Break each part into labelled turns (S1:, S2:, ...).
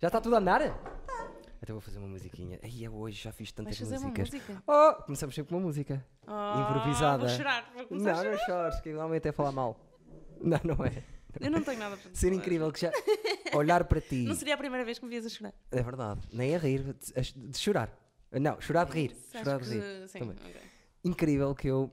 S1: Já está tudo a andar? Então vou fazer uma musiquinha. Ai, eu hoje já fiz tantas
S2: Tá. Vais fazer uma
S1: músicas.
S2: música?
S1: Oh, começamos sempre com uma música.
S2: Oh,
S1: Improvisada.
S2: Vou chorar, vou começar a
S1: Não,
S2: chorar.
S1: não chores, que normalmente é falar mal. Não, não é.
S2: Eu não tenho nada para dizer.
S1: Ser incrível que já. Olhar para ti.
S2: Não seria a primeira vez que me vias a chorar.
S1: É verdade. Nem a rir, de, a ch- de chorar. Não, chorar de rir. Chorar de
S2: Acho
S1: rir.
S2: que sim,
S1: Também.
S2: ok.
S1: Incrível que eu.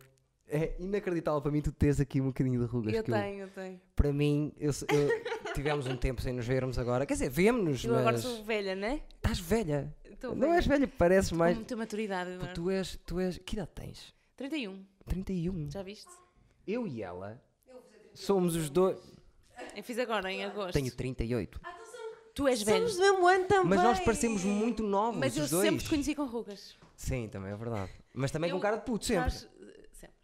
S1: É inacreditável para mim tu teres aqui um bocadinho de rugas.
S2: Eu
S1: que eu-
S2: tenho, eu tenho.
S1: para mim, eu, sou- eu- tivemos um tempo sem nos vermos agora. Quer dizer, vemo-nos,
S2: Eu agora
S1: mas.
S2: sou velha, né?
S1: Estás velha.
S2: Tô
S1: não
S2: velha.
S1: és velha, pareces mais.
S2: Com muita maturidade
S1: Pô,
S2: agora.
S1: Tu és, tu és. Que idade tens?
S2: 31,
S1: 31.
S2: já viste?
S1: Eu e ela somos os dois.
S2: Eu fiz agora, em agosto.
S1: Tenho 38.
S2: Ah, Tu és velho.
S3: Somos do mesmo ano também.
S1: Mas nós parecemos muito novos,
S2: Mas eu
S1: os dois.
S2: sempre te conheci com rugas.
S1: Sim, também é verdade. Mas também
S2: Eu-
S1: com cara de puto, sempre.
S2: Sabes, eh, sempre.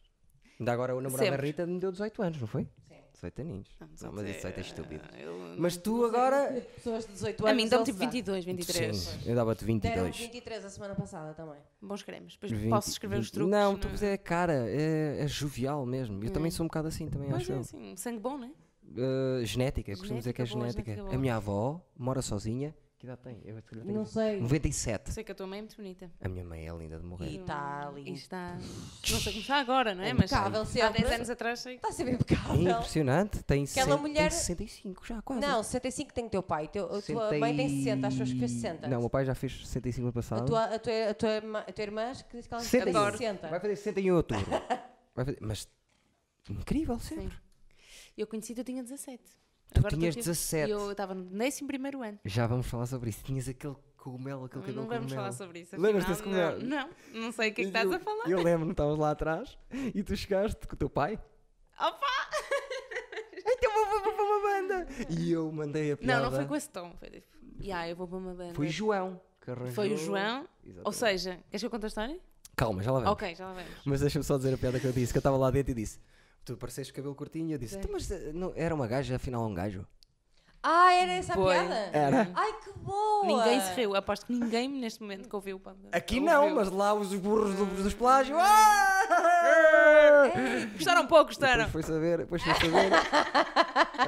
S1: Ainda agora o namorado da
S2: Sempre. Ah,
S1: Rita me deu 18 anos, não foi? Sim. 18 aninhos.
S2: Não,
S1: Não, mas isso 18 é estúpido.
S2: Ah, eu-
S1: Mas tu agora.
S3: Pessoas de 18 anos.
S2: A mim dão tipo
S3: eles
S2: 22, 23.
S1: Sim, eu dava-te
S3: Deram
S1: 22.
S3: 23 a semana passada também.
S2: Bons cremes. Depois
S1: 20,
S2: posso escrever os
S1: 20.
S2: truques.
S1: Não, tu é cara, é, é jovial mesmo. Eu também sou um bocado assim, também
S2: Mas
S1: acho
S2: é
S1: eu.
S2: assim, sangue bom, né?
S1: Uh, genética, eu costumo dizer que é
S2: Genética boa,
S1: genética. a
S2: genética boa.
S1: minha avó mora sozinha. Que idade tem? Eu, se calhar, tenho
S3: Não sei.
S1: 97.
S2: Sei que a tua mãe é muito bonita.
S1: A minha mãe é linda de morrer.
S3: E está
S2: E
S3: ali.
S2: está. Não sei como está agora, não é? Mas
S3: Impecável
S2: há
S3: sempre.
S2: 10 anos atrás sei.
S3: Está sempre
S1: É
S3: impecável.
S1: impressionante. Tem,
S3: Aquela
S1: cem- tem
S3: mulher-
S1: 65 já, quase.
S3: Não, 65 tem o teu pai. Teu, a tua
S1: Sessenta
S3: mãe tem
S1: e-
S3: 60, acho que fez 60.
S1: Não, o meu pai já fez 65 no
S3: a,
S1: passado.
S3: tua, a, tua, a, tua, irmã- a tua irmã acho que diz que ela tem
S1: 61.
S3: 60.
S1: Vai fazer 60 em outubro. Vai fazer- Mas incrível sempre.
S2: Eu conheci-te, eu tinha 17.
S1: Tu tinhas
S2: estou a ter-
S1: 17.
S2: Eu estava no 11 ano.
S1: Já vamos falar sobre isso. Tinhas aquele cogumelo, aquele cabelo
S2: Não vamos
S1: cogumelo.
S2: falar sobre isso.
S1: Lembras-te
S2: afinal,
S1: desse cogumelo?
S2: Não, não, não sei o que é que estás
S1: Eu-
S2: a falar.
S1: Eu lembro-me, estavas lá atrás e tu chegaste com o teu pai.
S2: Opa!
S1: Então vou, vou, vou para uma banda. E eu mandei a
S2: Não,
S1: piada.
S2: não foi com esse tom. Foi tipo, "Ya, eu vou para uma banda.
S1: Foi João que arranjou.
S2: Foi o João.
S1: Exatamente.
S2: Ou seja, queres que eu conte a história?
S1: Calma, já lá vamos.
S2: Ok, já lá vemos.
S1: Mas deixa-me só dizer a piada que eu disse, que eu estava lá dentro e disse... Tu pareceste cabelo curtinho, eu disse,
S2: Sim.
S1: "Tu, mas eh, não, era uma gaja, afinal é um gajo.
S3: Ah, era essa a
S2: Foi.
S3: piada?
S1: Era.
S3: Ai, que boa!
S2: Ninguém se riu. Aposto que ninguém neste momento que ouviu. pá,
S1: Aqui
S2: ouviu.
S1: não, mas lá os burros do, dos plágio.
S2: Gostaram pouco, gostaram.
S1: Depois foi saber, depois foi saber.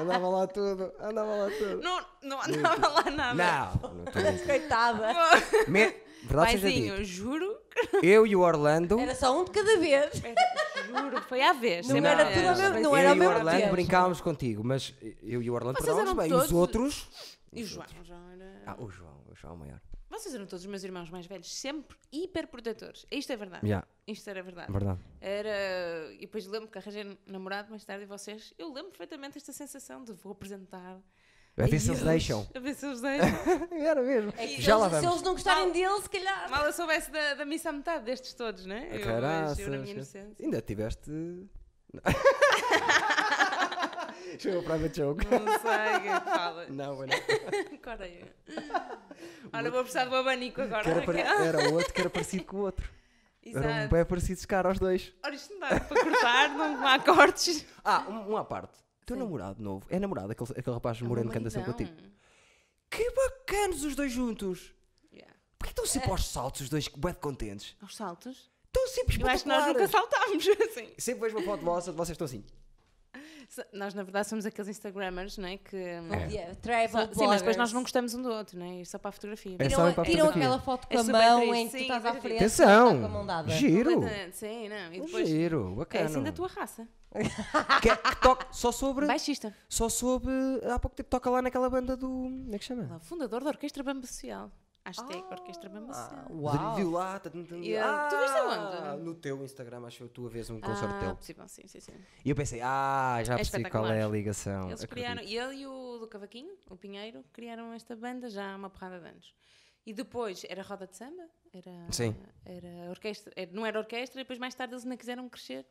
S1: andava lá tudo, andava lá tudo.
S2: Não, não andava lá nada.
S1: Não, não estou a brincar.
S3: Coitada.
S1: Me- Verdade seja dita,
S2: Paizinho, juro,
S1: eu e o Orlando,
S3: Era só um de cada vez.
S2: juro, foi à vez.
S3: Não
S2: sempre
S3: era
S2: à vez.
S3: tudo ao mesmo- não
S1: eu
S3: era ao
S1: e o
S3: mesmo
S1: Orlando
S3: tempo.
S1: brincávamos contigo, mas eu e o Orlando
S2: Vocês
S1: parávamos
S2: eram
S1: bem. E os
S2: todos-
S1: outros?
S2: E o João, o João era...
S1: Ah, o João, o João maior.
S2: Vocês eram todos os meus irmãos mais velhos, sempre hiperprotetores. Isto é verdade.
S1: Já,
S2: Isto era verdade.
S1: verdade.
S2: Era... E depois lembro que arranjei namorado mais tarde e vocês... Eu lembro perfeitamente esta sensação de vou apresentar...
S1: A ver se eles deixam.
S2: A ver se eles deixam.
S1: Era mesmo.
S3: É que
S1: Já
S3: eles-
S1: lá
S3: se
S1: vamos. É.
S3: eles não gostarem
S2: Mal-
S3: dele, se calhar.
S2: Mal eu soubesse da, da missa à metade destes todos, não é? Eu,
S1: Caraças,
S2: eu na minha
S1: cara.
S2: inocência.
S1: Ainda tiveste. Não. Chegou para a joke.
S2: Não sei o que é que fala.
S1: Não, foi não.
S2: Acorda aí. Ora, vou precisar do abanico agora.
S1: Que era, pare-
S2: Raquel.
S1: era o outro que era parecido com o outro. Eram
S3: um
S2: Exato.
S1: bem parecidos cara aos dois.
S2: Ora, isto não dá para cortar, não há cortes.
S1: Ah, um, um à parte. Teu namorado novo. É namorado, aquele, aquele rapaz
S2: um
S1: moreno que anda sempre contigo. Que bacanos os dois juntos!
S2: Yeah.
S1: Porquê estão
S2: É.
S1: sempre aos saltos os dois bué de contentes?
S2: Aos saltos?
S1: Estão sempre
S2: Eu acho que nós nunca
S1: espetaculares!
S2: saltámos assim.
S1: Sempre vejo uma foto vossa, vocês estão assim.
S2: Se- Nós, na verdade, somos aqueles Instagrammers, não é? Que.
S1: É.
S3: Yeah, Travel
S2: Só- sim, mas depois
S3: bloggers.
S2: nós não gostamos um do outro, não é? Só para a fotografia.
S1: É só-
S3: Tiram,
S1: em papel
S3: tiram
S1: de fotografia.
S3: aquela foto com
S2: É
S3: a
S2: super
S3: mão
S2: triste,
S3: em que tu
S2: sim,
S3: estás à
S2: super
S3: frente.
S1: triste.
S3: ela
S1: Atenção!
S3: Está com a mão dada.
S1: Giro!
S2: Completamente, Sim, não. E
S1: Um
S2: depois.
S1: giro,
S2: É
S1: bacana.
S2: assim da tua raça.
S1: Que, é que toca- só sobre.
S2: Baixista.
S1: Só soube há pouco tempo toca lá naquela banda do. Como é que chama?
S2: Lá, Fundador da Orquestra Bamba Social. Hashtag é
S1: Ah,
S2: Orquestra Bamba Social.
S3: Uau.
S1: Viu lá. tá, tá, tá.
S2: E, ah, tu viste aonde?
S1: No teu Instagram, acho eu, tu a vez um concerto
S2: ah,
S1: teu.
S2: possível, sim, sim, sim.
S1: E eu pensei, ah, já
S2: É
S1: percebi qual é a
S2: espetacular.
S1: ligação.
S2: Eles criaram, e ele e o do Cavaquinho, o Pinheiro, criaram esta banda já há uma porrada de anos. E depois era roda de samba, era,
S1: Sim.
S2: era orquestra, era- não era orquestra, e depois mais tarde eles ainda quiseram crescer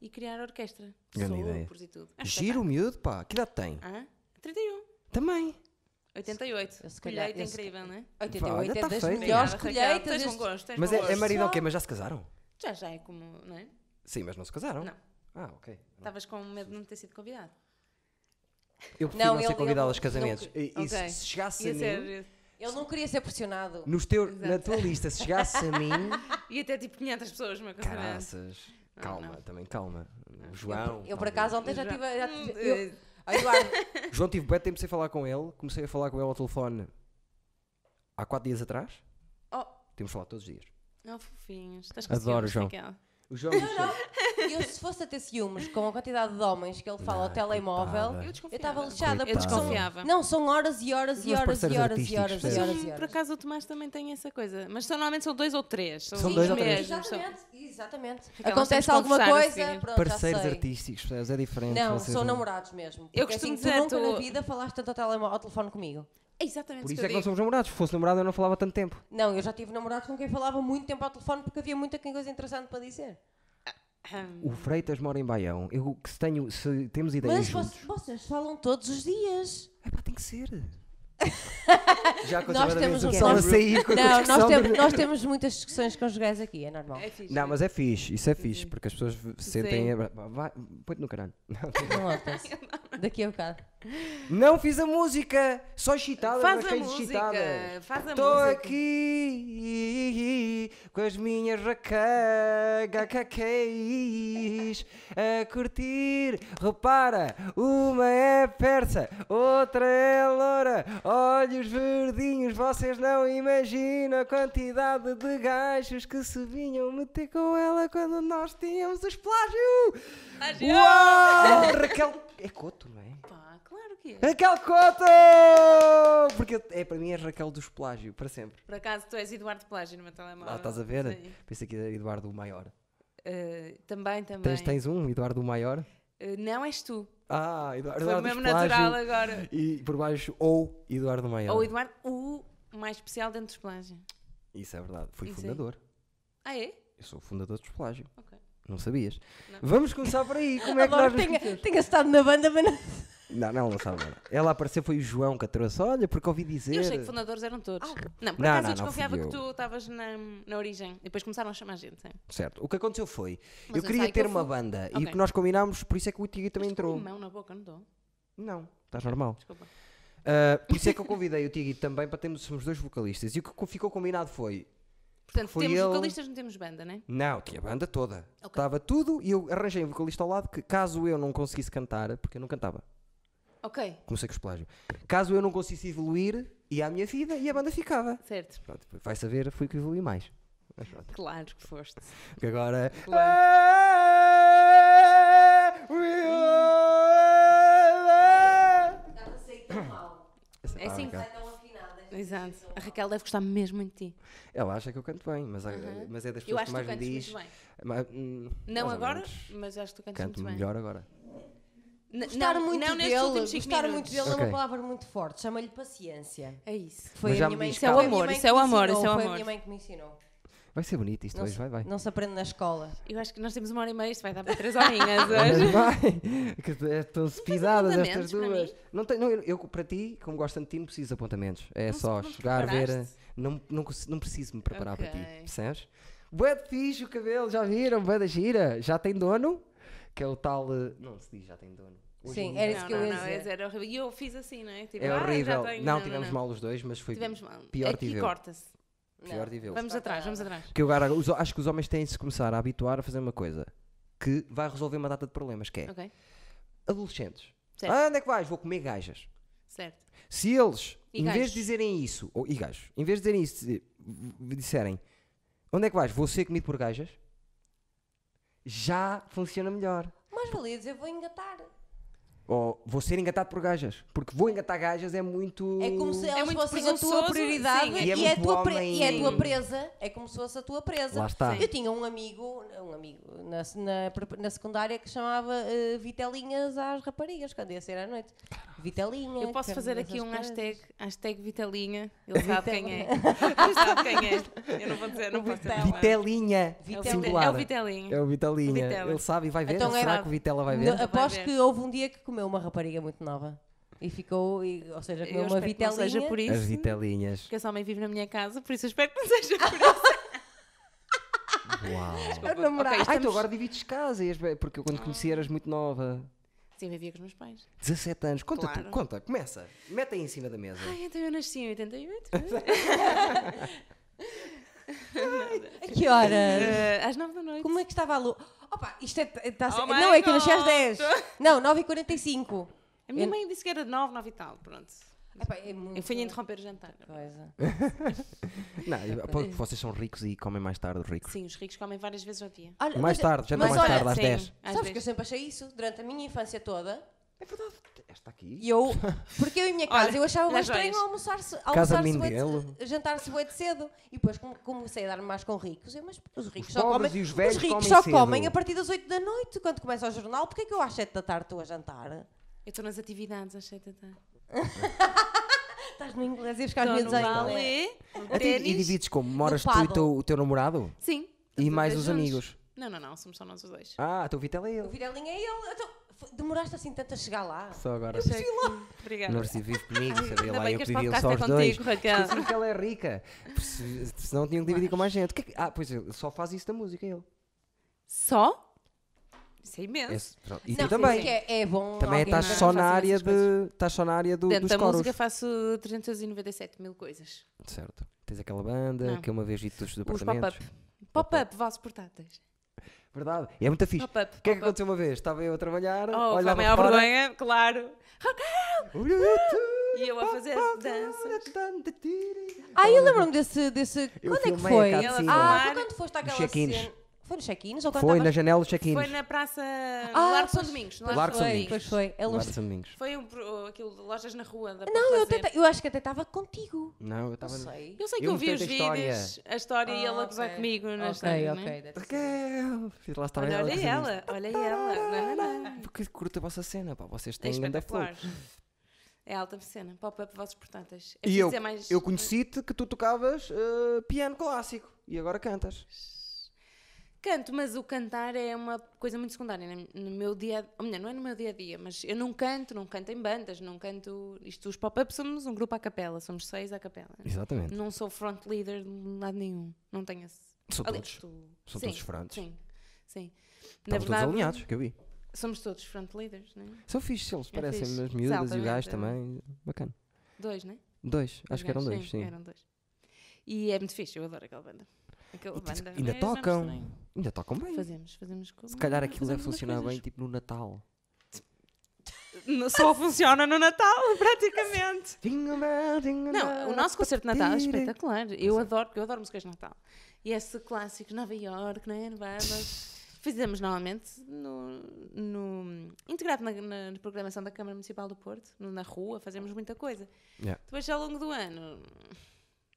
S2: e criar orquestra.
S1: Grande
S2: Soul,
S1: ideia.
S2: por e tudo. Acho que
S1: Giro o miúdo, pá, que idade tem?
S2: tá- Hã? 31,
S1: Também.
S2: 88.
S3: Eu se calhar-
S2: Colheita
S3: eu se
S2: incrível, não é?
S3: 88
S1: Olha,
S3: é
S1: tá
S3: das
S1: feito.
S3: melhores
S2: Obrigada, Raquel,
S3: colheitas.
S2: Tens bom
S3: deste-
S2: gosto. tens
S1: Mas
S2: bom
S1: é, é
S2: gosto.
S1: maridão o quê? Mas já se casaram?
S2: Já, já é como, não é?
S1: Sim, mas não se casaram?
S2: Não.
S1: Ah, ok.
S2: Estavas com medo de não ter sido convidado.
S1: Eu prefiro não,
S3: ele-
S1: ser
S3: ele
S1: convidado
S3: não-
S1: aos casamentos.
S3: não-
S1: E, e se-
S2: Ok.
S1: se chegasse a
S2: Ia,
S1: mim,
S2: ser,
S3: Ele não queria ser pressionado.
S1: nos teu, na tua lista, se chegasse a mim,
S2: ia ter tipo 500 pessoas, meu casamento.
S1: caraças, calma,
S2: não.
S1: também calma. O João.
S3: Eu, por
S1: talvez.
S3: acaso, ontem já
S2: Já.
S3: tive. Já tive
S2: Hum,
S3: eu, Ó, Eduardo,
S1: João tive bem tempo sem falar com ele, comecei a falar com ele ao telefone há quatro dias atrás,
S2: Oh,
S1: temos falado todos os dias.
S2: oh fofinhos. Estás
S1: Adoro,
S2: ciúmes
S1: João.
S2: daquela?
S1: O João Michel.
S3: Eu, se fosse a ter ciúmes com a quantidade de homens que ele fala ao
S1: Não,
S3: telemóvel,
S1: Ah, coitada.
S2: Eu
S3: eu
S2: desconfiava.
S3: estava lixada
S1: Coitada.
S3: porque são-
S1: Eu desconfiava.
S3: Não, são horas e horas
S1: Os
S3: e
S1: meus
S3: horas e
S1: parceiros
S3: horas e horas
S1: artísticos, é.
S3: e
S1: percebes?
S3: horas
S2: Hum,
S3: e
S2: por
S3: horas.
S2: acaso o Tomás também tem essa coisa. Mas normalmente são dois ou três. São,
S1: São
S2: os
S1: dois ou três.
S2: mesmos. são-
S3: Exatamente, exatamente.
S2: Ficava
S3: Acontece
S2: sempre a
S3: alguma
S2: conversar
S3: coisa,
S2: assim.
S3: pronto,
S1: Parceiros
S3: já sei.
S1: artísticos, percebes? É diferente.
S3: Não,
S1: vocês
S3: são namorados mesmo. Porque,
S2: costumo
S3: assim,
S2: dizer,
S3: tu nunca
S2: tu-
S3: na vida falaste tanto ao, telemo- ao telefone comigo.
S2: É exatamente
S1: Por isso
S2: isso que
S1: é
S2: eu
S1: que não
S2: digo.
S1: somos namorados. Se fosse namorado, eu não falava tanto tempo.
S3: Não, eu já tive namorados com quem falava muito tempo ao telefone porque havia muita coisa interessante para dizer.
S2: Ahm,
S1: O Freitas mora em Baião. Eu que se tenho, se temos ideias
S3: Mas
S1: juntos.
S3: vocês, vocês falam todos os dias.
S1: É pá, tem que ser. Já
S3: Nós temos um
S1: só a
S3: cérebro.
S1: sair com a
S3: Não, nós,
S1: discussão
S3: temos,
S1: de-
S3: nós temos muitas discussões conjugais aqui, é normal.
S2: é fixe.
S1: Não, mas é fixe, isso é fixe, porque as pessoas v- sentem.
S2: Sim.
S1: a- Vai, põe-te no caralho.
S3: Não acontece. Daqui a bocado.
S1: Não fiz a música, só excitada,
S2: Faz
S1: mas
S2: a música. Faz a
S1: Estou
S2: música.
S1: aqui com as minhas é racacacaqueis a curtir. Repara, uma é persa, outra é loura, olhos verdinhos. Vocês não imaginam a quantidade de gajos que se vinham meter com ela quando nós tínhamos o esplágio.
S2: Esplágio!
S1: Uau! Raquel. É coto, não é?
S2: Pá, claro que é.
S1: Raquel Coto! Porque eu- é, para mim é Raquel do esplágio, para sempre.
S2: Por acaso tu és Eduardo Plágio no meu telemóvel.
S1: Lá Ah, estás a ver?
S2: Sim.
S1: Pensei que era Eduardo o Maior.
S2: Ah, também, também.
S1: Tens, tens um, Eduardo o Maior?
S2: Ah, não és tu.
S1: Ah, Eduardo,
S2: Foi
S1: Eduardo
S2: mesmo
S1: do esplágio.
S2: natural agora.
S1: E por baixo, ou Eduardo Maior.
S2: Ou Eduardo, o mais especial dentro do esplágio.
S1: Isso é verdade, fui
S2: Isso aí.
S1: fundador.
S2: Ah, é?
S1: Eu sou o fundador do esplágio.
S2: Ok.
S1: Não sabias?
S2: Não.
S1: Vamos começar por aí. Como é que
S3: Agora
S1: nós nos
S3: tenha,
S1: conhecemos?
S3: tenha estado na banda, mas não.
S1: Não, não, não sabe nada. Ela apareceu, foi o João que a trouxe. Olha, porque ouvi dizer. Ah,
S2: Eu achei que fundadores eram todos. Não, por
S1: Não, não,
S2: acaso eu
S1: não, fui
S2: desconfiava
S1: eu.
S2: que tu estavas na, na origem. E depois começaram a chamar gente, sim.
S1: Certo. O que aconteceu foi,
S2: Mas
S1: eu
S2: eu
S1: queria
S2: sei que
S1: ter
S2: eu
S1: uma
S2: fui-
S1: banda e
S2: Ok.
S1: o que nós combinámos, por isso é que o Tiago também entrou.
S2: Mão na boca, não dou.
S1: Não, estás normal.
S2: Desculpa.
S1: Ah, por isso é que eu convidei o Tiago também para termos somos dois vocalistas. E o que co- ficou combinado foi:
S2: Portanto,
S1: Foi
S2: temos
S1: ele-
S2: vocalistas, não temos banda, né?
S1: não, tinha a banda toda.
S2: Ok.
S1: Estava tudo e eu arranjei um vocalista ao lado que, caso eu não conseguisse cantar, porque eu não cantava,
S2: Ok,
S1: comecei com os plágio, caso eu não conseguisse evoluir, ia à minha vida e a banda ficava.
S2: certo.
S1: Pronto, vai saber, fui que evolui mais. Mas pronto.
S2: Claro que foste.
S1: Que agora. "Ah,
S2: Claro.
S3: Estás a sair tão mal.
S2: É assim que
S1: Ah, ok.
S3: tão afinada.
S2: Exato. A Raquel deve gostar mesmo muito de ti.
S1: Ela acha que eu canto bem, mas, há- mas é das pessoas
S2: Eu
S1: que
S2: acho
S1: mais
S2: que tu
S1: me
S2: cantas
S1: diz.
S2: muito bem.
S1: Mas, hum,
S2: Não
S1: mais ou
S2: agora,
S1: menos.
S2: mas acho que tu cantas
S1: Canto
S2: muito
S1: melhor agora.
S2: bem. N-
S3: Gostar muito
S2: não nestes
S3: dele,
S2: últimos cinco
S3: gostar
S2: minutos.
S3: muito dele é
S1: Ok.
S3: uma palavra muito forte. Chama-lhe paciência.
S2: É isso.
S3: Foi
S1: Mas já
S3: a
S1: me
S3: minha mãe
S1: diz
S3: que
S1: cá.
S3: foi a
S2: Isso é o
S3: minha
S2: amor,
S3: mãe
S2: isso
S3: que
S2: é o
S3: me
S2: amor,
S3: ensinou,
S2: isso é o
S3: Foi a
S2: amor.
S3: minha mãe que me ensinou.
S1: Vai ser bonito isto
S3: Não
S1: hoje,
S3: se-
S1: vai, vai.
S3: Não se aprende na escola.
S2: Eu acho que nós temos uma hora e meia, isto vai dar para três horinhas hoje.
S1: Mas vai, que tu- é estão cepidadas estas
S2: apontamentos para
S1: duas.
S2: mim?
S1: Não tem, não, eu, eu, para ti, como gosto tanto de ti, não preciso de apontamentos. É só
S2: não te
S1: chegar, ver.
S2: preparaste?
S1: Não, não, cons- não preciso me preparar para ti,
S2: Ok.
S1: percebes? Bué de fixe o cabelo, já viram? Bué da gira. Já tem dono, que é o tal. eh, Não se diz já tem dono. Hoje em
S3: Sim,
S1: dia-
S3: era isso
S2: Não,
S3: que eu
S2: não,
S3: ia
S2: não,
S3: dizer.
S2: era horrível. E eu fiz assim, não é? Tipo,
S1: É
S2: ah, já
S1: horrível.
S2: tenho-
S1: não, tivemos mal os dois, mas foi
S2: Tivemos mal.
S1: pior
S2: Aqui
S1: tive eu.
S2: corta-se.
S1: pior tive eu.
S2: Vamos
S3: Corta
S2: atrás, vamos
S3: nada.
S2: atrás.
S1: Porque eu agora, os- acho que os homens têm de se começar a habituar a fazer uma coisa que vai resolver uma data de problemas, que é
S2: Ok,
S1: adolescentes.
S2: Certo.
S1: Ah, onde é que vais? Vou comer gajas.
S2: certo.
S1: Se eles,
S2: E
S1: em vez
S2: gajos.
S1: de dizerem isso, ou, e gajos, em vez de dizerem isso, di- disserem onde é que vais? Vou ser comido por gajas, já funciona melhor.
S3: Mais valia dizer, vou engatar.
S1: Ou vou ser engatado por gajas. Porque vou engatar gajas é muito.
S3: É como se elas
S2: muito
S3: fossem a tua
S2: presunçoso,
S3: prioridade
S2: sim, é
S3: e, é a
S1: muito
S3: tua pre-
S1: homem.
S3: e é a tua presa. É como se fosse a tua presa.
S1: Lá está.
S2: Sim.
S3: Eu tinha um amigo, um amigo na, na, na secundária que chamava eh, Vitelinhas às raparigas, quando ia ser à noite. Vitelinha.
S2: Eu posso
S3: que
S2: fazer
S3: era
S2: aqui
S3: essas
S2: um
S3: coisas.
S2: hashtag, hashtag Vitelinha. Ele sabe quem é. Ele sabe quem é. Eu não vou dizer, não posso dizer. nada.
S1: Vitelinha.
S2: É o
S3: Vitela.
S2: Vite- É o
S1: Singular.
S2: Vitelinha.
S1: É o Vitelinha.
S2: Vitela.
S1: Ele sabe e vai ver.
S3: Então é-
S1: Será que o Vitela vai ver?
S3: No- Aposto
S2: ver.
S3: que houve um dia que comeu uma rapariga muito nova. E ficou, e- ou seja, comeu
S2: Eu
S3: uma
S2: espero que não
S3: vitelinha.
S2: seja por
S1: As
S2: isso.
S1: Vitelinhas.
S2: Porque esse homem vive na minha casa, por isso eu espero que não seja por isso.
S1: Uau.
S3: A namorar.
S2: Ok, isto-
S1: Ai, tu agora divides casa, e és bem- porque eu quando conheci eras muito nova.
S2: Sim, vivia com os meus pais.
S1: 17 anos. Conta, tu,
S2: Claro.
S1: conta, começa. Mete aí em cima da mesa.
S2: Ai, então eu nasci em 88.
S3: A que horas?
S2: Eh, às 9 da noite.
S3: Como é que estava a lua? Opa, isto é, tá a ser-
S2: Oh my
S3: não, é que eu nasci às
S2: God.
S3: 10. Não, 9h45.
S2: A minha mãe disse que era de 9, 9 e tal. Pronto.
S3: Epá, é muito
S2: Eu fui interromper o jantar.
S3: coisa.
S1: É Não, eu- pô, vocês são ricos e comem mais tarde os ricos.
S2: Sim, os ricos comem várias vezes ao dia.
S3: Olha,
S1: Mais
S3: mas- é-
S1: tarde, jantam
S3: mas
S1: mais
S3: olha,
S1: tarde, às
S2: sim.
S1: 10.
S2: Às
S3: Sabes que eu
S2: vezes.
S3: sempre achei isso durante a minha infância toda.
S1: É verdade, esta aqui.
S3: E eu, porque eu em minha casa,
S2: Olha,
S3: eu achava bem
S2: nas
S3: estranho
S2: joias.
S3: almoçar-se
S1: Casa
S3: almoçar
S1: Mindelo.
S3: jantar-se bué de cedo. E depois com- comecei a dar-me mais com ricos. Eu, mas os ricos
S1: Os
S3: só
S1: pobres
S3: comem,
S1: e os velhos
S3: ricos
S1: comem
S3: só
S1: cedo.
S3: comem a partir das 8 da noite, quando começa o jornal. Porquê é que eu às 7 da tarde estou a jantar?
S2: Eu estou nas atividades tá, às 7 da tarde.
S3: Estás no inglês e buscar os
S2: Estou
S3: miúdos
S2: no
S3: ainda.
S2: balé,
S1: A
S2: no
S1: ti- E
S2: ténis.
S1: divides como? Moras tu e
S3: paddle.
S1: teu- o teu namorado?
S2: Sim.
S1: E mais os
S2: dois juntos.
S1: amigos.
S2: Não, não, não. Somos só nós os dois.
S1: Ah, teu Vitela é
S3: O
S1: ele.
S3: Virelinha é ele. Então, f- demoraste assim tanto a chegar lá.
S1: Só agora.
S2: Sei que- Obrigada.
S1: Não recebi vive comigo, sabia
S2: Ainda
S1: lá,
S2: bem
S1: eu
S2: que este
S1: pedi
S2: podcast
S1: só
S2: é
S1: os dois.
S2: contigo, Raquel.
S1: Sim, que ela é rica. Se- Senão tinham que dividir com mais gente. O que é que- Ah, pois ele só faz isso da música, ele.
S2: Só? Isso é imenso.
S1: Esse- pronto. E
S3: Não,
S1: tu também.
S3: porque É, é bom.
S1: Também
S3: alguém
S1: estás
S3: ver-
S1: só,
S2: façam
S1: na área
S2: essas
S1: de, estás só na área do,
S2: Dentro
S1: dos
S2: da
S1: coros.
S2: música faço 397 mil coisas.
S1: Certo. Tens aquela banda
S2: Não.
S1: que eu uma vez vi dos
S2: Os
S1: departamentos.
S2: pop-up. Pop-up, vasos portáteis.
S1: Verdade. E é muito fixe.
S2: Pop-up.
S1: O que é que
S2: pop-up.
S1: aconteceu uma vez? Estava eu a trabalhar,
S2: Oh, foi a
S1: olhava
S2: maior
S1: fora,
S2: vergonha, claro.
S1: Bluetooth,
S2: E eu a fazer
S1: pop-up,
S2: danças.
S3: Ah, eu lembro-me desse. desse...
S1: Eu
S3: Quando é que
S1: filmei a
S3: foi?
S1: cutscene.
S2: Ela
S3: Ah,
S2: filmar.
S3: foi quando foste àquela
S1: check-ins.
S3: cena. Foi nos check-ins ou quando
S1: Foi na
S3: estavas-
S1: janela dos check-ins.
S2: Foi na praça. No
S3: Ah,
S2: Largo São
S3: pois-
S2: Domingos. No
S1: Largo
S2: Largo
S1: São
S2: São
S3: Foi,
S1: Domingos.
S2: Domingos.
S3: pois foi. É
S1: Lá
S3: longe
S1: de São Domingos.
S2: Foi um, pro- aquilo de lojas na rua. Da
S3: Não, eu,
S2: Plaza.
S3: até, eu acho que até estava contigo.
S1: Não, eu
S3: Não
S1: estava...
S3: sei.
S2: Eu sei que
S1: Eu
S2: eu, vi
S1: mostrei-te
S2: os
S1: a história.
S2: vídeos, a história e
S3: Ah,
S2: ele a gozar
S3: ok.
S2: comigo na
S3: ok,
S2: história. né?
S3: ok. deve ser.
S1: Raquel! E lá estava
S2: Olha,
S1: ela. assim, "Ah,
S2: olha ela, olha ela. Não, não, não.
S1: Porque curto a vossa cena, pá. Vocês
S2: É
S1: têm grande flow.
S2: espetacular. É alta cena. Pop-up, vozes portáteis. É
S1: E eu,
S2: preciso é mais...
S1: eu conheci-te que tu tocavas eh, piano clássico. E agora cantas.
S2: Canto, mas o cantar é uma coisa muito secundária né? no meu dia, ou melhor, não é no meu dia a dia, mas eu não canto, não canto em bandas, não canto. Isto, os pop-up somos um grupo à capela, somos seis à capela.
S1: Exatamente.
S2: Não sou front leader de lado nenhum, não tenho esse.
S1: São
S2: Aliás,
S1: todos.
S2: tu-
S1: São
S2: sim,
S1: todos frontes.
S2: Sim, sim.
S1: Estavam todos alinhados, que eu vi.
S2: somos todos front leaders, né?
S1: São fixos, eles parecem
S2: fixe.
S1: as miúdas e o gajo
S2: Exatamente.
S1: também. Bacana.
S2: Dois, né?
S1: Dois, acho que eram
S2: Gajos,
S1: dois, sim.
S2: Eram dois. E é muito fixe, eu adoro aquela banda. Aquela
S1: E diz-
S2: banda.
S1: ainda
S2: é, já me
S1: tocam.
S2: estranho.
S1: Ainda tocam bem.
S2: Fazemos, fazemos. com-
S1: Se calhar aquilo deve
S2: fazemos umas
S1: funcionar bem
S2: coisas.
S1: tipo no Natal.
S2: Não- Só funciona no Natal, praticamente. Não, o nosso concerto de Natal é espetacular. Eu adoro, porque eu adoro músicas de Natal. E esse clássico de Nova York, né? Novelas. Fizemos novamente no, no- integrado na, na- na programação da Câmara Municipal do Porto, no- na rua, fazemos muita coisa.
S1: Yeah.
S2: Depois, ao longo do ano,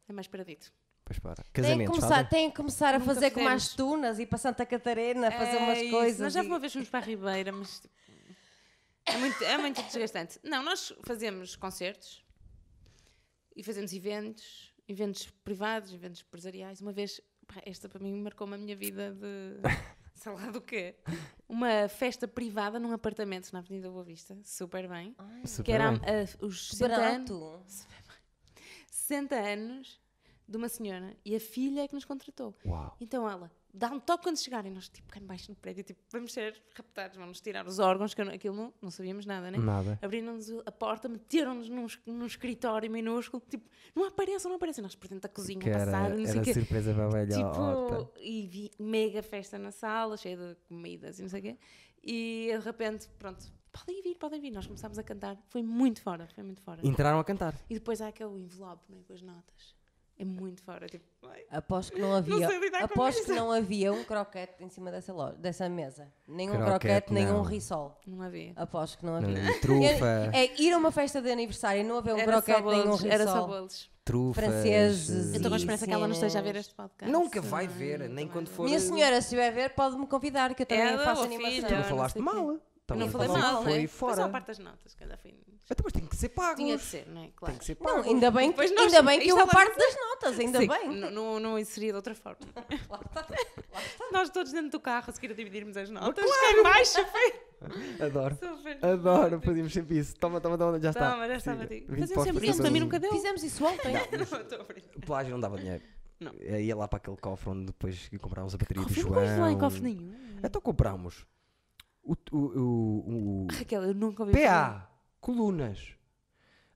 S2: é mais paradito.
S1: Pois para.
S3: Tem que
S1: Casamentos,
S3: começar,
S1: fazem?
S3: tem que começar a
S2: Nunca
S3: fazer como
S2: fizemos.
S3: as tunas e para Santa Catarina,
S2: É
S3: fazer umas
S2: isso.
S3: coisas.
S2: Nós já
S3: e-
S2: uma vez fomos para a Ribeira, mas tipo, é muito, é muito desgastante. Não, nós fazemos concertos e fazemos eventos, eventos privados, eventos empresariais. Uma vez, pá, esta para mim marcou-me a minha vida de sei lá do quê. Uma festa privada num apartamento na Avenida Boa Vista, super bem.
S1: Super
S2: que era
S1: bem.
S2: a- os 60 anos,
S3: Barato.
S2: 60 anos de uma senhora e a filha é que nos contratou.
S1: Uau.
S2: Então ela dá um toque quando chegarem. Nós, tipo, cá embaixo no prédio, tipo, vamos ser raptados, vamos tirar os órgãos, que eu não- aquilo não, não sabíamos nada, né?
S1: Nada.
S2: Abriram-nos a porta, meteram-nos num, es- num escritório minúsculo, tipo, não apareçam, não apareçam. Nós por dentro da cozinha,
S1: Que era,
S2: passaram, não sei
S1: era
S2: o quê.
S1: surpresa para a velha horta.
S2: Tipo, e vi mega festa na sala, cheia de comidas e não sei o quê. E de repente, pronto, podem vir, podem vir. Nós começámos a cantar. Foi muito fora, foi muito fora.
S1: Entraram a cantar.
S2: E depois há aquele envelope, né, com as notas. É muito fora, tipo, ai,
S3: Aposto que não havia,
S2: sei lidar com
S3: aposto que
S2: isso.
S3: não havia um croquete em cima dessa, loja, dessa mesa. Nenhum
S1: Croquete,
S3: croquete, nenhum
S1: não.
S3: risol.
S2: não havia.
S3: Aposto que não
S1: Não,
S3: havia.
S1: trufa,
S3: É, é ir a uma festa de aniversário e não
S2: É
S3: haver um croquete, nenhum risol.
S2: era só bolos.
S1: trufa.
S3: franceses
S1: eh,
S2: Eu estou com a esperança que ela não esteja a ver
S3: cenas.
S2: este podcast.
S1: Nunca
S2: Não,
S1: vai ver,
S2: nunca
S1: nem
S2: vai
S1: quando
S2: ver.
S1: for.
S3: Minha senhora, se estiver a ver, pode-me convidar, que eu também
S2: Ela
S3: faço
S2: ou
S1: Tu
S2: filha.
S3: animação.
S1: não
S2: não
S1: falaste
S2: sei quê.
S1: mal.
S2: Eu
S1: Também
S2: não falei
S1: falaste que
S2: mal,
S1: Foi
S2: né? Foi só a
S1: fora.
S2: parte das notas, que ainda foi.
S1: Então, mas tem que ser pago.
S2: Tinha de ser, não é? Claro.
S1: Tem que ser
S3: Não,
S1: pago.
S3: ainda bem,
S2: Depois nós-
S3: ainda bem que
S2: isto
S3: eu a
S2: ela
S3: parte das notas, ainda
S2: Sim,
S3: bem.
S2: n- Não, não inseria de outra forma. Nós todos dentro do carro, a seguir a dividirmos as notas. é Claro. baixo foi
S1: Adoro.
S2: super.
S1: Adoro, fazíamos sempre isso. Toma, toma, toma, já está.
S2: Toma, já estava a
S1: Siga.
S2: ti.
S1: Vinte
S2: Fazemos
S1: postos
S2: sempre isso,
S1: para
S2: para mim
S1: todo
S2: nunca deu.
S3: Fizemos isso ontem.
S2: Não, estou a brincar.
S1: mundo. Plágio não dava dinheiro.
S2: Não.
S1: Eh, Ia lá para aquele cofre onde depois comprávamos a bateria do
S2: Cofre,
S1: João.
S2: não vais lá em cofre nenhum.
S1: Então comprámos o, o, o, o-
S2: Raquel, eu nunca ouvi falar.
S1: PA, colunas.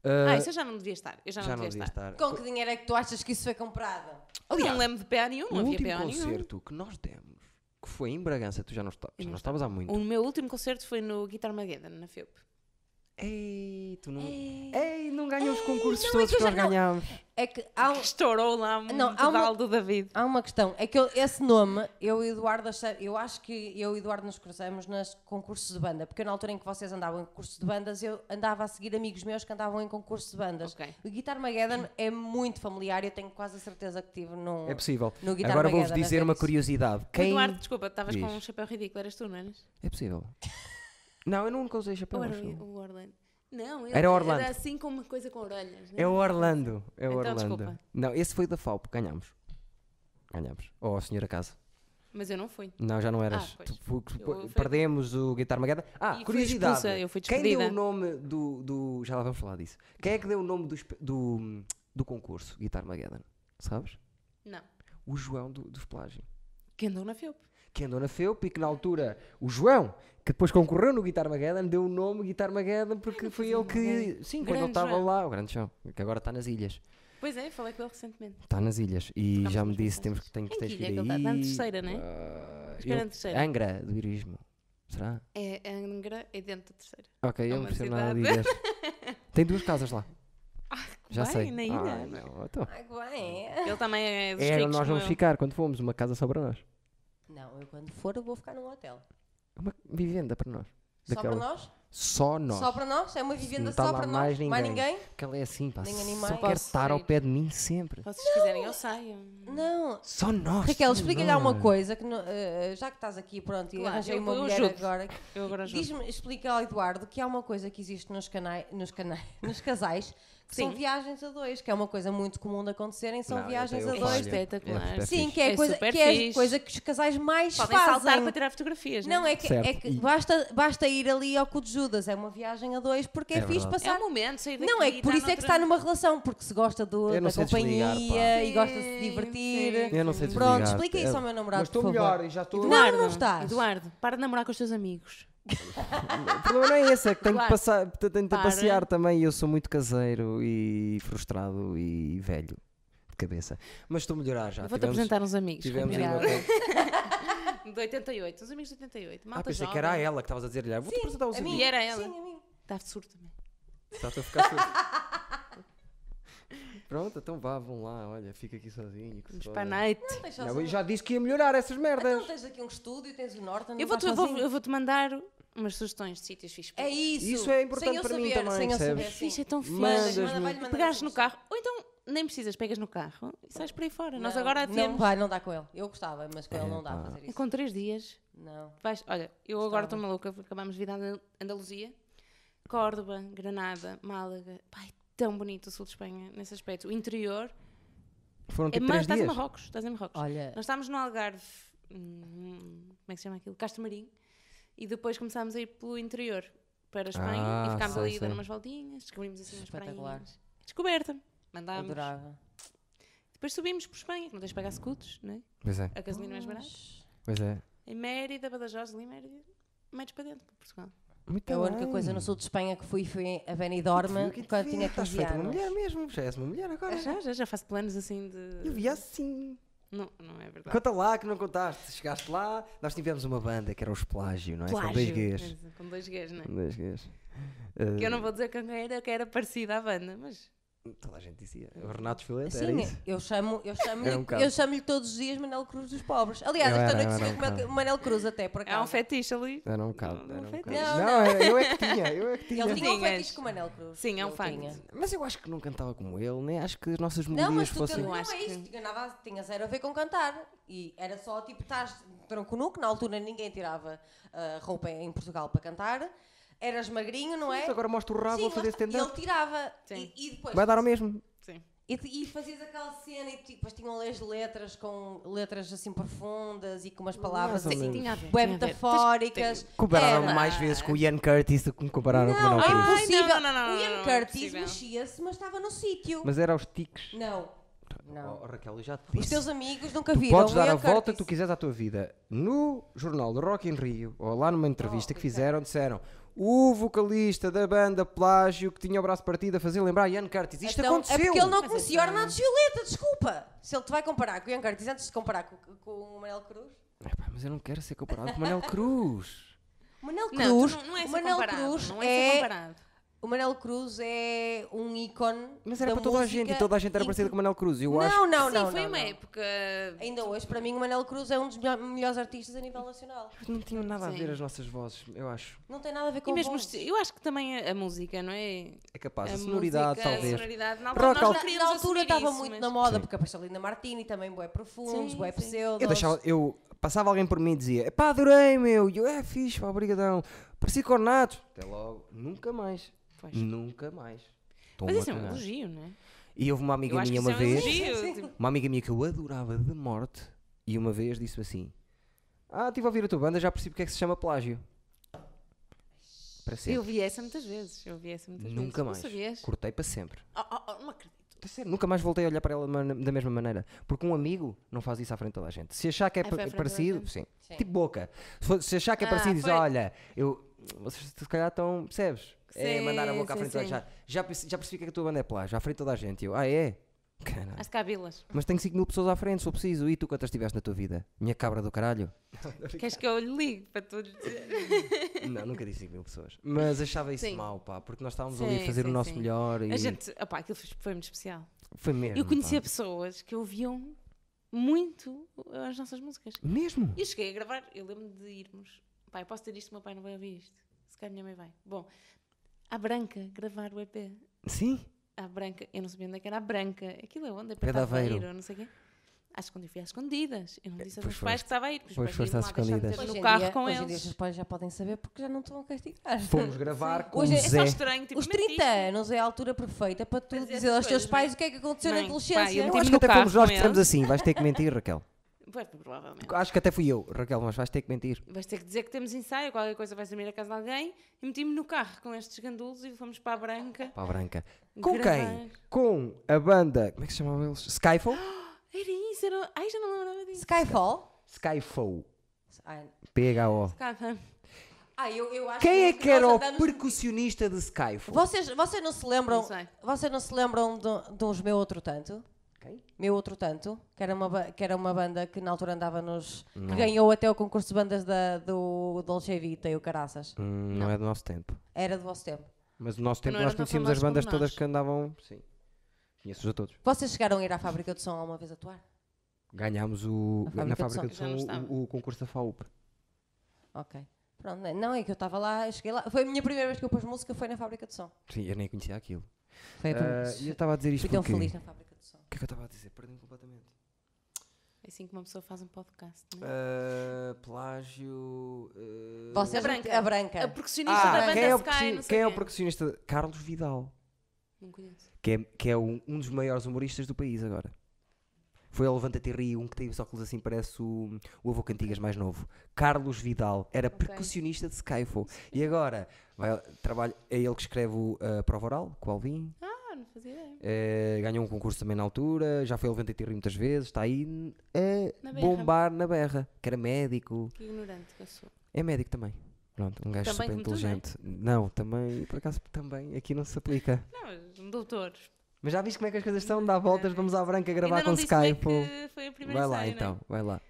S2: Ah,
S1: Ah,
S2: isso eu já não devia estar. Eu já não
S1: já não
S2: devia
S1: devia
S2: estar.
S1: estar.
S3: Com que dinheiro é que tu achas que isso foi comprado?
S2: Eu Não lembro de PA nenhum,
S1: O
S2: não havia
S1: último
S2: PA nenhum.
S1: concerto que nós demos, que foi em Bragança, tu já não, estavas já
S2: não
S1: não estavas há muito.
S2: O meu último concerto foi no Guitar Mageddon, na FEUP.
S1: Ei, tu não. Ei, não ganhou os concursos todos que, nós ganhámos.
S3: É que há, um-
S2: Estourou lá muito
S3: Não, há uma-
S2: mal do David.
S3: há uma questão. É que eu- esse nome, eu e o Eduardo, acha- eu acho que eu e o Eduardo nos cruzamos nos concursos de banda. Porque eu, na altura em que vocês andavam em concursos de bandas, eu andava a seguir amigos meus que andavam em concursos de bandas.
S2: Ok.
S3: O Guitar Mageddon é muito familiar. Eu tenho quase a certeza que tive num...
S1: É possível.
S3: No Guitar
S1: Agora vou-vos
S3: Mageddon,
S1: dizer
S3: é
S1: uma
S3: isso.
S1: curiosidade. Quem...
S2: Eduardo, desculpa, estavas com
S1: Diz.
S2: um chapéu ridículo, eras tu, não eras?
S1: É possível. Não, eu nunca usei
S2: Ou
S1: chapéu.
S2: era
S1: acho eu.
S2: o o Orlando? Não, ele
S1: Então, Era Orlando.
S2: era assim com uma coisa com orelhas. né?
S1: É o Orlando. É o
S2: Então,
S1: Orlando.
S2: desculpa.
S1: Não, esse foi da FAUP. Ganhámos. Ganhámos. Oh, senhora casa.
S2: Mas eu não fui.
S1: Não, já não eras.
S2: Ah, pois.
S1: Tu- fu- fu-
S2: Eu fui-
S1: Perdemos o Guitar Magueda. Ah,
S2: E fui
S1: curiosidade.
S2: expulsa, eu fui
S1: Quem deu o
S2: despedida.
S1: nome do, do- Já lá vamos falar disso. Quem é que deu o nome do, espe- do, do concurso Guitar Magueda? Sabes?
S2: Não.
S1: O João do, dos Plágio.
S2: Que andou na FEUP.
S1: que andou na FEUP e que na altura o João, que depois concorreu no Guitar Mageddon, deu o nome Guitar Mageddon porque foi ele que, sim, quando
S2: Grande
S1: ele estava
S2: João.
S1: lá, o grande João, que agora está nas ilhas.
S2: Pois é, falei com ele recentemente.
S1: Está Tá nas ilhas e já me
S2: nas
S1: disse
S2: mensagens.
S1: temos que tem que
S2: Em que
S1: tens que
S2: ilha
S1: ir
S2: que ele tá?
S1: aí.
S2: Tá na terceira, né?
S1: Ah,
S2: Acho que era
S1: eu-
S2: na terceira.
S1: Angra do Irismo. Será?
S2: É, a Angra é dentro da terceira.
S1: Ok, eu não
S2: uma
S1: percebo nada de
S2: cidade.
S1: ilhas. Tem duas casas lá. Já
S2: bem,
S1: sei.
S2: na
S1: Ah,
S2: ilha.
S1: não, então.
S3: Ai, que bem.
S2: Ele também é dos
S1: É, onde
S2: ricos,
S1: nós
S2: como
S1: vamos
S2: eu.
S1: ficar quando fomos, uma casa só para nós.
S3: Não, eu quando for eu vou ficar num hotel.
S1: Uma vivenda para nós.
S3: Só
S1: Daquela-
S3: para nós?
S1: Só nós.
S3: Só para nós? É uma
S1: não
S3: vivenda
S1: está
S3: só
S1: lá
S3: para
S1: mais
S3: nós? Mais
S1: ninguém.
S3: ninguém?
S1: Que ela é assim, pá.
S3: Nem
S1: só
S3: animais.
S1: quer
S2: Posso
S1: estar ao
S2: sair.
S1: pé de mim sempre.
S2: Se vocês quiserem, eu saio.
S3: Não.
S1: Só nós.
S3: Raquel,
S1: só
S3: explica-lhe há uma
S1: nós.
S3: coisa, que não- eh, já que estás aqui, pronto, e
S2: Claro,
S3: arranjei
S2: eu-
S3: uma
S2: eu
S3: mulher
S2: ajudo.
S3: agora.
S2: Eu agora ajudo.
S3: Diz-me, explica ao Eduardo que há uma coisa que existe nos canais, nos canais, nos casais, que são
S2: Sim.
S3: viagens a dois, que é uma coisa muito comum de acontecerem, são
S1: Não, eu
S3: viagens
S1: tenho-
S3: a
S1: eu
S3: dois.
S1: falho.
S2: Espetacular.
S1: É
S3: Sim,
S1: fixe.
S3: que é,
S2: É
S3: coisa,
S2: super
S3: que é a
S2: fixe.
S3: coisa que os casais mais
S2: Podem saltar
S3: fazem.
S2: para tirar fotografias. né?
S3: Não, é que,
S1: Certo,
S3: é que
S1: e-
S3: basta, basta ir ali ao cu de Judas, é uma viagem a dois, porque é,
S1: É
S3: fixe
S1: verdade.
S2: é
S3: passar.
S2: um momento, sair daqui.
S3: Não, é que por
S2: dar
S3: isso é que
S2: noutra-
S3: está numa relação, porque se gosta do,
S1: Eu não
S3: da
S1: sei desligar,
S3: companhia
S1: pá.
S3: e gosta de se
S2: Sim,
S3: divertir.
S2: sim.
S1: Eu não sei
S3: Pronto,
S1: desligar.
S3: explica isso
S1: Eu-
S3: ao meu namorado,
S1: Mas estou
S3: por favor.
S1: melhor e já estou.
S3: Não,
S2: Eduardo,
S3: não estás.
S2: Eduardo, para de namorar com os teus amigos.
S1: O problema não é esse, é que tenho que
S2: Claro.
S1: passar, t- tenho de
S2: Para.
S1: passear também. e Eu sou muito caseiro e frustrado e velho de cabeça. Mas estou a melhorar já.
S2: Eu vou-te
S1: Tivemos-
S2: apresentar uns amigos.
S1: Tivemos aí
S2: combinado?
S1: uma
S3: combinado.
S1: coisa-
S2: De 88, uns amigos de 88. Malta
S1: Ah, pensei
S2: jovem. tá
S1: que era a ela que estavas a dizer-lhe. "Ah, Vou-te apresentar os
S3: A mim.
S2: E era ela.
S3: Sim, a mim.
S2: Está surdo também.
S1: Estás a ficar surdo. Pronto, então vá, vão lá. Olha, fica aqui sozinho. que se
S2: Vamos
S1: foda.
S2: para a noite.
S3: Não tens só-
S1: Não, eu já disse que ia melhorar essas merdas.
S3: Então tens aqui um estúdio, tens o norte, não
S2: Eu vou-te
S3: estás
S2: vou,
S3: sozinho.
S2: eu vou-te mandar umas sugestões de sítios fixos. para
S3: É
S2: ir.
S3: isso.
S1: Isso é importante
S3: Sem eu
S1: para mim
S3: saber,
S1: também,
S3: Sem eu saber,
S1: percebes?
S3: sim.
S2: Fixe, é tão fixe.
S1: Mandas-me.
S3: Manda- vai-lhe mandar
S2: Pegares
S3: essa
S2: no carro. Ou então, nem precisas, pegas no carro e sais por aí fora. Nós
S3: Não,
S2: agora
S3: Não
S2: temos...
S3: vai, não dá com ele. Eu gostava, mas com ele não dá a fazer isso.
S2: Com três dias.
S3: Não.
S2: Vais, olha, eu agora estou maluca, porque acabámos de vir da Andal- Andaluzia, Córdoba, Granada, Málaga. Pai, tão bonito o sul de Espanha nesse aspecto. O interior.
S1: Foram
S2: É,
S1: tipo
S2: mas
S1: três
S2: estás em
S1: dias.
S2: Marrocos. Estás em Marrocos.
S3: Olha,
S2: Nós estávamos no Algarve, hum, como é que se chama aquilo? Castro Marim, e depois começámos a ir pelo interior para a Espanha
S1: Ah,
S2: e ficámos
S1: sei,
S2: ali a dar
S1: sei.
S2: umas voltinhas, descobrimos assim umas
S3: é Espetacular.
S2: prainhas. Descoberta. Mandámos.
S3: adorava.
S2: Depois subimos por Espanha, que não tens de pagar escudos, né?
S1: Pois é,
S2: a gasolina é mais barata.
S1: pois é.
S2: Em Mérida, Badajoz, ali em Mérida, metes para dentro, para Portugal.
S1: Muito
S3: É A
S1: Tá bem.
S3: única coisa no sul de Espanha que fui foi a Benidorm
S1: Tu, que
S3: quando
S1: devia,
S3: tinha
S1: estás
S3: 15
S1: feita uma
S3: anos.
S1: mulher mesmo, já és uma mulher agora.
S2: Já, já, já faço planos assim
S1: Eu
S2: de.
S1: vi assim.
S2: Não, não é verdade.
S1: Conta lá que não contaste. Chegaste lá, nós tivemos uma banda que era os Plágio, não é? São dois
S2: Plágio.
S1: gays.
S2: Com dois gays, não é?
S1: São Dois gays.
S2: Que
S1: Ah,
S2: eu não vou dizer quem era, que era parecida à banda, mas.
S1: Eh, Toda a gente dizia. O Renato Filete era
S3: Sim,
S1: isso.
S3: eu chamo, eu chamo,
S1: Era um bocado.
S3: eu chamo-lhe todos os dias Manel Cruz dos pobres. Aliás,
S1: Eu
S3: eu
S1: era,
S3: estou
S1: eu
S3: na
S1: era
S3: discussão
S1: um
S3: com o
S1: bocado.
S3: Manel- é Manel Cruz até por
S2: Há um
S3: acaso.
S2: fetiche ali.
S1: Era um bocado.
S2: Não,
S1: Era
S2: não
S1: um
S2: foi
S1: bocado.
S3: tanto.
S1: Não, era- eu é que tinha, eu é que tinha.
S3: Ele tinha um
S2: Tinhas.
S3: fetiche com o Manel Cruz.
S2: Sim, é um
S3: Ele
S2: facto.
S3: tinha.
S1: Mas eu acho que não cantava como ele, nem acho que as nossas
S3: Não,
S1: melodias
S3: mas tu
S1: fossem.
S3: can- não
S2: Eu acho
S3: é isto, tinha, nada, a- tinha zero a ver com cantar. E era só tipo, estás tronco nu, que na altura ninguém tirava ah, roupa em Portugal para cantar. Eras magrinho, não é?
S1: Mas agora mostra o rabo
S3: Sim,
S1: a fazer
S3: lá está.
S1: stand-up.
S3: Ele tirava.
S2: Sim.
S3: E, e depois.
S1: Vai dar um- ao mesmo.
S2: Sim.
S3: E, e fazias aquela cena e tipo, depois tinham ali as letras com letras assim profundas e com umas palavras
S1: Mais ou
S3: assim,
S1: menos.
S3: tipo,
S2: Tinha a ver.
S3: bué
S2: tinha a ver.
S3: metafóricas.
S1: Compararam
S3: Era-
S1: mais vezes com o Ian Curtis do que me compararam com o
S3: Não,
S1: Manuel
S3: é
S2: Ai,
S1: Cruz.
S2: não,
S3: impossível.
S2: não, não, não,
S3: o Ian
S2: não, não é
S3: Curtis
S2: possível.
S3: mexia-se, mas estava no sítio.
S1: Mas era aos tiques.
S3: Não,
S1: Oh,
S3: não.
S1: oh, Raquel, eu já te
S3: Os
S1: disse.
S3: teus amigos nunca
S1: Tu
S3: viram.
S1: podes
S3: o
S1: dar
S3: Ian
S1: a volta que
S3: Curtis.
S1: tu quiseres à tua vida. No jornal do Rock in Rio, ou lá numa entrevista que fizeram, disseram o vocalista da banda Plágio que tinha o braço partido a fazer lembrar Ian Curtis. Isto
S3: Então,
S1: aconteceu.
S3: É porque ele não
S2: Mas
S3: conhecia
S2: isso-
S3: Ornato Violeta, desculpa. Se ele te vai comparar com o Ian Curtis antes de comparar com, com o Manel Cruz.
S1: Epá, mas eu não quero ser comparado com o Manel Cruz.
S3: Manel
S2: Não, tu
S3: Cruz,
S2: não, não é
S3: o
S2: ser
S3: Manel
S2: comparado.
S3: Cruz
S2: não é, ser
S3: é,
S2: comparado.
S3: O Manel Cruz é um ícone.
S1: Mas era
S3: da
S1: para toda a
S3: música
S1: gente e toda a gente era
S3: e
S1: parecida
S3: que-
S1: com o Manuel Cruz. Eu acho.
S3: Não, não,
S2: Sim,
S3: não.
S2: foi
S3: não,
S2: uma
S3: não.
S2: época.
S3: Ainda hoje, para mim, o Manel Cruz é um dos melho- melhores artistas a nível nacional.
S1: que Não tinham nada a
S2: Sim.
S1: ver as nossas vozes, eu acho.
S3: Não tem nada a ver com
S2: E mesmo,
S3: voz.
S2: os- eu acho que também a, a música, não é?
S1: É capaz. A,
S2: a
S1: sonoridade,
S2: música,
S1: talvez.
S2: A sonoridade, na
S1: Rock
S2: altura,
S1: al-
S2: nós
S3: Na-
S2: não
S3: na
S2: queríamos
S3: altura
S2: assumir
S3: estava
S2: isso,
S3: muito
S2: mas-
S3: na moda,
S1: Sim.
S3: porque a Pastelina Martini também bué perfumes,
S2: Sim,
S3: bué
S2: sim.
S3: pseudos.
S1: Eu deixava, eu passava alguém por mim e dizia, pá, adorei, meu. E eu, é fixe, pá, obrigadão. Parecia cornato. Até logo. Nunca mais.
S2: Pois.
S1: Nunca mais.
S2: Mas
S1: Estou-me
S2: isso é
S1: a
S2: um
S1: cagar.
S2: elogio, não é?
S1: E houve uma amiga
S2: Eu acho que
S1: minha
S2: isso
S1: uma
S2: é um
S1: vez.
S2: elogio.
S3: Sim,
S2: tipo,
S1: Uma amiga minha que eu adorava de morte e uma vez disse-me assim: Ah, estive a ouvir a tua banda, já percebo porque é que se chama plágio. Para sempre.
S2: Eu vi essa muitas vezes. Eu vi essa muitas vezes.
S1: Nunca
S2: Não
S1: mais.
S2: sabias?
S1: Cortei para sempre.
S2: Oh, oh, oh, não acredito.
S1: Tá sério, Nunca mais voltei a olhar para ela de man- da mesma maneira. Porque um amigo não faz isso à frente de toda a gente. Se achar que é
S2: Ah,
S1: pa-
S2: foi à frente toda a
S1: parecido,
S2: gente?
S1: sim.
S3: Sim.
S1: Tipo boca. Se for- Se achar que é
S2: Ah,
S1: parecido, diz:
S2: foi.
S1: Olha, eu. Vocês se calhar estão. Percebes? é
S2: Sim,
S1: mandar a boca à
S2: sim,
S1: frente de toda a gente. Já, perce- já percebi que é que a tua banda é plágio, à frente de toda a gente. Eu, ah, é? Caralho.
S2: Acho que há vilas.
S1: Mas tenho 5 mil pessoas à frente, sou preciso. E tu quantas tiveste na tua vida? Minha cabra do caralho?
S2: Queres que eu lhe ligue para tu lhe dizer?
S1: não, nunca disse 5 mil pessoas. Mas achava isso
S2: Sim.
S1: mau, pá, porque nós estávamos ali a
S2: Sim,
S1: fazer o
S2: sim,
S1: nosso
S2: sim.
S1: melhor e
S2: A gente, opá, aquilo foi, foi muito especial.
S1: foi mesmo.
S2: Eu conhecia
S1: pá.
S2: pessoas que ouviam muito as nossas músicas.
S1: Mesmo?
S2: E eu cheguei a gravar, eu lembro de irmos. Pai, eu posso ter isto, meu pai não vai ouvir isto. Se calhar minha mãe vai. Bom, à branca, gravar o EP.
S1: Sim?
S2: À branca, eu não sabia onde é que era a branca. Aquilo é onde? É
S1: Pé de
S2: para
S1: Aveiro.
S2: Aveiro, não sei o quê. Acho que quando eu fui às escondidas. Eu não disse aos
S1: pois
S2: meus pais
S1: foste.
S2: que estava a ir. porque os
S1: Pois
S2: meus
S1: foste
S2: pais
S1: às
S2: iam lá deixar-me
S1: escondidas.
S2: ter
S3: Hoje
S2: no
S3: em
S2: carro
S3: dia-
S2: com
S3: hoje em dia os
S2: eles.
S3: seus pais já podem saber porque já não estão a castigar.
S1: Fomos gravar com
S3: Hoje
S1: o
S3: é
S2: É só
S1: Zé.
S2: estranho. Tipo,
S3: Os
S2: mentiste.
S3: 30 anos é a altura perfeita para tu
S2: Fazer
S3: dizer
S2: essas
S3: aos teus
S2: coisas,
S3: pais
S2: não é?
S3: o que é que aconteceu na
S2: Mãe, pai,
S3: adolescência.
S2: eu
S1: Eu
S2: meti-me
S1: acho que
S2: no
S1: até
S2: carro
S1: fomos nós
S2: com
S1: que dissemos
S2: ele.
S1: assim: vais ter que mentir, Raquel.
S2: Pois, provavelmente.
S1: Acho que até fui eu, Raquel, mas vais ter que mentir.
S2: Vais ter que dizer que temos ensaio, qualquer coisa vais dormir a casa de alguém. E meti-me no carro com estes gandulos e fomos para a branca.
S1: Pá, branca. Com
S2: Gravar.
S1: quem? Com a banda. Como é que se chamavam eles? Skyfall?
S2: Era isso, era... Ai, já não lembrava disso.
S3: Skyfall?
S1: Skyfall.
S3: Ai,
S1: PHO.
S2: Caramba.
S3: Ah, eu, eu acho
S1: Quem é que era
S3: nós
S1: o
S3: andamos-
S1: percussionista de Skyfall?
S3: Vocês, vocês não se lembram?
S2: Não sei.
S3: vocês não se lembram de, de uns Meu Outro Tanto?
S1: Quem?
S3: Meu Outro Tanto, que era uma, ba- que era uma banda que na altura andava nos. que ganhou até o concurso de bandas da, do Dolce Vita e o Caraças.
S1: Hum, não é do nosso tempo.
S3: Era do vosso tempo.
S1: Mas no nosso tempo
S2: não eram
S1: nós
S2: tão
S1: conhecíamos as
S2: famosos como
S1: bandas
S2: nós.
S1: todas que andavam. Sim. Conheço-os a todos.
S3: Vocês chegaram a ir à fábrica de som alguma vez atuar?
S1: Ganhámos o,
S3: Na
S1: na
S3: fábrica
S1: fábrica
S3: de
S1: de
S2: som.
S1: som
S2: Já não estava.
S1: o, o concurso da FAUP.
S3: Ok. Pronto, não- não é que eu estava lá, eu cheguei lá. Foi a minha primeira vez que eu pus música, foi na fábrica de som.
S1: Sim, eu nem conhecia aquilo.
S3: Foi a primeira
S1: Ah,
S3: vez.
S1: e eu estava a dizer isto
S3: Fui tão
S1: porque...
S3: feliz na fábrica de som.
S1: O que é que eu estava a dizer? Perdi-me completamente.
S2: É assim que uma pessoa faz um podcast, não é?
S1: Ah, plágio... ah,
S3: Vocês,
S2: A branca.
S3: A branca.
S2: A percussionista um da
S1: Ah,
S2: banda
S1: quem é, o
S2: Sky, não
S1: percussi-
S2: sei
S1: quem é o
S2: quem.
S1: percussionista? Carlos Vidal.
S2: Não conheço.
S1: Que é, que é um, um dos maiores humoristas do país agora. Foi a Levanta-te e Ri, um que tem os óculos assim, parece o, o Avô Cantigas mais novo. Carlos Vidal, era percussionista de Skyfall. E agora, vai, trabalha, é ele que escreve o, a prova oral, com o Alvin.
S2: Ah, não fazia ideia.
S1: Eh, ganhou um concurso também na altura, já foi ao Levanta e Ri muitas vezes, está aí n- a
S2: Na berra.
S1: bombar na berra, que era médico.
S2: Que ignorante que eu sou.
S1: É médico também. Pronto, um gajo
S2: Também
S1: super
S2: como tu, não é?
S1: inteligente. Não, também, por acaso também, aqui não se aplica.
S2: Não, mas um doutor.
S1: Mas já viste como é que as coisas estão? Dá voltas, vamos à branca gravar
S2: Ainda
S1: com
S2: não disse como é
S1: Skype.
S2: que foi a primeira
S1: Vai lá
S2: ensaio, não é?
S1: então, vai lá.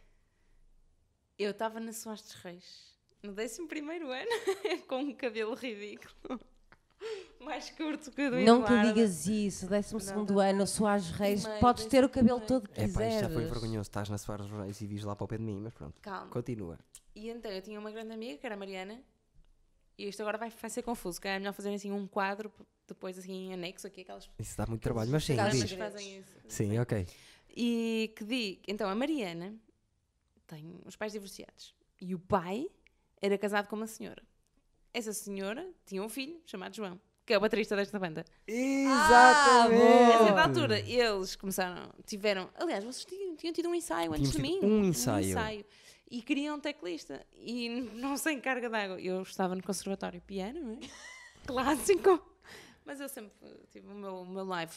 S2: Eu estava na Soares dos Reis, no 11 primeiro ano, com um cabelo ridículo. Mais curto que o do
S3: Não te
S2: Eduardo.
S3: digas isso, 12 segundo ano, Soares Reis,
S2: Primeiro,
S3: podes ter o cabelo
S2: primeiro.
S3: todo que
S1: É pá, isto
S3: quiseres.
S1: já foi vergonhoso. Estás na Soares dos Reis e vis lá para o pé de mim, mas pronto.
S2: Calma.
S1: Continua.
S2: E então eu tinha uma grande amiga, que era a Mariana, e isto agora vai, vai ser confuso, que é melhor fazer assim um quadro, p- depois assim em anexo aqui, aquelas
S1: Isso dá muito trabalho, mas sim,
S3: Sim,
S2: programas
S1: diz.
S2: que fazem isso.
S1: Sim, ok.
S2: E que di, então a Mariana tem os pais divorciados e o pai era casado com uma senhora. Essa senhora tinha um filho chamado João, que é o baterista desta banda.
S1: Exatamente!
S2: A certa altura eles começaram, tiveram, aliás, vocês tinham, tinham tido um ensaio antes de
S1: Tínhamos
S2: mim.
S1: tido um ensaio.
S2: E queriam um teclista e não sem carga d'água. Eu estava no conservatório piano, não é? clássico. Mas eu sempre tive o meu, o meu live.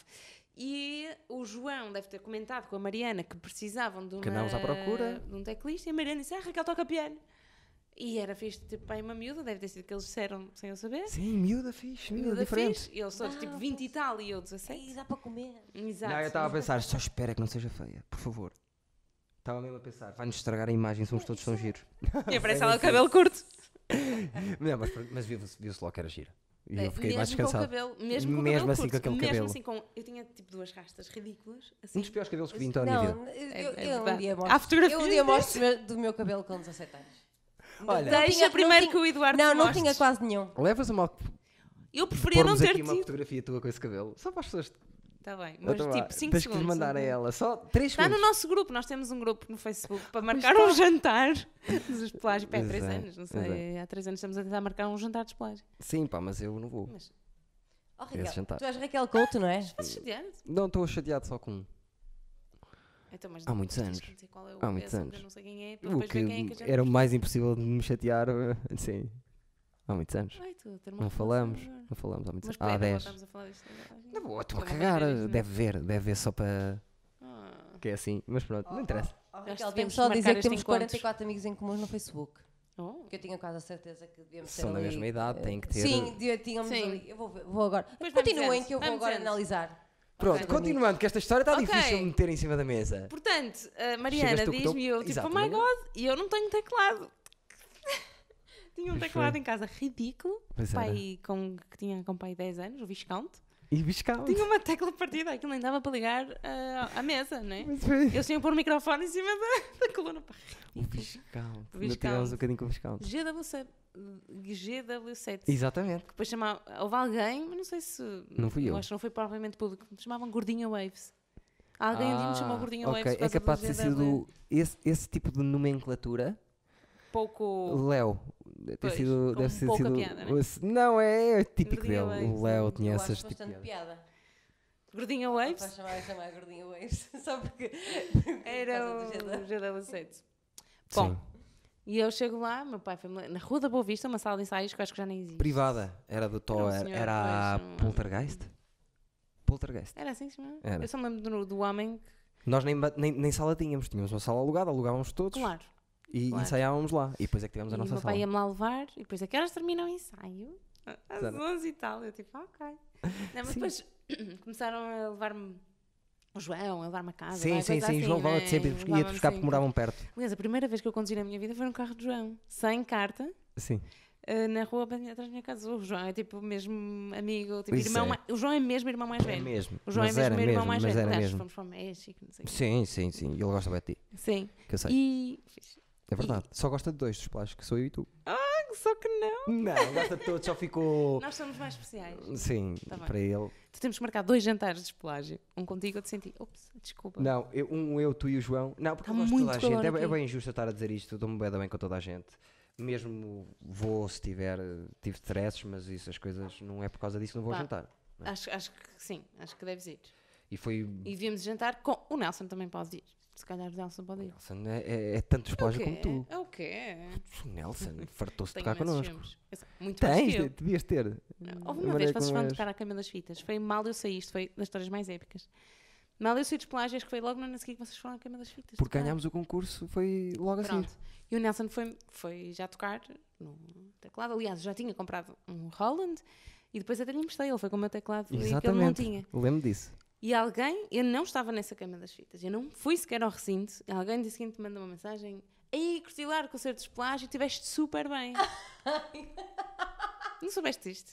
S2: E o João deve ter comentado com a Mariana que precisavam de, uma,
S1: Que andávamos à procura.
S2: de um teclista. E a Mariana disse: Ah, Raquel toca piano. E era fixe, tipo, pai uma miúda, deve ter sido que eles disseram sem eu saber.
S1: Sim, miúda fixe, miúda,
S2: Miúda
S1: diferente.
S2: fixe. E eles todos, tipo, 20 e tal, e eu 17.
S3: Ei, dá para comer.
S2: Exato.
S1: Não, eu estava a pensar, só espera que não seja feia, por favor. Estava mesmo a pensar, vai-nos estragar a imagem, somos todos
S2: é.
S1: tão giros.
S2: E aparece ela de cabelo curto.
S1: Não, mas, mas viu-se viu logo que era gira. E eu fiquei mais
S2: É, mesmo com
S1: descansado.
S2: o cabelo, mesmo com o
S1: Mesmo
S2: cabelo
S1: assim, com
S2: curto,
S1: aquele
S2: mesmo
S1: cabelo.
S2: assim com, eu tinha tipo duas rastas ridículas, assim.
S1: Um dos piores cabelos que vi em toda a minha vida.
S3: Não, eu,
S2: É-
S3: eu-
S2: é
S3: eu um
S2: verdade.
S3: dia
S2: Há
S3: mostro,
S2: fotografias
S3: eu um dia mostro meu- do meu cabelo com 17 anos.
S1: Olha.
S3: Não
S2: Deixa
S3: tinha- não
S2: primeiro
S3: tinha-
S2: que o Eduardo
S3: Não,
S2: te
S3: não
S2: mostre.
S3: tinha quase nenhum.
S1: Levas uma
S2: Eu preferia não
S1: pormos
S2: ter
S1: aqui uma
S2: tido.
S1: fotografia tua com esse cabelo. Só para as pessoas.
S2: Está bem, mas
S1: Então vá,
S2: tipo 5
S1: tens
S2: segundos. Tá
S1: que lhes mandar a ela. Só 3
S2: Está no
S1: segundos.
S2: nosso grupo, nós temos um grupo no Facebook para marcar um jantar dos espelágios. Pá, há 3
S1: Pois é,
S2: anos, não
S1: pois
S2: sei. Há 3 anos estamos a tentar marcar um jantar de espelágio.
S1: Sim, pá, mas eu não vou.
S2: Mas
S3: Oh,
S1: Esse
S3: Raquel,
S1: jantar.
S3: tu és Raquel Couto, não é?
S2: fazes chateado.
S1: Não estou chateado só com um.
S2: Então, mas
S1: Há muitos
S2: tens
S1: anos.
S2: que dizer qual é o
S1: Há muitos
S2: peso,
S1: anos.
S2: porque eu Não sei quem é, para
S1: O
S2: depois
S1: que
S2: ver quem é que a gente-
S1: era o mais impossível de me chatear. eh, Sim. Há muitos anos.
S2: Ai, tu, ter uma
S1: Não
S2: relação
S1: falamos.
S2: agora.
S1: Não falamos há muitos
S2: Mas
S1: anos. Há
S2: peraí, não
S1: 10.
S2: voltamos a falar disto agora.
S1: Não vou, estou a
S2: Também
S1: cagar.
S2: não queres,
S1: Deve ver, deve ver só para.
S2: Ah,
S1: Que é assim. Mas pronto, não interessa.
S3: Oh,
S2: Acho que
S3: Raquel,
S2: devíamos
S3: temos só a
S2: marcar
S3: dizer que
S2: este
S3: temos
S2: encontro.
S3: 44 amigos em comum no Facebook.
S2: oh.
S3: Que eu tinha quase a certeza que devíamos ter
S1: São da
S3: ali,
S1: mesma idade,
S3: eh,
S1: têm que ter-
S3: Sim, de- tínhamos
S2: Sim.
S3: ali. Eu vou, ver- vou agora.
S2: Depois vamos
S3: Continuem
S2: dizendo,
S3: que eu vou
S2: vamos
S3: agora
S2: dizendo.
S3: analisar.
S1: Pronto,
S3: Ok.
S1: continuando, que esta história está
S2: Ok.
S1: difícil de meter em cima da mesa.
S2: Portanto, a
S1: Chegas
S2: Mariana
S1: tu que
S2: diz-me
S1: tô-
S2: eu, tipo, oh my
S1: Exatamente.
S2: god, e eu não tenho teclado. tinha um
S1: Pois
S2: teclado
S1: foi.
S2: em casa ridículo,
S1: Pois era.
S2: pai com, que tinha com pai 10 anos, o Viscount.
S1: E biscava.
S2: Tinha uma tecla partida, aquilo nem dava para ligar ah, à mesa, não é?
S1: Mas foi.
S2: Eles tinham pôr o microfone em cima da, da coluna. Pá,
S1: O
S2: ridículo.
S1: Viscount. Um
S2: O
S1: Ainda tivemos
S2: Viscount.
S1: um bocadinho com o Viscount.
S2: GW7. GW7.
S1: Exatamente.
S2: Que Depois chamava, houve alguém, mas não sei se.
S1: Não fui eu.
S2: Acho que não foi propriamente público, me chamavam Gordinha Waves. Alguém um dia me chamou Gordinha
S1: ok.
S2: Waves. por
S1: É
S2: causa do
S1: capaz de ter
S2: GW.
S1: sido esse, esse tipo de nomenclatura.
S2: Pouco.
S1: Léo. Deve ter
S2: Pois,
S1: sido.
S2: com
S1: Deve ter
S2: pouca
S1: sido.
S2: piada, não é?
S1: esse- Não, é, é típico
S2: Gordinha
S1: dele.
S2: Waves,
S1: O Léo
S2: não.
S1: tinha
S3: eu acho
S1: essas. tipo-
S3: bastante piada.
S2: Gordinha
S3: Para
S2: Waves
S3: chamar, chamar gordinha Waves. Só porque.
S2: era o
S3: por causa do GW.
S2: GW7. Bom,
S1: Sim.
S2: e eu chego lá, meu pai foi na Rua da Boa Vista, uma sala de ensaios que eu acho que já nem existe.
S1: Privada. Era do Thor. Era,
S2: um senhor,
S1: a
S2: pois, um-
S1: Poltergeist? Poltergeist.
S2: Era assim, se chamava?
S1: Era.
S2: Eu só me lembro do, do homem, que-
S1: Nós nem, ba- nem, nem sala tínhamos. Tínhamos uma sala alugada, alugávamos todos
S2: claro.
S1: e
S2: claro.
S1: ensaiávamos lá. E depois é que tivemos a
S2: e o
S1: nossa
S2: meu
S1: sala.
S2: pai ia-me lá levar e depois a que horas termina o ensaio? Às
S1: Exato.
S2: 11 e tal. Eu tipo, ah, ok. Não, mas
S1: Sim.
S2: depois começaram a levar-me o João, a levar-me a casa.
S1: Sim,
S2: vai,
S1: sim,
S2: coisa
S1: sim.
S2: assim,
S1: João
S2: né?
S1: levava-te sempre. Ia
S2: Levava-me
S1: te buscar porque
S2: sempre.
S1: moravam perto.
S2: Aliás, a primeira vez que eu conduzi na minha vida foi num carro de João, sem carta,
S1: Sim.
S2: eh, na rua bem atrás da minha casa. O João é tipo mesmo amigo, tipo
S1: Isso
S2: irmão.
S1: é.
S2: ma- O João é mesmo irmão mais
S1: É
S2: velho.
S1: mesmo.
S2: O João
S1: mas
S2: é
S1: era
S2: mesmo meu irmão mais
S1: mas
S2: velho.
S1: era
S2: Aliás,
S1: mesmo.
S2: fomos para o México, não sei o quê.
S1: Sim, sim, sim. E ele gosta bem de ti.
S2: Sim.
S1: Que eu sei.
S2: E. fixe.
S1: É verdade. Só gosta de dois dos pais, que sou eu e tu.
S2: Só que não.
S1: Não, gosta de todos, só ficou.
S2: Nós somos mais especiais.
S1: Sim,
S2: Tá bem.
S1: para ele.
S2: Tu temos que marcar dois jantares de espelagem. Um contigo, eu te senti. Ops, desculpa.
S1: Não, eu, um eu, tu e o João. Não, porque
S2: Tá
S1: eu gosto de
S2: muito
S1: toda a
S2: calor
S1: gente. É, bem- é
S2: aqui.
S1: bem injusto eu estar a dizer isto. eu Dou-me bem, bem com toda a gente. Mesmo vou se tiver. eh, Tive stresses, mas essas coisas não é por causa disso que não vou
S2: Pá.
S1: jantar.
S2: Acho, acho que sim, acho que deves ir.
S1: E foi.
S2: E devíamos jantar com. O Nelson também pode ir. Se calhar o Nelson pode ir.
S1: Nelson, é, é, é tanto esposa como tu.
S2: É o quê?
S1: O Nelson fartou-se de
S2: Tenho
S1: tocar
S2: imensos
S1: connosco.
S2: filmes. Eu sei- Muito mais
S1: Tens,
S2: que eu.
S1: devias ter.
S2: Houve
S1: a
S2: uma
S1: maneira
S2: vez que vocês
S1: como
S2: foram
S1: és.
S2: tocar à Cama das Fitas. Foi mal eu saí, isto foi das histórias mais épicas. Mal eu saí de espelagem, acho que foi logo no ano a seguir que vocês foram à Cama das Fitas.
S1: Porque
S2: tocar.
S1: ganhámos o concurso, foi logo assim.
S2: Pronto. E o Nelson foi, foi já tocar no teclado. Aliás, eu já tinha comprado um Holland e depois até lhe emprestei. Ele foi com o meu teclado e que ele não
S1: Exatamente.
S2: tinha.
S1: Lembro disso.
S2: E alguém, eu não estava nessa cama das fitas, eu não fui sequer ao recinto. e Alguém disse que me mandou uma mensagem: Ei, curti lá o concerto de plágio, estiveste super bem. não soubeste isto?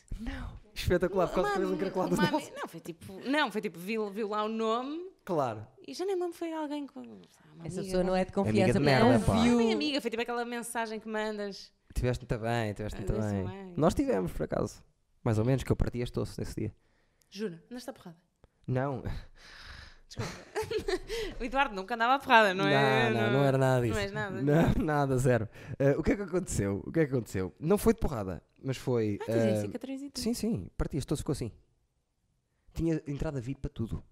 S1: Espetacular, por causa
S2: Uma
S1: que um
S2: ami-
S1: cracolado do
S2: uma ami-
S1: Nelson.
S2: Não, foi tipo, não, foi tipo, viu, viu lá o nome
S1: Claro.
S2: e já nem lembro, foi alguém com. ah, uma
S3: Essa
S2: amiga,
S3: pessoa não é
S1: Amiga de
S3: de confiança, porque
S1: merda,
S3: não
S1: pá.
S2: Não
S3: viu.
S2: foi minha amiga, foi tipo aquela mensagem que mandas.
S1: Tiveste muito bem, tiveste muito
S2: Ah, desse
S1: bem.
S2: bem.
S1: Nós tivemos, por acaso. Mais ou menos, que eu parti as tosse nesse dia.
S2: Juro, andaste à porrada.
S1: Não.
S2: O Eduardo nunca andava à porrada, não é?
S1: não, não era nada disso.
S2: Não és nada.
S1: Não, nada, zero. Ah, o que é que aconteceu? O que é que aconteceu? Não foi de porrada, mas foi.
S2: Ah, tens aí
S1: ah,
S2: cicatriz e tudo.
S1: sim, sim, parti as tosse, ficou assim. Tinha entrada VIP para tudo.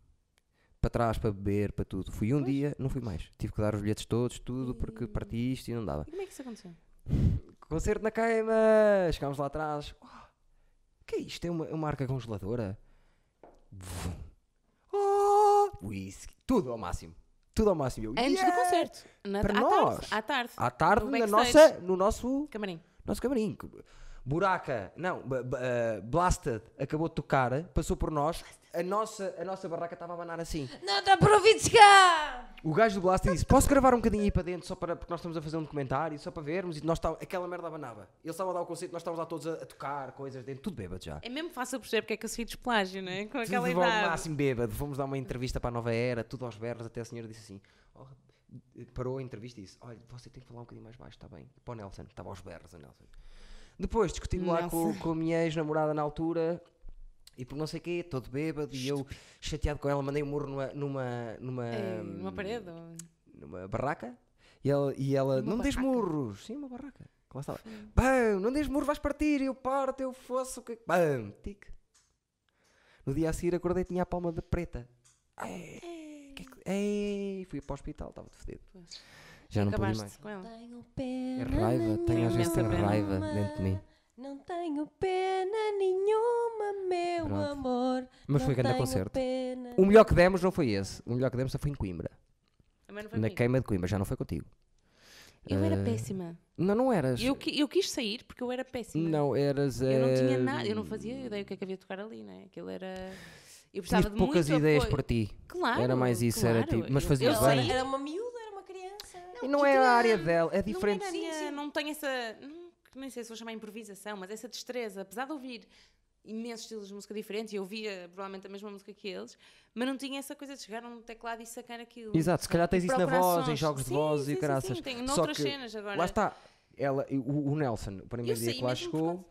S1: Para trás, para beber, para tudo. Fui um
S2: Pois.
S1: dia, não fui mais. Tive que dar os bilhetes todos, tudo, porque
S2: Ih.
S1: parti isto e não dava.
S2: E como é que isso aconteceu?
S1: Concerto na queima! Chegámos lá atrás. Oh, que é isto? É uma, é uma arca congeladora? Vum. Oh, whisky. Tudo ao máximo. Tudo ao máximo. Eu,
S2: Antes
S1: yeah!
S2: do concerto. Na,
S1: Para
S2: à
S1: nós.
S2: Tarde, à tarde.
S1: À tarde,
S2: No
S1: na
S2: backstage.
S1: nossa, no nosso,
S2: Camarim.
S1: nosso camarim. Buraca, não, ba- ba- eh, Blasted acabou de tocar, passou por nós. A nossa, a nossa barraca estava a abanar assim.
S3: Não está para ouvir cá!
S1: O gajo do Blaster disse: Posso gravar um bocadinho aí para dentro, só para, porque nós estamos a fazer um documentário, só para vermos. E nós tá, aquela merda abanava. Eles estavam a dar o conceito, nós estávamos lá todos a, a tocar coisas dentro, tudo bêbado já.
S2: É mesmo fácil perceber porque é que eu saí de plágio, né? Com
S1: Tudo
S2: aquela
S1: ao
S2: idade.
S1: máximo bêbado. Fomos dar uma entrevista para a nova era, tudo aos berros, até a senhora disse assim: "Oh, eh, parou a entrevista e disse: Olha, você tem que falar um bocadinho mais baixo, está bem? E para o Nelson, estava aos berros, o Nelson. Depois discutindo lá com, com a minha ex-namorada na altura. E por não sei o quê, todo bêbado, e eu chateado com ela, mandei um murro numa, numa, numa,
S2: É, uma parede. ou-
S1: numa barraca e ela, e ela
S2: Uma
S1: não dês
S2: barraca?
S1: murros, sim, uma barraca. que Lá estava. Bam, não dês murros, vais partir, eu parto, eu fosse o que. Bam, tic. No dia a seguir acordei e tinha a palma de preta. Ei, que é que- ei, fui para o hospital, estava de fedido.
S2: Pois.
S1: Já não pude mais.
S2: Acabaste com ela.
S3: Tenho pena.
S1: É raiva, tenho às vezes tenho
S2: Imensa pena.
S1: raiva dentro de mim.
S3: Não tenho pena nenhuma, meu
S1: Pronto.
S3: amor.
S1: Mas
S3: não
S1: foi grande
S3: tenho
S1: concerto.
S3: Pena.
S1: O melhor que demos não foi esse. O melhor que demos foi em Coimbra.
S2: Também não foi
S1: Na
S2: comigo.
S1: queima de Coimbra, já não foi contigo.
S2: Eu era
S1: Eh,
S2: péssima.
S1: Não, não eras.
S2: Eu, qui- eu quis sair porque eu era péssima.
S1: Não, eras.
S2: Eu não tinha
S1: eh,
S2: nada, eu não fazia ideia o que é que havia de tocar ali, né? Aquilo era. Eu
S1: Tive
S2: precisava de
S1: poucas
S2: muito
S1: ideias
S2: apoio.
S1: para ti.
S2: Claro.
S1: Era mais isso, era
S2: claro.
S1: tipo- mas
S2: Eu-
S1: fazias
S3: Eu
S2: eu
S1: bem.
S3: sei,
S2: saí-
S3: era uma miúda, era uma criança.
S2: É
S1: E não era a área dela, é
S2: Não
S1: diferente.
S2: era a minha-
S3: Sim, sim.
S2: não tenho essa. não- Nem sei se vou chamar improvisação, mas essa destreza, apesar de ouvir imensos estilos de música diferentes, e eu ouvia provavelmente a mesma música que eles, mas não tinha essa coisa de chegar a um teclado e sacar aquilo.
S1: Exato, se calhar tens
S2: E
S1: isso na
S2: procurar
S1: voz, em
S2: sons.
S1: jogos de
S2: é Sim,
S1: voz
S2: sim,
S1: e
S2: sim,
S1: caraças.
S2: sim, tenho
S1: Só
S2: noutras
S1: que,
S2: cenas agora.
S1: Lá está, ela, o, o Nelson, o primeiro
S2: Eu
S1: dia
S2: sei é
S1: que lá
S2: mesmo por
S1: chegou,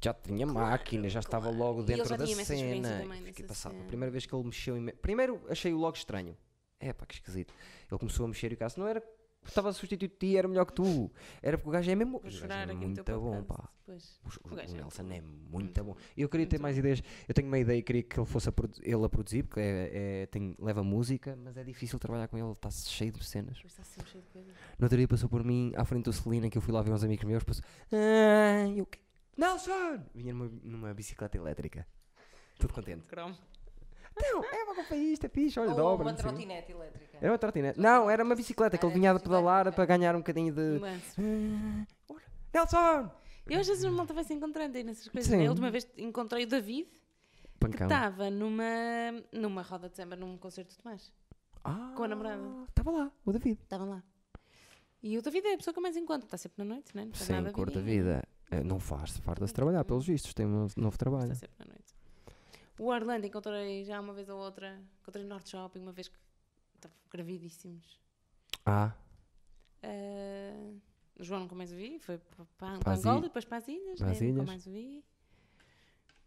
S1: já tinha máquina, já estava logo
S2: E ele
S1: dentro
S2: já
S1: da
S2: tinha imensa experiência
S1: cena.
S2: também
S1: e Fiquei
S2: nessa
S1: passado. A
S2: cena.
S1: primeira vez que ele mexeu. Em... Primeiro achei-o logo estranho. É pá, que esquisito. Ele começou a mexer e o cara não era. porque Estava a substituir de ti, era melhor que tu. Era porque o gajo é mesmo. O
S2: Vou
S1: gajo
S2: chorar
S1: é
S2: aqui
S1: muito
S2: no teu
S1: bom,
S2: podcast
S1: pá.
S2: depois.
S1: O, o-
S2: O gajo
S1: o
S2: é
S1: Nelson
S2: muito
S1: é muito bom. Eu queria ter mais ideias. Eu tenho uma ideia e queria que ele fosse a produ- ele a produzir, porque é, é- tem- leva música, mas é difícil trabalhar com ele, está cheio de cenas.
S2: Está sempre cheio de coisa.
S1: No outro dia passou por mim, à frente do Celina, que eu fui lá ver uns amigos meus, passou. Ah, eu quê? Nelson! Vinha numa, numa bicicleta elétrica. Tudo contente.
S2: Cromo.
S1: Não, é uma companhia, isto é fixe, olha,
S3: Ou
S1: dobra.
S3: uma
S1: não sei o quê.
S3: trotinete elétrica.
S1: Era uma trotinete. Não, era uma bicicleta que ele
S3: Ah, era
S1: vinha a
S3: bicicleta,
S1: pedalar
S3: ok.
S1: para ganhar um bocadinho de.
S2: Mas-
S1: Ah, olha, Nelson!
S2: Eu às vezes mal estava se encontrando aí nessas coisas.
S1: Sim.
S2: né? A última vez encontrei o David, que
S1: Pancão.
S2: estava numa, numa roda de samba, num concerto de mais.
S1: Ah,
S2: com a namorada.
S1: Estava lá, o David.
S2: Estavam lá. E o David é a pessoa que eu mais encontro, está sempre na noite, né? não faz
S1: Sem
S2: nada da
S1: cor da
S2: vida.
S1: vida. Eh, Não faz, farta-se de trabalhar, pelos vistos, tem um novo trabalho.
S2: Está sempre na noite. O Orlando encontrei já uma vez ou outra, encontrei no Norte Shopping, uma vez que estavam gravidíssimos.
S1: Ah,
S2: Ah, o João nunca mais o vi, foi para, para,
S1: Para as
S2: Angola
S1: ilhas.
S2: e depois para as Ilhas,
S1: Para
S2: né?
S1: as
S2: nunca
S1: ilhas.
S2: mais o vi.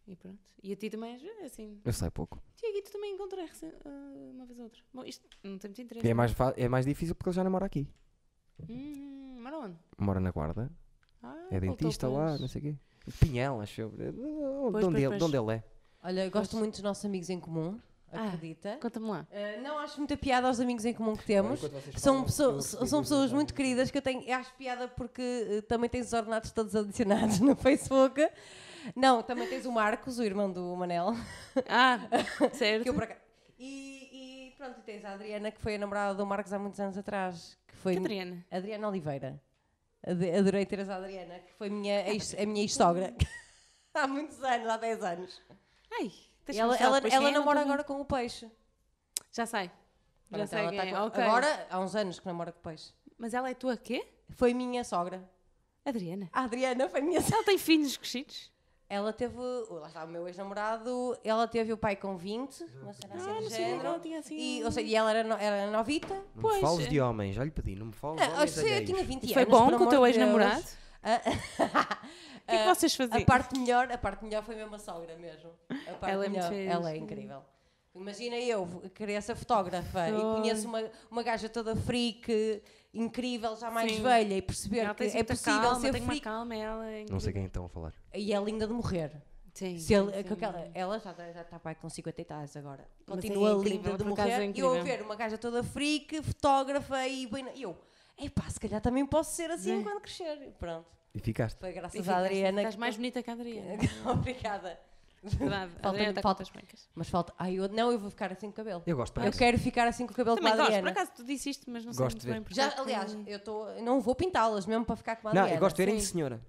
S2: E pronto. E a ti também, às vezes, assim.
S1: eu sei pouco.
S2: Tiago, e tu também encontrei recen- ah, uma vez ou outra. Bom, isto não tem muito interesse.
S1: E é mais, fa- é mais difícil porque ele já namora aqui.
S2: Hum, mas onde?
S1: Mora na guarda,
S2: Ah,
S1: é
S2: voltou,
S1: dentista lá,
S2: pois.
S1: não sei o quê. Pinhel, acho eu. Eh,
S2: Pois,
S1: De onde,
S2: pois,
S1: ele,
S2: pois.
S1: de onde ele é.
S3: Olha, eu gosto muito dos nossos amigos em comum,
S2: Ah.
S3: acredita?
S2: Conta-me lá.
S3: Eh, não acho muita piada aos amigos em comum que temos. São, pessoas, são pessoas muito queridas que eu tenho. Eu acho piada porque eh, também tens os ordenados todos adicionados no Facebook. Não, também tens o Marcos, o irmão do Manel.
S2: Ah, certo.
S3: que eu por acaso- E, e pronto, e tens a Adriana, que foi a namorada do Marcos há muitos anos atrás. Que foi
S2: Que Adriana.
S3: Adriana Oliveira. Ade- Adorei teres a Adriana, que foi minha ex- a minha ex-sogra. há muitos anos, há 10 anos.
S2: Ai,
S3: E
S2: deixa-me
S3: ela
S2: mostrar
S3: ela,
S2: depois quem
S3: ela
S2: é, não
S3: namora
S2: estou a ver.
S3: agora com o peixe.
S2: Já sei. Já
S3: Pronto,
S2: sei
S3: ela
S2: quem
S3: tá
S2: é.
S3: com-
S2: ok.
S3: Agora, há uns anos que namora com o peixe.
S2: Mas ela é tua quê?
S3: Foi minha sogra.
S2: Adriana.
S3: A Adriana foi minha sogra.
S2: Ela tem filhos crescidos?
S3: Ela teve, oh, lá está o meu ex-namorado, ela teve o pai com 20, uma
S2: Ah,
S3: cena assim do
S2: não sabia que ela
S3: género.
S2: tinha assim.
S3: E, ou seja, e ela era, no- era novita.
S1: Não
S2: Pois,
S1: me fales
S2: é.
S1: de homens, já lhe pedi, não me fales de
S3: Ah,
S1: homens.
S3: acho que eu
S1: alheios.
S3: tinha 20
S2: E foi
S3: anos.
S2: bom
S3: por
S2: com o
S3: amor
S2: teu
S3: de
S2: ex-namorado?
S3: Deus. Ah,
S2: O que é que vocês faziam?
S3: a parte melhor, a parte melhor foi mesmo a sogra mesmo. A parte
S2: Ela é muito
S3: melhor,
S2: fixe.
S3: ela é incrível. Imagina eu, criança fotógrafa, e
S2: Pois.
S3: conheço uma, uma gaja toda freak, incrível, já mais
S2: Sim.
S3: velha, e perceber
S2: Ela
S3: que
S2: tem
S3: é
S2: muita
S3: possível
S2: calma,
S3: ser
S2: tem uma
S3: freak.
S2: calma, ela é
S1: Não sei
S2: incrível.
S1: quem estão a falar.
S3: E é linda de morrer.
S2: Sim,
S3: Se ele- é
S2: sim,
S3: com
S2: sim.
S3: aquela- ela já está já tá pai com 50 e tais agora.
S2: Mas
S3: Continua
S2: é incrível,
S3: linda de
S2: por acaso é
S3: morrer. e eu a
S2: incrível.
S3: ver uma gaja toda freak, fotógrafa e bem. E eu, epá, se calhar também posso ser assim
S2: Né?
S3: quando crescer. E pronto.
S1: E ficaste.
S3: Foi graças
S2: E
S3: à
S2: ficaste-
S3: Adriana.
S2: Estás
S3: que-
S2: mais bonita que a Adriana.
S3: Obrigada.
S2: Verdade. A
S3: Falta-
S2: Adriana está com
S3: falta-
S2: outras brancas.
S3: Mas falta. Ai, eu não, eu vou ficar assim com o cabelo.
S1: Eu gosto
S3: Eu
S1: parece.
S3: quero ficar assim com o cabelo
S2: Também
S3: com a
S2: gosto, por
S3: Adriana.
S2: acaso tu disse isto, mas não sei
S1: Gosto
S2: muito
S1: de ver.
S2: bem. porque é
S3: Já,
S2: que-
S3: aliás, eu tô, não vou pintá-las mesmo para ficar com a
S1: Não,
S3: Adriana.
S1: eu gosto de verem de
S2: Sim.
S1: senhora.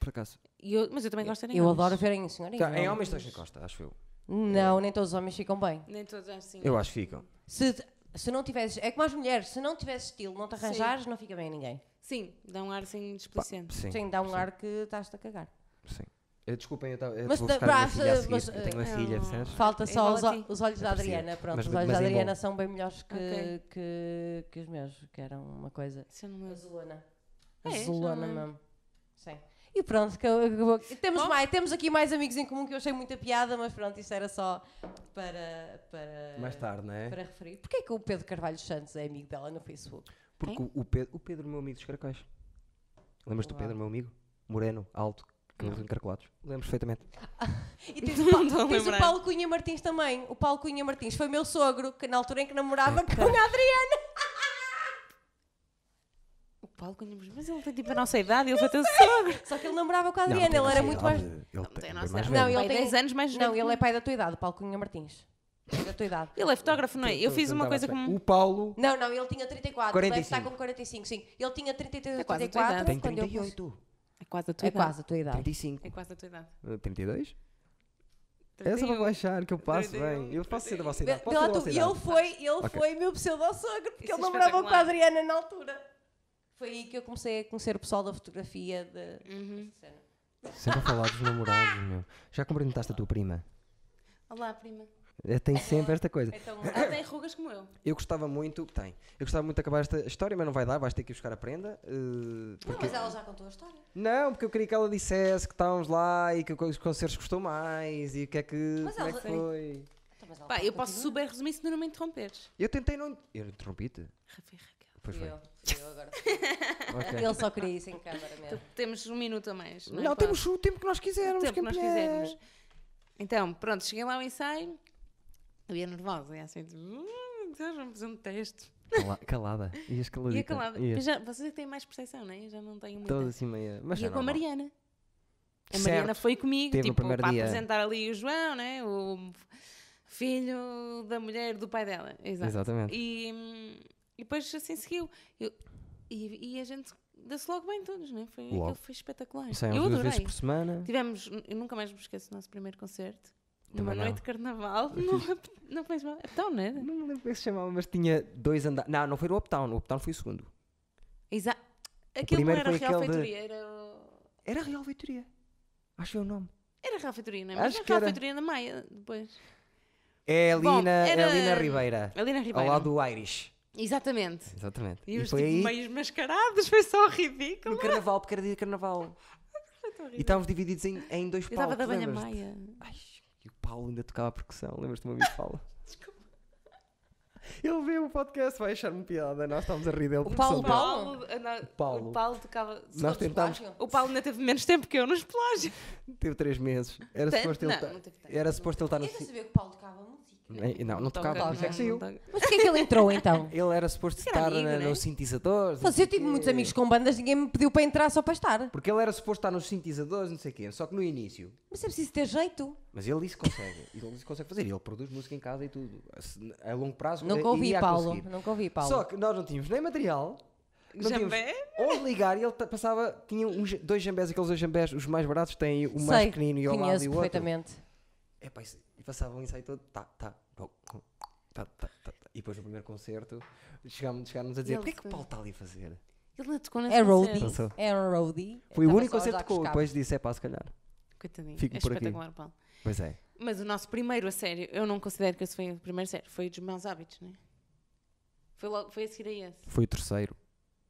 S1: Por acaso.
S2: E eu- mas eu também gosto de
S3: Eu adoro verem a senhora.
S1: Tá, Em homens estás na costa, acho eu.
S3: Não, nem todos os homens ficam bem.
S2: Nem todos assim.
S1: Eu acho que ficam.
S3: Se t- Se não tivesses, é como as mulheres, se não tivesses estilo, não te
S2: Sim.
S3: arranjares, não fica bem a ninguém.
S2: Sim, dá um ar assim
S1: Pá,
S2: desplicente.
S1: Sim,
S3: Sim, dá um
S1: sim,
S3: ar que estás-te a cagar.
S1: sim. Eh, Desculpem, eu, tava, eu
S3: Mas
S1: vou
S3: da-
S1: buscar a minha
S3: braço,
S1: filha a seguir.
S3: mas,
S1: eu tenho uma
S2: eh,
S1: filha,
S2: ah.
S1: percebes?
S3: Falta só
S2: Igual
S3: os,
S2: a
S3: o-
S2: ti.
S3: os olhos da
S1: É parecido.
S3: Adriana, pronto.
S1: Mas-
S3: os olhos
S1: mas
S3: da
S1: em bom.
S3: Adriana são bem melhores que,
S2: Ok.
S3: que, que os meus, que eram uma coisa
S2: Isso eu não me lembro.
S3: azulona.
S2: É, já não
S3: azulona
S2: é.
S3: mesmo. Sim. E pronto, que eu- acabou. Temos,
S2: Bom.
S3: mais, temos aqui mais amigos em comum que eu achei muita piada, mas pronto, isto era só para, para,
S1: Mais tarde, não é?
S3: para referir. Porquê é que o Pedro Carvalho Santos é amigo dela no Facebook?
S1: Porque o, o Pedro, o Pedro, meu amigo dos Caracóis. Lembras do
S3: Uau.
S1: Pedro, meu amigo? Moreno, alto, cabelos encaracolados. Lembro perfeitamente.
S3: E tens o, Paulo,
S2: Não tô a
S3: tens o
S2: lembrar.
S3: Paulo Cunha Martins também. O Paulo Cunha Martins foi meu sogro, que na altura em que namorava com a Adriana.
S2: O Paulo Cunha, mas ele tem tipo a nossa idade, ele foi teu sogro.
S3: Só que ele namorava com a
S1: Não,
S3: Adriana,
S1: tem
S3: ele era
S1: nossa
S3: muito
S1: idade, Ele
S3: mais.
S2: tem
S1: tem
S2: nossa
S1: mais
S2: idade.
S1: velho.
S3: Não,
S2: Pai,
S3: ele tem
S2: 10 anos mais
S3: Não,
S2: velho.
S3: ele é pai da tua idade, o Paulo Cunha Martins. É Da tua idade.
S2: Ele é fotógrafo, não é? Eu fiz uma
S1: Não
S2: coisa
S1: estava a
S2: como.
S1: perceber. O Paulo
S3: Não, não, ele tinha 34, ele deve estar
S1: 45.
S3: com 45, sim. Ele tinha 33
S2: É
S3: ou
S2: quase a tua
S3: 34
S2: idade.
S1: tem
S3: quando eu pus-
S1: 38.
S2: É quase a tua
S3: É
S2: idade.
S3: quase a tua idade.
S1: 35.
S2: É quase a tua idade.
S1: eh, 32? Essa vou
S2: 31.
S1: achar que eu passo
S2: 31,
S1: bem. Eu posso ser da vossa idade. Posso ser
S3: Pela
S1: da
S3: tua-
S1: vossa
S3: e ele
S1: idade.
S3: foi, ele
S1: Ok.
S3: foi meu pseudo-sogro, porque
S2: Isso
S3: ele
S2: é
S3: namorava com a
S2: espetacular.
S3: Adriana na altura. Foi aí que eu comecei a conhecer o pessoal da fotografia de.
S2: Uhum.
S1: Sempre a falar dos namorados, meu. Já cumprimentaste a tua prima?
S2: Olá, prima.
S1: Eh, Tem sempre esta coisa.
S3: Então,
S2: Ela tem rugas como eu.
S1: Eu gostava muito. Tem. Eu gostava muito de acabar esta história, mas não vai dar. Vais ter que ir buscar a prenda. eh,
S3: não,
S1: porque-
S3: mas ela já contou a história.
S1: Não, porque eu queria que ela dissesse que estávamos lá e que os concertos gostou mais e o que é que,
S3: Mas
S1: como é
S3: ela-
S1: que foi.
S3: Então, mas ela
S2: Pá,
S3: pode
S2: eu posso
S3: continuar.
S2: super resumir se tu não me interromperes.
S1: Eu tentei não. Eu interrompi-te?
S2: Rafa e Raquel.
S1: Pois
S3: Fui
S1: foi.
S3: eu, fui eu agora.
S1: Ok.
S3: Ele só queria isso em câmara mesmo.
S2: Temos um minuto a mais. é?
S1: Não,
S2: Para-
S1: temos o tempo que é nós quisermos.
S2: tempo que
S1: quem
S2: nós
S1: puder.
S2: quisermos. Então, pronto, cheguei lá ao ensaio. Eu ia nervosa, ia assim, tipo, "Hum, Deus, vamos fazer um teste.
S1: Cala- calada. Ias
S2: E
S1: caladita.
S2: a calada.
S1: Ias.
S2: Eu já- vocês é que têm mais percepção, não é? Eu já não tenho muita.
S1: Toda assim meia. Mas
S2: ia
S1: é
S2: com a
S1: normal.
S2: Mariana. A
S1: Certo.
S2: Mariana foi comigo,
S1: Teve no
S2: tipo,
S1: primeiro
S2: para
S1: dia.
S2: apresentar ali o João, né? O filho da mulher do pai dela. Exato.
S1: Exatamente.
S2: E, hum, e depois assim seguiu. Eu- e, e a gente deu-se logo bem todos, né? Foi,
S1: Logo.
S2: aquilo foi espetacular.
S1: Saem
S2: eu
S1: é umas duas vezes
S2: adorei. Tipo,
S1: por semana.
S2: Tivemos, eu nunca mais me esqueço do nosso primeiro concerto.
S1: Também
S2: numa
S1: não.
S2: noite de carnaval. Não, não fez mal. Então, não era?
S1: Não me lembro como é que se chamava, mas tinha dois andares. Não, não foi o Uptown. O Uptown foi o segundo.
S2: Exato. Aquilo não
S1: primeiro
S2: era
S1: foi
S2: Real
S1: aquele de-
S2: Feitoria, era o.
S1: Era a Real Vitoria. Acho que é o nome.
S2: Era Real Feitoria, não é? Mas
S1: Acho
S2: era
S1: que
S2: Real
S1: era.
S2: Feitoria da Maia, depois.
S1: É a
S2: Bom,
S1: Lina,
S2: era-
S1: Lina Ribeira.
S2: Ali na
S1: Ao
S2: Ribeira.
S1: lado do Irish.
S2: Exatamente.
S1: Exatamente.
S2: E,
S1: E
S2: os
S1: foi
S2: tipo,
S1: aí
S2: meios mascarados, foi só ridículo.
S1: No Um carnaval, porque era dia de carnaval. E estávamos divididos em, em dois
S2: Eu estava
S1: palcos.
S2: da banha
S1: lembras-te?
S2: maia.
S1: Ai, e o Paulo ainda tocava a percussão. Lembras-te de uma amigo Paulo? Desculpa. Ele vê o podcast, vai achar-me piada. Nós estávamos a rir dele. porque
S3: Paulo-
S1: somos-
S3: Paulo?
S2: anda-
S1: Paulo.
S2: O Paulo tocava.
S1: Nós tentámos-
S2: O Paulo ainda teve menos tempo que eu nos pelágios.
S1: Teve três meses. Era
S2: Tanto?
S1: suposto ele
S2: Não,
S1: ta-
S2: não teve tanto.
S1: Era suposto ele estar no.
S3: Eu não
S1: ci-
S3: sabia que o Paulo tocava música.
S1: Ei,
S2: Então
S1: Não, não tocava. por isso é que saiu.
S3: Mas porquê é que ele entrou então?
S1: Ele era suposto
S2: Porque tá- era
S1: estar
S2: amigo,
S1: na-
S2: né?
S1: nos sintetizadores. não
S3: Mas
S1: sei
S3: eu tive
S1: quê.
S3: muitos amigos com bandas, ninguém me pediu para entrar só para estar.
S1: Porque ele era suposto estar nos sintetizadores, não sei o quê. Só que no início.
S3: Mas é preciso ter jeito.
S1: Mas ele isso consegue. Ele isso consegue fazer. Ele produz música em casa e tudo. Se- A longo prazo.
S3: Nunca
S1: eh,
S3: ouvi
S1: iria
S3: Paulo,
S1: conseguir.
S3: nunca ouvi Paulo.
S1: Só que nós não tínhamos nem material. Não tínhamos
S2: Jambé?
S1: onde ligar e ele ta- passava, tinha uns, dois jambés, aqueles dois jambés, os mais baratos têm o um mais
S3: Sei,
S1: pequenino e ao lado
S3: conheço
S1: e o outro.
S3: perfeitamente.
S1: Epá, isso- e passava um ensaio todo, tá, tá, bom, tá, tá, tá, tá. E depois no primeiro concerto chegámos, chegámos a dizer,
S2: Ele
S1: porquê é que
S2: foi-
S1: o Paulo está ali a fazer?
S2: Ele não tocou nesse
S3: É
S2: concerto.
S3: roadie.
S1: Passou.
S3: É um roadie.
S1: Foi o
S3: Estava
S1: único
S3: só a
S1: concerto
S3: usar
S1: que tocou,
S3: os cabos.
S1: depois disse, é pá, se calhar.
S2: Coitadinho.
S1: Fico
S2: é
S1: por aqui.
S2: espetacular, Paulo.
S1: Pois é.
S2: Mas o nosso primeiro a sério, eu não considero que esse foi o primeiro sério, foi dos meus hábitos, né? Foi, logo, foi a seguir a esse.
S1: Foi o terceiro.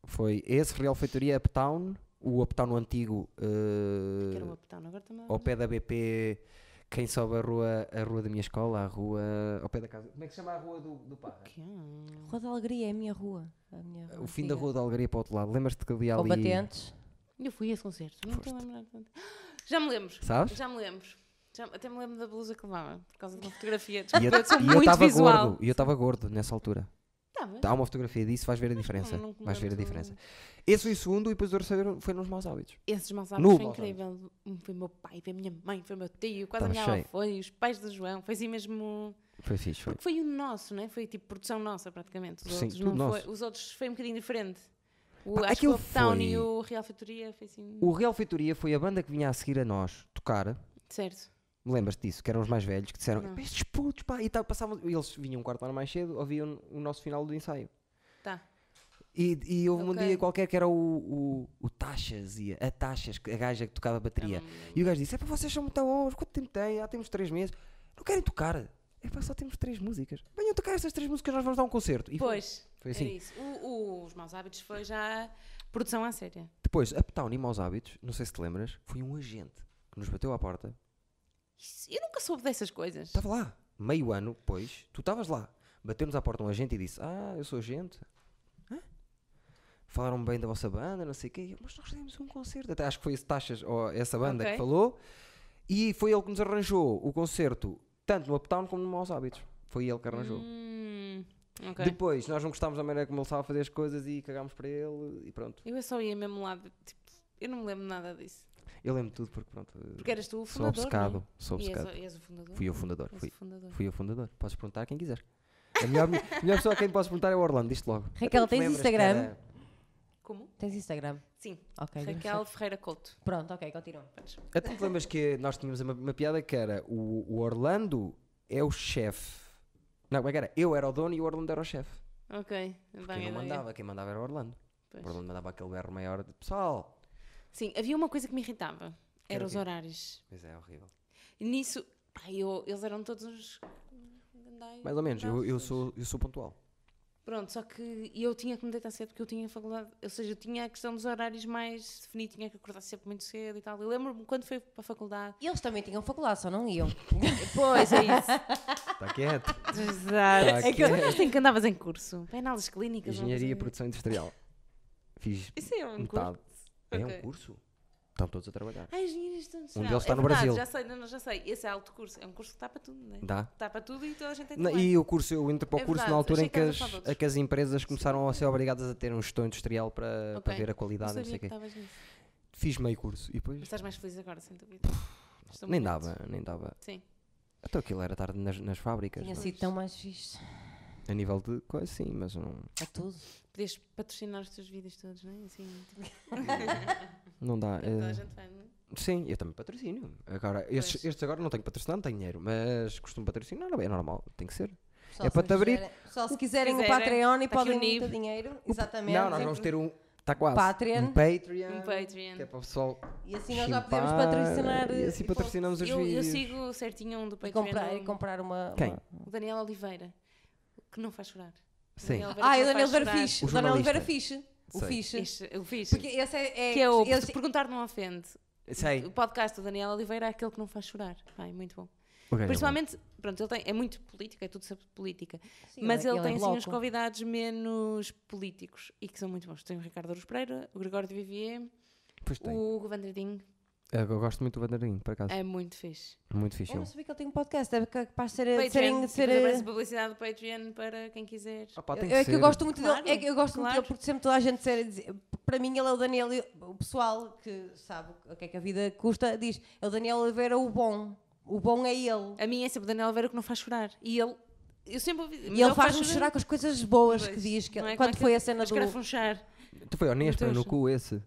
S1: Foi esse, Real Feitoria Uptown, o Uptown antigo, eh,
S2: Que era o Uptown, agora também.
S1: ao pé da BP, quem sobe a rua, a rua da minha escola, a rua, ao pé da casa. Como é que se chama a rua do, do Parra?
S2: Que é?
S3: Rua da Alegria é a minha rua. A minha rua
S1: O fim
S3: antiga.
S1: da Rua da Alegria para o outro lado. Lembras-te que ali há ali...
S3: Combatentes.
S2: Eu fui a esse concerto, não estou a lembrar. tanto. Já me lembro,
S1: Sabes?
S2: já me lembro. Já- até me lembro da blusa que levava, por causa de uma fotografia.
S1: E eu-
S2: Desculpa, eu sou
S1: e eu
S2: muito
S1: estava
S2: visual.
S1: gordo. E eu estava gordo nessa altura.
S2: Tá bem.
S1: Há uma fotografia disso, vais ver a diferença.
S2: não me
S1: vais ver a
S2: lembro.
S1: diferença. Esse foi o segundo e depois o terceiro foi nos maus hábitos.
S2: Esses maus
S1: Nu,
S2: hábitos foi
S1: maus
S2: incrível. Foi meu pai, foi minha mãe, foi meu tio,
S1: Estava
S2: quase a minha
S1: cheio.
S2: avó foi, os pais do João. Foi assim mesmo.
S1: Foi fixe, foi.
S2: Porque foi o nosso, né? Foi tipo produção nossa praticamente. Os
S1: Sim,
S2: outros
S1: tudo
S2: não
S1: nosso.
S2: foi. Os outros foi um bocadinho diferente. O,
S1: Pá,
S2: acho que o
S1: aquilo
S2: Uptown e
S1: foi-
S2: o Real Feitoria foi assim.
S1: O Real Feitoria foi a banda que vinha a seguir a nós tocar
S2: Certo.
S1: Me lembras-te disso? Que eram os mais velhos que disseram "Pá, estes putos, pá, e tal, passavam. e Eles vinham um quarto de hora mais cedo, ouviam o nosso final do ensaio.
S2: Tá.
S1: E, e houve um
S2: Ok.
S1: dia qualquer que era o, o, o Taxas, e a, a Taxas, que- a gaja que tocava a bateria.
S2: Tá um-
S1: E o gajo disse: É para vocês são muito bons, quanto tempo têm? Ah, temos três meses. Não querem tocar. É pá, só temos três músicas. Venham tocar estas três músicas, nós vamos dar um concerto. E foi.
S2: Pois.
S1: Foi
S2: era
S1: assim.
S2: isso. O- o- os maus hábitos foi já produção à séria.
S1: Depois, Uptown e Maus Hábitos, não sei se te lembras, foi um agente que nos bateu à porta.
S2: Isso- eu nunca soube dessas coisas.
S1: Estava lá. Meio ano depois, tu estavas lá. Bateu-nos à porta um agente e disse: Ah, eu sou agente. Hã? Falaram bem da vossa banda, não sei o quê. E eu, Mas nós temos um concerto. Até acho que foi esse Taxas, ou essa banda
S2: Ok.
S1: que falou. E foi ele que nos arranjou o concerto, tanto no Uptown como no Maus Hábitos. Foi ele que arranjou.
S2: Hum, ok.
S1: Depois, nós não gostávamos da maneira como ele estava a fazer as coisas e cagámos para ele e pronto.
S2: Eu só ia mesmo lá, de- tipo, eu não me lembro nada disso.
S1: Eu lembro tudo porque pronto.
S2: Porque eras tu
S1: sou
S2: o fundador.
S1: obcecado.
S2: não
S1: Sou
S2: é? E és,
S1: obcecado.
S2: o- e és o fundador.
S1: Fui eu o fundador.
S2: És
S1: Fui,
S2: o fundador.
S1: fui eu o fundador. Podes perguntar a quem quiser. A melhor, a melhor pessoa a quem posso perguntar é o Orlando, diz logo.
S3: Raquel,
S1: Então, te
S3: tens
S1: lembras que
S3: Instagram?
S1: era-
S2: Como?
S3: Tens Instagram?
S2: Sim.
S1: É,
S3: Ok.
S2: Raquel Ferreira Couto.
S3: Pronto, ok, continua.
S1: Então te lembras que nós tínhamos uma, uma piada que era o, o Orlando é o chefe. Não, como é que era? Eu era o dono e o Orlando era o chefe.
S2: Ok.
S1: Quem
S2: bem
S1: não
S2: ideia.
S1: mandava, quem mandava era o Orlando.
S2: Pois.
S1: O Orlando mandava aquele berro maior de pessoal.
S2: Sim, havia uma coisa que me irritava.
S1: Era
S2: Era
S1: o
S2: os
S1: quê?
S2: horários.
S1: Pois é, horrível.
S2: E nisso, pá, eu- eles eram todos uns... gandai-
S1: Mais ou menos, eu, eu,
S2: gandaços.
S1: sou, eu sou pontual.
S2: Pronto, só que eu tinha que me deitar cedo porque eu tinha faculdade, ou seja, eu tinha a questão dos horários mais definidos, tinha que acordar sempre muito cedo e tal. Eu lembro-me quando fui para a faculdade.
S3: Eles também tinham faculdade, só não iam.
S2: Pois é isso.
S1: Está Tá quieto.
S2: Exato.
S1: Tá
S2: É que
S1: quieto.
S2: horas tem que andavas em curso? Para análises clínicas. uma
S1: Engenharia e
S2: coisa
S1: Produção Industrial. Fiz
S2: assim. Isso é um curso.
S1: metade. É
S2: Ok.
S1: um curso? Estão todos a trabalhar.
S2: Ah, engenharia estudantil.
S1: deles está
S2: é
S1: no
S2: verdade,
S1: Brasil.
S2: Já sei, não, não, já sei. Esse é alto curso. É um curso que está para tudo, não é?
S1: Dá.
S2: Está para tudo e toda a gente é tem
S1: Na-
S2: que
S1: e o curso, eu entro para o
S2: É
S1: curso
S2: verdade,
S1: na altura
S2: achei
S1: em
S2: que
S1: que as,
S2: estavas a falar de outros.
S1: a que as empresas começaram a ser obrigadas a ter um gestão industrial para, para
S2: Ok.
S1: ver a qualidade,
S2: não
S1: não sei
S2: sabia
S1: o
S2: que tá-
S1: quê.
S2: estavas nisso.
S1: Fiz meio curso e
S2: Mas
S1: depois
S2: estás mais feliz agora, sem dúvida. Estou
S1: nem
S2: muito-
S1: dava, nem dava.
S2: Sim.
S1: Até aquilo era tarde nas, nas fábricas.
S3: Tinha
S1: não é?
S3: sido tão mais fixe.
S1: A nível de coisa, sim, mas não,
S3: A tudo.
S2: Podias patrocinar os teus vídeos todos, não é? Assim, tipo,
S1: não dá.
S2: toda a
S1: eh,
S2: gente vai, não é?
S1: sim, eu também patrocínio. Agora, estes,
S2: Pois.
S1: estes agora não tenho patrocínio, não tenho dinheiro, mas costumo patrocinar, é normal, tem que ser.
S3: Só
S1: É
S3: se
S1: para te abrir.
S3: quiserem- Só se quiserem o
S2: quiserem,
S3: Patreon
S2: está
S3: e
S2: aqui
S3: podem
S2: o
S3: muito
S2: Nive.
S3: dinheiro. Exatamente.
S1: Não, nós vamos ter um. Está quase.
S3: Patreon.
S1: Um Patreon.
S2: Um Patreon.
S1: Que é para o pessoal.
S3: E assim nós já
S1: chimpar,
S3: podemos patrocinar.
S1: E assim
S3: eh, pô,
S1: patrocinamos os
S2: Eu, eu
S1: vídeos.
S2: sigo certinho um do
S3: E
S2: Patreon.
S3: comprar, e
S2: do-
S3: comprar uma.
S1: Quem?
S3: uma-
S2: O Daniel Oliveira, que não faz chorar.
S1: Sim.
S2: Oliveira
S3: Ah,
S2: que não
S3: e o Daniel
S2: faz
S3: Oliveira
S2: chorar.
S3: Fixe.
S1: O
S3: O Daniel Oliveira
S1: jornalista.
S3: Fixe. O
S1: Sei.
S3: Fixe.
S2: Este, eu fiz.
S3: Porque esse é. é-
S2: que é o
S3: eles-
S2: Perguntar Não Ofende.
S1: Sei.
S2: O podcast do Daniel Oliveira é aquele que não faz chorar. Ai, muito bom.
S1: Ok,
S2: Principalmente, pronto, ele tem, é muito político, é tudo sobre política.
S3: Sim,
S2: mas ele,
S3: é
S2: tem assim
S3: bloco.
S2: uns convidados menos políticos e que são muito bons. Tem o Ricardo Aruz Pereira, o Gregório de Vivier,
S1: bom. Pois tem.
S2: o Vandradinho.
S1: É, Eu eu gosto muito do Bandeirinho, por acaso.
S2: É muito fixe.
S1: Muito fixe.
S3: Eu não
S1: ele.
S3: sabia que ele tem um podcast. É capaz de ser. de serem-
S2: Patreon, tipo,
S3: de ser,
S2: fazer
S3: eh,
S2: publicidade do Patreon para quem quiser.
S1: Opa, Oh, tem
S3: eu, é que eu
S1: ser.
S3: gosto muito
S2: Claro,
S3: dele, é que eu gosto muito
S2: claro.
S3: dele porque sempre toda a gente séria dizer, para mim ele é o Daniel, e- o pessoal que sabe o que é que a vida custa, diz, é o Daniel Oliveira o bom, o bom é ele.
S2: A minha é sempre o Daniel Oliveira que não faz chorar. E ele. Eu sempre ouvi.
S3: E ele faz-me chorar com as coisas boas que diz, que,
S2: é
S3: quando foi a cena do...
S2: Os caras funchar.
S1: Tu foi honesto é?
S2: Mateus.
S1: no cu esse.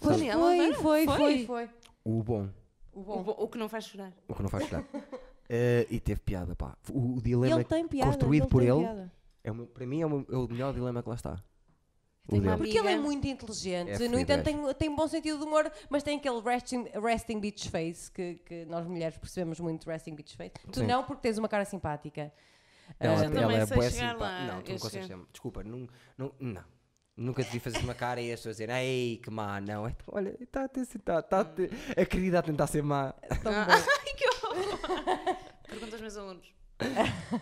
S3: Pois
S2: Daniel
S3: foi,
S2: Oliveira?
S3: foi, foi,
S2: Foi.
S3: foi.
S1: O bom.
S3: O
S2: O,
S3: bom.
S2: bo- o que não faz chorar.
S1: O que não faz chorar. Eh, e teve piada, pá. O, o dilema
S3: Ele tem piada.
S1: é construído
S3: ele
S1: por
S3: tem
S1: ele
S3: piada.
S1: é o meu- para mim é o, meu- é o melhor dilema que lá está. O
S2: tenho uma
S1: dele.
S3: Porque ele é
S2: Amiga.
S3: muito inteligente,
S1: É
S3: no
S1: fluido,
S3: entanto
S1: é.
S3: tem, tem bom sentido de humor, mas tem aquele resting, resting bitch face que, que nós mulheres percebemos muito resting bitch face. Tu
S1: Sim.
S3: não, porque tens uma cara simpática. Ah,
S1: Ela,
S2: eu também
S1: é
S2: sei
S1: boa
S2: chegar lá,
S1: Não, tu
S2: eu
S1: não consegues.
S2: chego.
S1: ser- Desculpa, não, não, não. Nunca te vi fazer uma cara e as pessoas dizerem, ei, que má, não. Então, Olha, está a tentar, está a ter-
S2: Hum.
S1: a querida a tentar ser má.
S2: Ah, Ai, que horror! Pergunta aos meus alunos.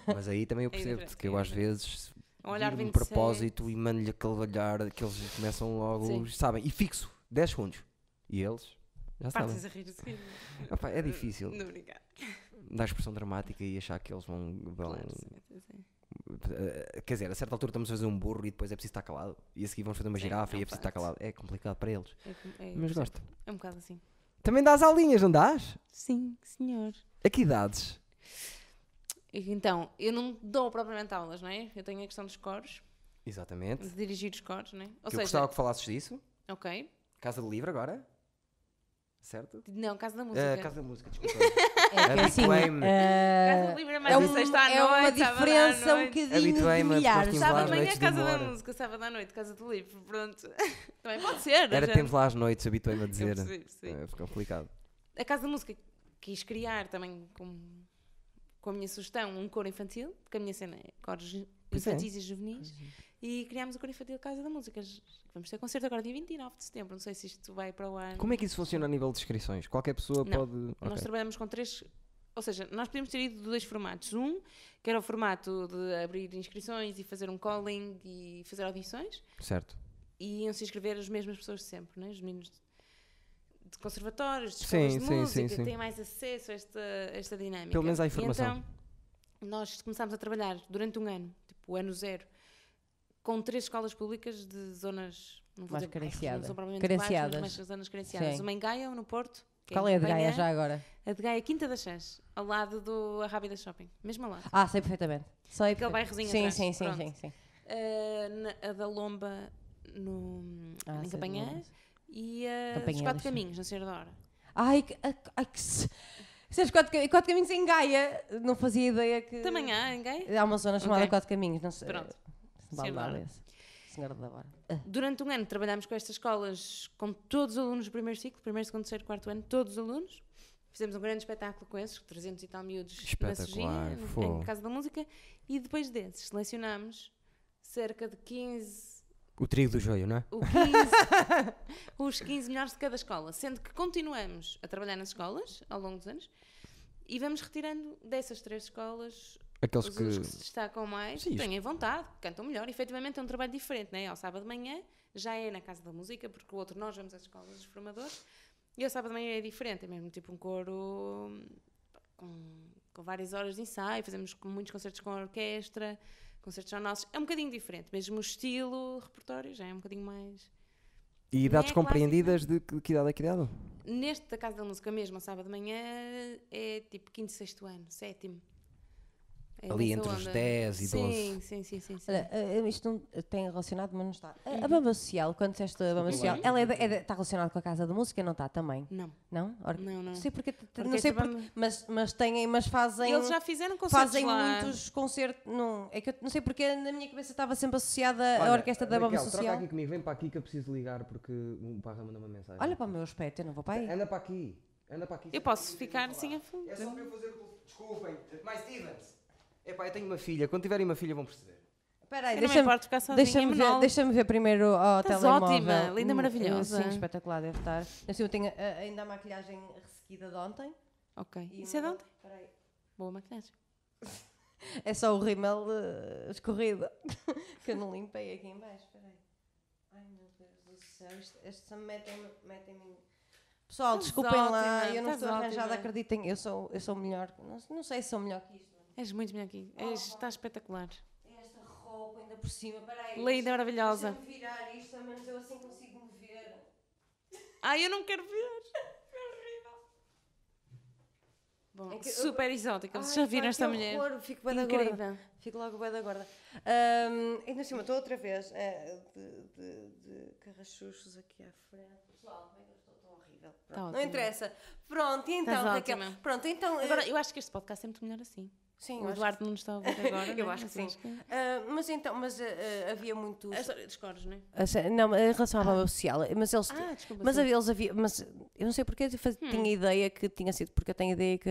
S1: Mas aí também eu percebo
S2: diferente,
S1: que
S2: é
S1: eu às
S2: diferente.
S1: vezes
S2: Um olhar
S1: viro-me de
S2: 27.
S1: propósito e mando-lhe aquele olhar que eles começam logo,
S2: Sim.
S1: sabem, e fixo, 10 segundos. E eles já
S2: Partes
S1: sabem.
S2: a rir a seguir.
S1: Opá, é difícil
S2: Não, obrigada.
S1: dar expressão dramática e achar que eles vão. vão
S2: Claro, sim, sim, sim.
S1: eh, quer dizer, a certa altura estamos a fazer um burro e depois é preciso estar calado. E a seguir vamos fazer uma
S2: Sim,
S1: girafa
S2: é um
S1: e é preciso estar
S2: facto.
S1: calado. É complicado para eles.
S2: É com- é-
S1: Mas gosto.
S2: É um bocado assim.
S1: Também dás aulinhas, não dás?
S2: Sim, senhor.
S1: A que idades?
S2: Então, eu não dou propriamente aulas, não é? Eu tenho a questão dos coros,
S1: Exatamente.
S2: de dirigir os coros, não é? Ou
S1: Que eu
S2: seja,
S1: gostava que falasses disso.
S2: ok.
S1: Casa do Livro agora. certo?
S2: Não, Casa da Música.
S1: Ah, Casa da Música, desculpa.
S3: É que é assim,
S1: Habituei-me.
S3: eh,
S2: Casa Livre é mais
S3: é
S2: de
S3: um-
S2: sexta à
S3: é uma
S2: noite, sábado à
S3: diferença um
S2: noite.
S3: bocadinho de
S1: Habituei-me a
S3: milhares.
S1: Lá às
S2: Sábado de manhã,
S1: noites de
S2: Casa
S1: uma
S2: da
S1: hora.
S2: Música, sábado à noite, Casa do Livro, pronto. Também pode ser.
S1: Era
S2: já-
S1: temos lá às noites, habituei-me a
S2: Eu
S1: dizer.
S2: percebi, percebi.
S1: É, ficou complicado.
S2: A Casa da Música quis criar também com, com a minha sugestão um coro infantil, porque a minha cena é coros ju-
S1: Pois é.
S2: infantis e juvenis, e criámos o coro infantil Casa da Música. Vamos ter concerto agora dia 29 de setembro, não sei se isto vai para o ar.
S1: Como é que isso funciona a nível de inscrições? Qualquer pessoa
S2: Não.
S1: pode.
S2: Nós
S1: Ok.
S2: trabalhamos com três. Ou seja, nós podemos ter ido de dois formatos. Um, que era o formato de abrir inscrições e fazer um calling e fazer audições.
S1: Certo.
S2: E iam se inscrever as mesmas pessoas de sempre, né? os meninos de- de conservatórios,
S1: Sim,
S2: de escolas de
S1: sim,
S2: música,
S1: sim, sim.
S2: têm mais acesso a esta, a esta dinâmica.
S1: Pelo menos há
S2: E
S1: informação.
S2: então, nós começámos a trabalhar durante um ano, tipo o ano zero, com três escolas públicas de zonas... Não vou
S3: Mais
S2: dizer bairros,
S3: carenciada.
S2: Não são propriamente bairros, mas
S3: Carenciadas.
S2: mais zonas carenciadas.
S3: Sim.
S2: Uma em Gaia, uma no Porto. que
S3: Qual é a de Gaia
S2: Penha,
S3: já agora?
S2: a de Gaia Quinta das Chãs, ao lado do Arrábida Shopping, mesmo ao lado.
S3: Ah, sei perfeitamente. Sei
S2: Aquele
S3: perfeitamente.
S2: bairrozinho
S3: sim,
S2: atrás,
S3: sim, sim,
S2: pronto.
S3: sim, sim.
S2: Ah, na- a da Lomba no, em
S3: Ah, sei de
S2: Campanhã
S3: Lombas.
S2: e a dos
S3: Campanhã,
S2: Quatro
S3: deixa eu-
S2: Caminhos, na Senhora da Hora.
S3: Ai, que. Ai, que- ai, que se... Sabes, quatro, Cam- quatro caminhos em Gaia. Não fazia ideia que.
S2: Também há em Gaia.
S3: Há uma zona chamada
S2: Ok.
S3: Quatro Caminhos. Não sei.
S2: Pronto. é
S3: Se vale
S2: Senhora da
S3: dar
S2: Hora.
S3: esse. Senhora da Hora.
S2: Durante um ano trabalhámos com estas escolas, com todos os alunos do primeiro ciclo, primeiro, segundo, terceiro, quarto ano, todos os alunos. Fizemos um grande espetáculo com esses, 300 e tal miúdos na
S1: Espetacular,
S2: Sujinha, no-
S1: fogo.
S2: em Casa da Música. E depois desses, selecionámos cerca de 15
S1: O trio do joio, não é?
S2: o 15 os 15 melhores de cada escola, sendo que continuamos a trabalhar nas escolas ao longo dos anos e vamos retirando dessas três escolas
S1: Aqueles
S2: os alunos que se
S1: que.
S2: destacam mais,
S1: Sim,
S2: que
S1: isto-
S2: têm vontade, que cantam melhor. Efetivamente é um trabalho diferente, não é? Ao sábado de manhã já é na Casa da Música, porque o outro nós vamos às escolas dos formadores e ao sábado de manhã é diferente, é mesmo tipo um coro hum, com, com várias horas de ensaio, fazemos com- muitos concertos com a orquestra, concertos já nossos, é um bocadinho diferente, mesmo o estilo, o repertório já é um bocadinho mais...
S1: E
S2: é
S1: idades
S2: clássico, não.
S1: compreendidas de que, que idade é que idade?
S2: Neste da Casa da Música mesmo, ao sábado de manhã, é tipo quinto, sexto ano, sétimo. É
S1: Ali
S2: dessa
S1: entre os 10 e
S2: sim,
S1: 12.
S2: Sim, sim, sim. sim.
S3: Olha, eh, isto não tem relacionado, mas não está. A-
S2: Uhum.
S3: A banda social, quando disseste a banda social, ela é de- é de- está relacionada com a Casa da Música? Não está também?
S2: Não,
S3: Não? Or-
S2: não, não.
S3: Sei porque, t- t-
S2: Porque
S3: não sei
S2: esta
S3: porque,
S2: banda-
S3: mas, mas têm, mas fazem,
S2: Eles já fizeram concertos
S3: fazem
S2: lá.
S3: muitos concertos. Não, é que eu não sei porque na minha cabeça estava sempre associada à orquestra da Bamba
S1: Raquel,
S3: Social.
S1: Troca aqui comigo, vem para aqui que eu preciso ligar porque o Parra mandou uma mensagem.
S3: Olha para o meu aspecto, eu não vou para aí.
S1: Anda para aqui. Anda para aqui.
S2: Eu posso ficar assim a fundo.
S1: É só para eu fazer o telefone. Desculpem. Mais Stevens. Epá, eu tenho uma filha. Quando tiverem uma filha vão perceber.
S3: Espera aí,
S2: Eu não me
S3: deixa-me
S2: importo ficar sozinha,
S3: deixa-me ver,
S2: monólogo.
S3: deixa ver primeiro ao
S2: Estás
S3: telemóvel.
S2: ótima, linda,
S3: Hum,
S2: maravilhosa.
S3: Sim, espetacular, deve estar. Eu, sei, eu tenho ah, ainda a maquilhagem ressequida de ontem.
S2: Ok.
S3: E
S2: Isso é de
S3: uma-
S2: ontem?
S3: Espera aí.
S2: Boa maquilhagem.
S3: É só o rímel eh, escorrido que eu não limpei aqui em baixo. Espera aí. Ai meu Deus do céu, isto, isto metem-me. metem-me- Pessoal,
S2: Estás
S3: desculpem lá,
S2: ótima,
S3: eu não
S2: estás
S3: estou arranjada,
S2: ótima.
S3: acreditem, eu sou, eu sou melhor. Não, não sei se sou melhor que isto.
S2: És muito melhor aqui. És, está espetacular.
S3: É esta roupa ainda por cima, peraí.
S2: Linda, maravilhosa.
S3: Deixa-me virar isto, ao menos eu assim consigo me ver.
S2: Ai, eu não quero ver. É horrível. Bom,
S3: É que eu-
S2: super exótica. Vocês já
S3: Ai,
S2: viram
S3: pá,
S2: esta
S3: que
S2: mulher?
S3: horror, Fico bem da gorda.
S2: Incrível.
S3: Fico logo bem da gorda. Ahm, ainda assim, estou outra vez eh, de, de, de carrachuchos aqui à frente. Pessoal, como é que eu estou? Estou horrível. Pronto, não
S2: ótima.
S3: interessa. Pronto, e então,
S2: Tá Estás
S3: Raquel.
S2: ótima.
S3: Pronto, então. eh,
S2: Agora, eu acho que este podcast é muito melhor assim.
S3: sim, eu
S2: O
S3: acho
S2: Eduardo não nos está a ouvir agora.
S3: que- eu
S2: né?
S3: acho que sim.
S2: Mas
S3: Ah, mas então, mas eh, eh, havia muitos.
S2: A história dos coros, não é?
S3: Ah, se- Não, em relação à banda social, mas eles.
S2: Ah, desculpa,
S3: mas
S2: sim. Hum.
S3: havia- eles havia. Mas eu não sei porque eu faz- tinha ideia que tinha sido, porque eu tenho ideia que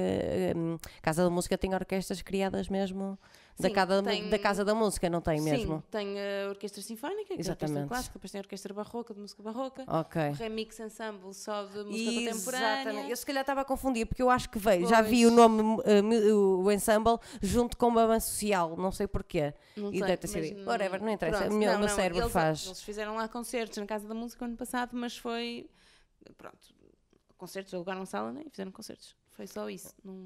S3: hum, Casa da Música tem orquestras criadas mesmo da,
S2: Sim,
S3: casa,
S2: tem-
S3: da Casa da Música, não tem
S2: Sim,
S3: mesmo?
S2: tem a orquestra sinfónica, que é a orquestra
S3: Exatamente.
S2: clássica, depois tem a orquestra barroca, de música barroca,
S3: Ok.
S2: remix ensemble só de música contemporânea.
S3: Eu se calhar estava a confundir, porque eu acho que veio, já vi o
S2: Pois.
S3: nome, eh, mi- o o ensemble, junto com Bama Social, não sei porquê.
S2: Não
S3: e
S2: sei,
S3: deve ter
S2: mas
S3: sido. Whatever, não interessa,
S2: pronto,
S3: o meu,
S2: não,
S3: o meu
S2: não,
S3: cérebro
S2: eles,
S3: faz.
S2: Eles fizeram lá concertos na Casa da Música ano passado, mas foi. Pronto, concertos, alugaram sala né? e fizeram concertos. Foi só isso. Não...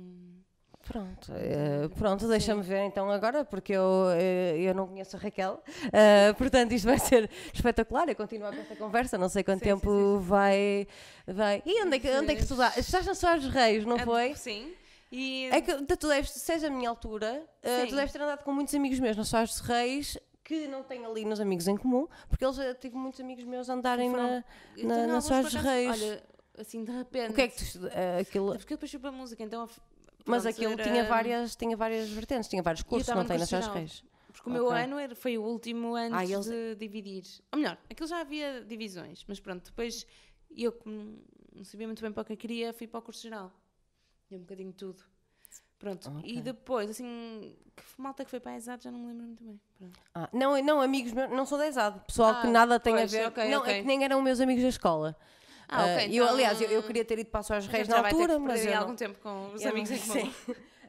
S3: Pronto, eh, pronto deixa-me ver então agora, porque eu, eh, eu não conheço a Raquel, eh, portanto isto vai ser espetacular. Eu continuo com esta conversa, não sei quanto
S2: Sim, sim,
S3: tempo vai, vai. E onde é que, onde é que tu dá? Estás na Soares Reis, não foi?
S2: Sim. E
S3: É que tu tu deves, seja a minha altura, eh, tu
S2: Sim.
S3: deves ter andado com muitos amigos meus na Soares Reis que não têm ali nos amigos em comum, porque eles eh, tive muitos amigos meus a andarem
S2: Foram-
S3: na,
S2: eu
S3: na,
S2: tenho
S3: na
S2: alguns
S3: Soares
S2: então, por acaso-
S3: Reis.
S2: Olha, assim, de repente.
S3: O que é que tu. estu- ah, aquilo,
S2: Porque eu depois fui para a música, então. a f-
S3: mas
S2: pronto,
S3: aquilo
S2: era-
S3: tinha várias, tinha várias vertentes, tinha vários cursos,
S2: estava
S3: não
S2: no
S3: tem nas suas
S2: profissional.
S3: reis.
S2: Porque o meu
S3: Ok.
S2: ano era, foi o último antes
S3: Ah, eles-
S2: de dividir. Ou melhor, aquilo já havia divisões, mas pronto, depois eu como não sabia muito bem para o que eu queria, fui para o curso geral. E um bocadinho de tudo. Pronto,
S3: Ok.
S2: e depois, assim, que f- malta que foi para a exato já não me lembro muito bem. Pronto.
S3: Ah, não, não, amigos meus, não sou da exato, pessoal que
S2: Ah,
S3: nada tem
S2: pois,
S3: a ver.
S2: ok,
S3: não, é
S2: ok.
S3: que nem eram meus amigos da escola. Eh,
S2: Ah, ok,
S3: eu,
S2: então-
S3: aliás, eu, eu queria ter ido para as suas
S2: A gente
S3: reis na
S2: já vai ter
S3: altura,
S2: que
S3: mas.
S2: perder
S3: eu
S2: algum
S3: não-
S2: tempo com os
S3: eu
S2: amigos
S3: não
S2: em
S3: sei.
S2: comum.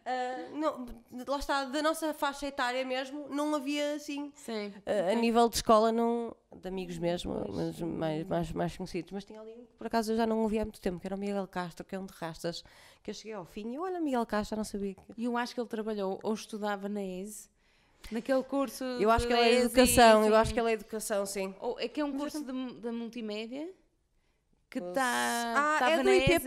S3: Ah, não, lá está, da nossa faixa etária mesmo, não havia assim.
S2: Sim. Então,
S3: Ah, a nível de escola, não. De amigos mesmo, mas
S2: Uhum.
S3: mais, mais, mais conhecidos. Mas tinha ali um que por acaso eu já não ouvia há muito tempo, que era o Miguel Castro, que é um de rastas, que eu cheguei ao fim e eu, olha, Miguel Castro, já não sabia. Que...
S2: E eu acho que ele trabalhou ou estudava na ESE, naquele curso.
S3: Eu acho que
S2: da
S3: ele é
S2: ESE e,
S3: educação, eu
S2: assim,
S3: acho que ele é educação, sim.
S2: Ou é que é um curso de, de multimédia que tá, está.
S3: Ah, é do IPP,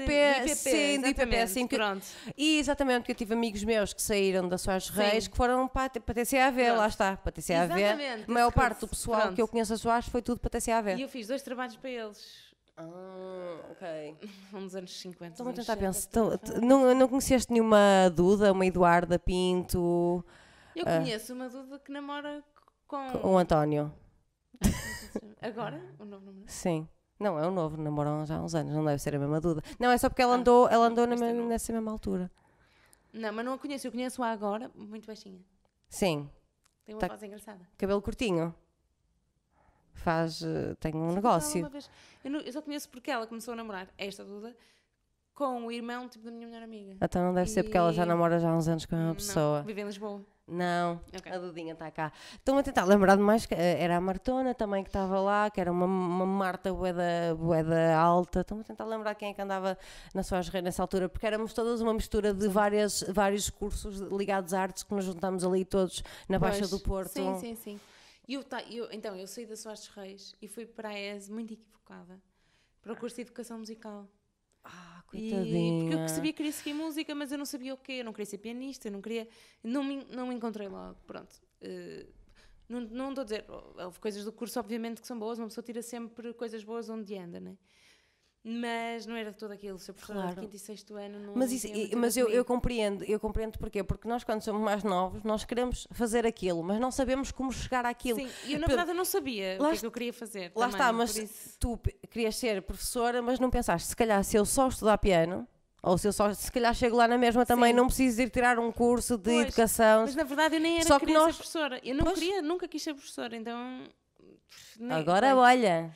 S3: sim, do IPP, sim, que-
S2: Pronto.
S3: E exatamente, porque eu tive amigos meus que saíram da Soares Reis que foram para, para a TCAV, lá
S2: Pronto.
S3: está, para a TCAV.
S2: Exatamente,
S3: A maior
S2: esse curso.
S3: parte do pessoal
S2: Pronto.
S3: que eu conheço a Soares foi tudo para a
S2: E
S3: TCAV.
S2: eu fiz dois trabalhos para eles.
S3: Ah, ok.
S2: Um dos anos 50.
S3: Estou a
S2: uns
S3: tentar
S2: anos
S3: pensar. Então, t- não, não conheceste nenhuma Duda, uma Eduarda Pinto,
S2: 70. Eu
S3: Ah.
S2: conheço uma Duda que namora com.
S3: um António? um-
S2: Agora? O novo número.
S3: Sim. Não, é um novo, namoram já há uns anos, não deve ser a mesma Duda. Não, é só porque ela andou, ela andou na
S2: este é
S3: mesma-
S2: novo.
S3: nessa mesma altura.
S2: Não, mas não a conheço. Eu conheço-a agora, muito baixinha.
S3: Sim,
S2: Tem uma
S3: Tá-
S2: voz engraçada.
S3: cabelo curtinho. Faz, eh, tem um
S2: Ela é
S3: negócio.
S2: uma vez- Eu, não- eu só conheço porque ela começou a namorar esta Duda com o irmão tipo da minha melhor amiga.
S3: Então não deve ser porque ela já
S2: E-
S3: namora já há uns anos com uma
S2: Não,
S3: pessoa.
S2: Vive em Lisboa.
S3: Não,
S2: Ok.
S3: a Dudinha está cá. Estou-me a tentar lembrar de mais. que, eh, Era a Martona também que estava lá, que era uma, uma Marta boeda, boeda alta. Estou-me a tentar lembrar quem é que andava na sua Reis nessa altura, porque éramos todas uma mistura de várias, vários cursos ligados à artes que nos juntámos ali todos na Baixa
S2: Pois.
S3: do Porto.
S2: Sim, sim, sim. E Eu, ta- eu- então, eu saí da Soares dos Reis e fui para a ESE muito equivocada para o curso de Educação Musical.
S3: Ah,
S2: E-
S3: coitadinha.
S2: porque eu sabia que queria seguir música, mas eu não sabia o quê, eu não queria ser pianista, eu não queria. Não me, não me encontrei logo, pronto. Eh, não, não estou a dizer, houve coisas do curso, obviamente, que são boas, uma pessoa tira sempre coisas boas onde anda, né? Mas não era de todo aquilo, se eu claro.
S3: Claro.
S2: de quinto e sexto ano. Não
S3: Mas, isso-
S2: tinha muito a ver
S3: mas eu, eu
S2: comigo.
S3: compreendo, eu compreendo porquê, porque nós quando somos mais novos, nós queremos fazer aquilo, mas não sabemos como chegar àquilo.
S2: Sim, e eu na
S3: Pelo-
S2: verdade eu não sabia o
S3: Lá
S2: que é
S3: est-
S2: que eu queria fazer.
S3: Lá
S2: também,
S3: está, mas
S2: por isso-
S3: tu pe- querias ser professora, mas não pensaste, se calhar se eu só estudar piano, ou se eu só, se calhar chego lá na mesma também,
S2: Sim.
S3: não preciso ir tirar um curso de
S2: Pois,
S3: educação.
S2: Mas na verdade eu nem era
S3: Só que
S2: queria
S3: nós-
S2: ser professora. Eu não
S3: Pois.
S2: queria, nunca quis ser professora, então. nem-
S3: Agora é
S2: bem,
S3: olha,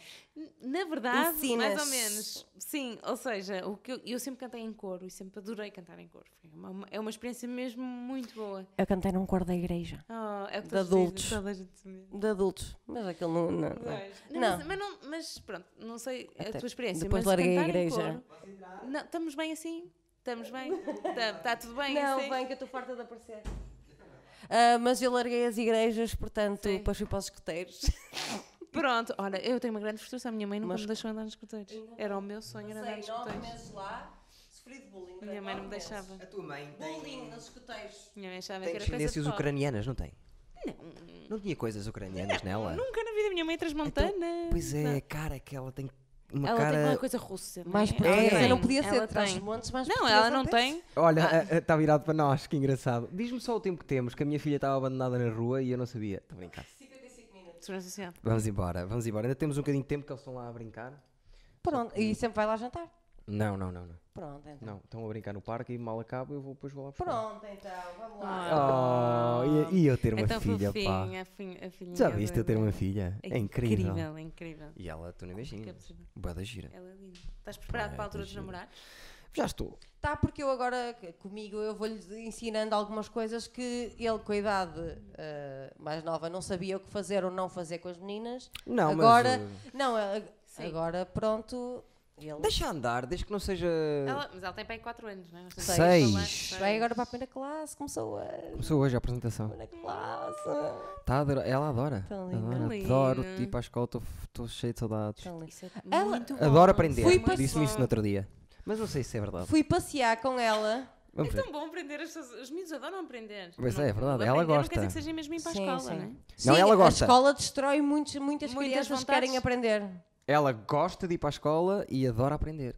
S2: Na verdade, mais ou
S3: ensinas.
S2: menos. Sim, ou seja, o que eu, eu sempre cantei em coro e sempre adorei cantar em coro. Foi uma- uma- é uma experiência mesmo muito boa.
S3: eu cantei num coro da igreja,
S2: Oh, é o que todos
S3: De
S2: dizem,
S3: adultos.
S2: toda a gente diz.
S3: de adultos, mas aquilo não... não- não.
S2: Pois.
S3: Não.
S2: Não, mas- Mas, não- mas pronto, não sei a
S3: Até
S2: tua experiência.
S3: depois
S2: mas
S3: larguei a
S2: cantar em
S3: igreja.
S2: coro- Não, estamos bem assim? Estamos bem? Está tudo bem
S3: Não,
S2: assim?
S3: bem, que eu estou farta de aparecer. Ah, mas eu larguei as igrejas, portanto,
S2: Sim.
S3: depois fui para os escuteiros.
S2: Pronto, olha, eu tenho uma grande frustração. A minha mãe nunca
S3: Mas-
S2: me deixou andar nos escuteiros. Era o meu sonho, era andar nos escuteiros.
S3: meses lá, sofri de bullying.
S2: Minha mãe não me deixava.
S1: A tua mãe
S3: Bullying nos escuteiros.
S2: Minha mãe achava
S1: tem
S2: que era coisa de
S1: descendências
S2: pobre.
S1: ucranianas, não tem? Não. Não tinha coisas ucranianas nela?
S2: Nunca na vida minha mãe é transmontana.
S1: Então, Pois é, a cara que ela tem. Uma
S2: Ela tem
S1: cara.
S2: uma coisa russa.
S3: Mais
S2: é?
S3: portuguesa.
S2: Ela tem,
S3: Não podia ser
S2: ela
S3: de trás
S2: tem.
S3: montes, mas
S2: Não,
S3: portuguesa
S2: ela não
S3: deve
S2: tem.
S1: Olha, a- a- está virado para nós, que engraçado. Diz-me só o tempo que temos, que a minha filha estava abandonada na rua e eu não sabia. Estou a brincar.
S2: Segurança social.
S1: Vamos embora, vamos embora. Ainda temos um bocadinho de tempo que eles estão lá a brincar.
S3: Pronto, e sempre vai lá jantar.
S1: Não, não, não, não.
S3: Pronto, então.
S1: Não, estão a brincar no parque e mal acabo, eu vou depois vou lá buscar.
S3: Pronto, então, vamos
S2: é.
S3: lá.
S1: Oh, e, e eu ter uma
S2: então,
S1: filha, pá.
S2: fofinha, a fi- a filhinha
S1: Já viste
S2: da-
S1: eu ter uma filha? É incrível.
S2: Incrível, incrível.
S1: E ela, tu nem
S2: Fica
S1: imaginas.
S2: possível.
S1: Boa da gira.
S2: Ela é linda. Estás preparado para a
S1: é
S2: altura dos namorados?
S1: Já estou.
S3: Tá, porque eu agora, c- comigo, eu vou-lhe ensinando algumas coisas que ele, com a idade eh, mais nova, não sabia o que fazer ou não fazer com as meninas.
S1: Não, mas,
S3: agora,
S1: eh,
S3: Não, eh,
S2: Sim.
S3: agora pronto, ele
S1: Deixa andar, desde que não seja.
S2: Ela- mas ela tem pai 4 anos, não é? Nós temos
S1: Seis.
S2: falar-
S3: vai agora para a primeira classe, começou a...
S1: Começou hoje a apresentação.
S3: Primeira classe.
S1: Tá a adorar- Ela adora.
S3: Tão linda.
S1: Adora,
S2: Tão
S1: adoro
S2: linda.
S1: tipo à escola, estou cheio de saudades.
S3: Tão lindo.
S2: Isso é
S3: Ela-
S2: muito bom.
S1: Adoro aprender.
S3: Fui para-
S1: Disse-me isso no outro dia. Mas não sei se é verdade.
S3: Então, Fui passear com ela.
S1: Vamos
S2: É
S1: ver.
S2: tão bom aprender as pessoas. Os miúdos adoram aprender.
S1: Pois
S2: Não-
S1: é, é verdade,
S2: aprender
S1: ela
S2: Não quer
S1: gosta.
S2: dizer que seja mesmo ir para a
S3: Sim,
S2: escola,
S3: sim.
S2: não é?
S1: Não, ela gosta.
S3: A escola destrói muitos,
S2: Muitas
S3: muitas, crianças que
S2: vontades.
S3: querem aprender.
S1: Ela gosta de ir para a escola e adora aprender.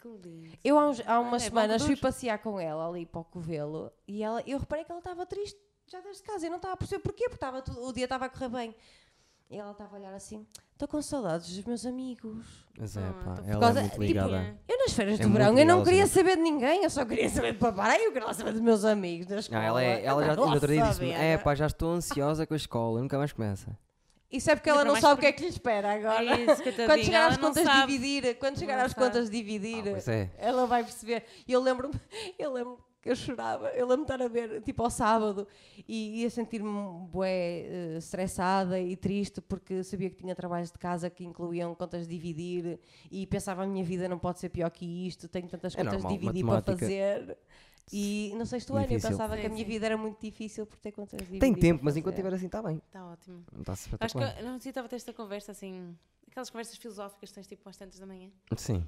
S2: que lindo.
S3: Eu há, uns- há umas
S2: é bom
S3: semanas
S2: que
S3: fui
S2: dure.
S3: passear com ela ali para o Covelo e ela, eu reparei que ela estava triste já desde casa. Eu não estava a perceber porquê, porque estava tudo- o dia estava a correr bem. E ela estava a olhar assim: estou com saudades dos meus amigos.
S1: Mas é,
S2: Ah,
S1: pá,
S2: então por
S1: ela é
S3: causa-
S1: muito
S3: tipo,
S1: ligada.
S2: é.
S3: Eu nas férias
S1: É
S3: do
S1: muito
S3: verão eu não
S1: legal,
S3: queria
S1: sim.
S3: saber de ninguém, eu só queria saber de papai, eu queria lá saber dos meus amigos. Da
S1: Não,
S3: escola.
S1: ela, é, ela já
S3: Eu não
S1: ainda outro dia
S3: quero
S1: disse-me:
S3: saber.
S1: É pá, já estou ansiosa com a escola, nunca mais começa.
S3: Isso é porque ela
S2: Ainda
S3: não
S2: para mais
S3: sabe o que é que lhe espera agora.
S2: É isso, coitadinha,
S3: quando chegar
S2: ela
S3: às
S2: não
S3: contas
S2: sabe.
S3: dividir, quando chegar
S2: Não
S3: às
S2: sabe.
S3: contas dividir,
S1: Ah, pois é.
S3: ela vai perceber. E Eu lembro-me, eu lembro que eu chorava, eu lembro-me de estar a ver, tipo, ao sábado, e ia sentir-me bué eh, estressada e triste, porque sabia que tinha trabalhos de casa que incluíam contas de dividir, e pensava, a minha vida não pode ser pior que isto, tenho tantas
S1: É
S3: contas
S1: normal,
S3: de dividir
S1: matemática.
S3: para fazer. E no sexto ano eu
S1: Difícil.
S3: pensava que a
S2: Sim,
S3: minha
S2: sim.
S3: vida era muito difícil por ter contas de dividir.
S1: Tem
S3: para
S1: tempo, mas enquanto
S3: fazer.
S1: estiver assim, está bem.
S2: Está Tá ótimo.
S1: Não está
S2: Acho
S1: espetacular.
S2: que eu não sei, estava a ter esta conversa assim, aquelas conversas filosóficas que tens tipo às tantas da manhã.
S1: Sim.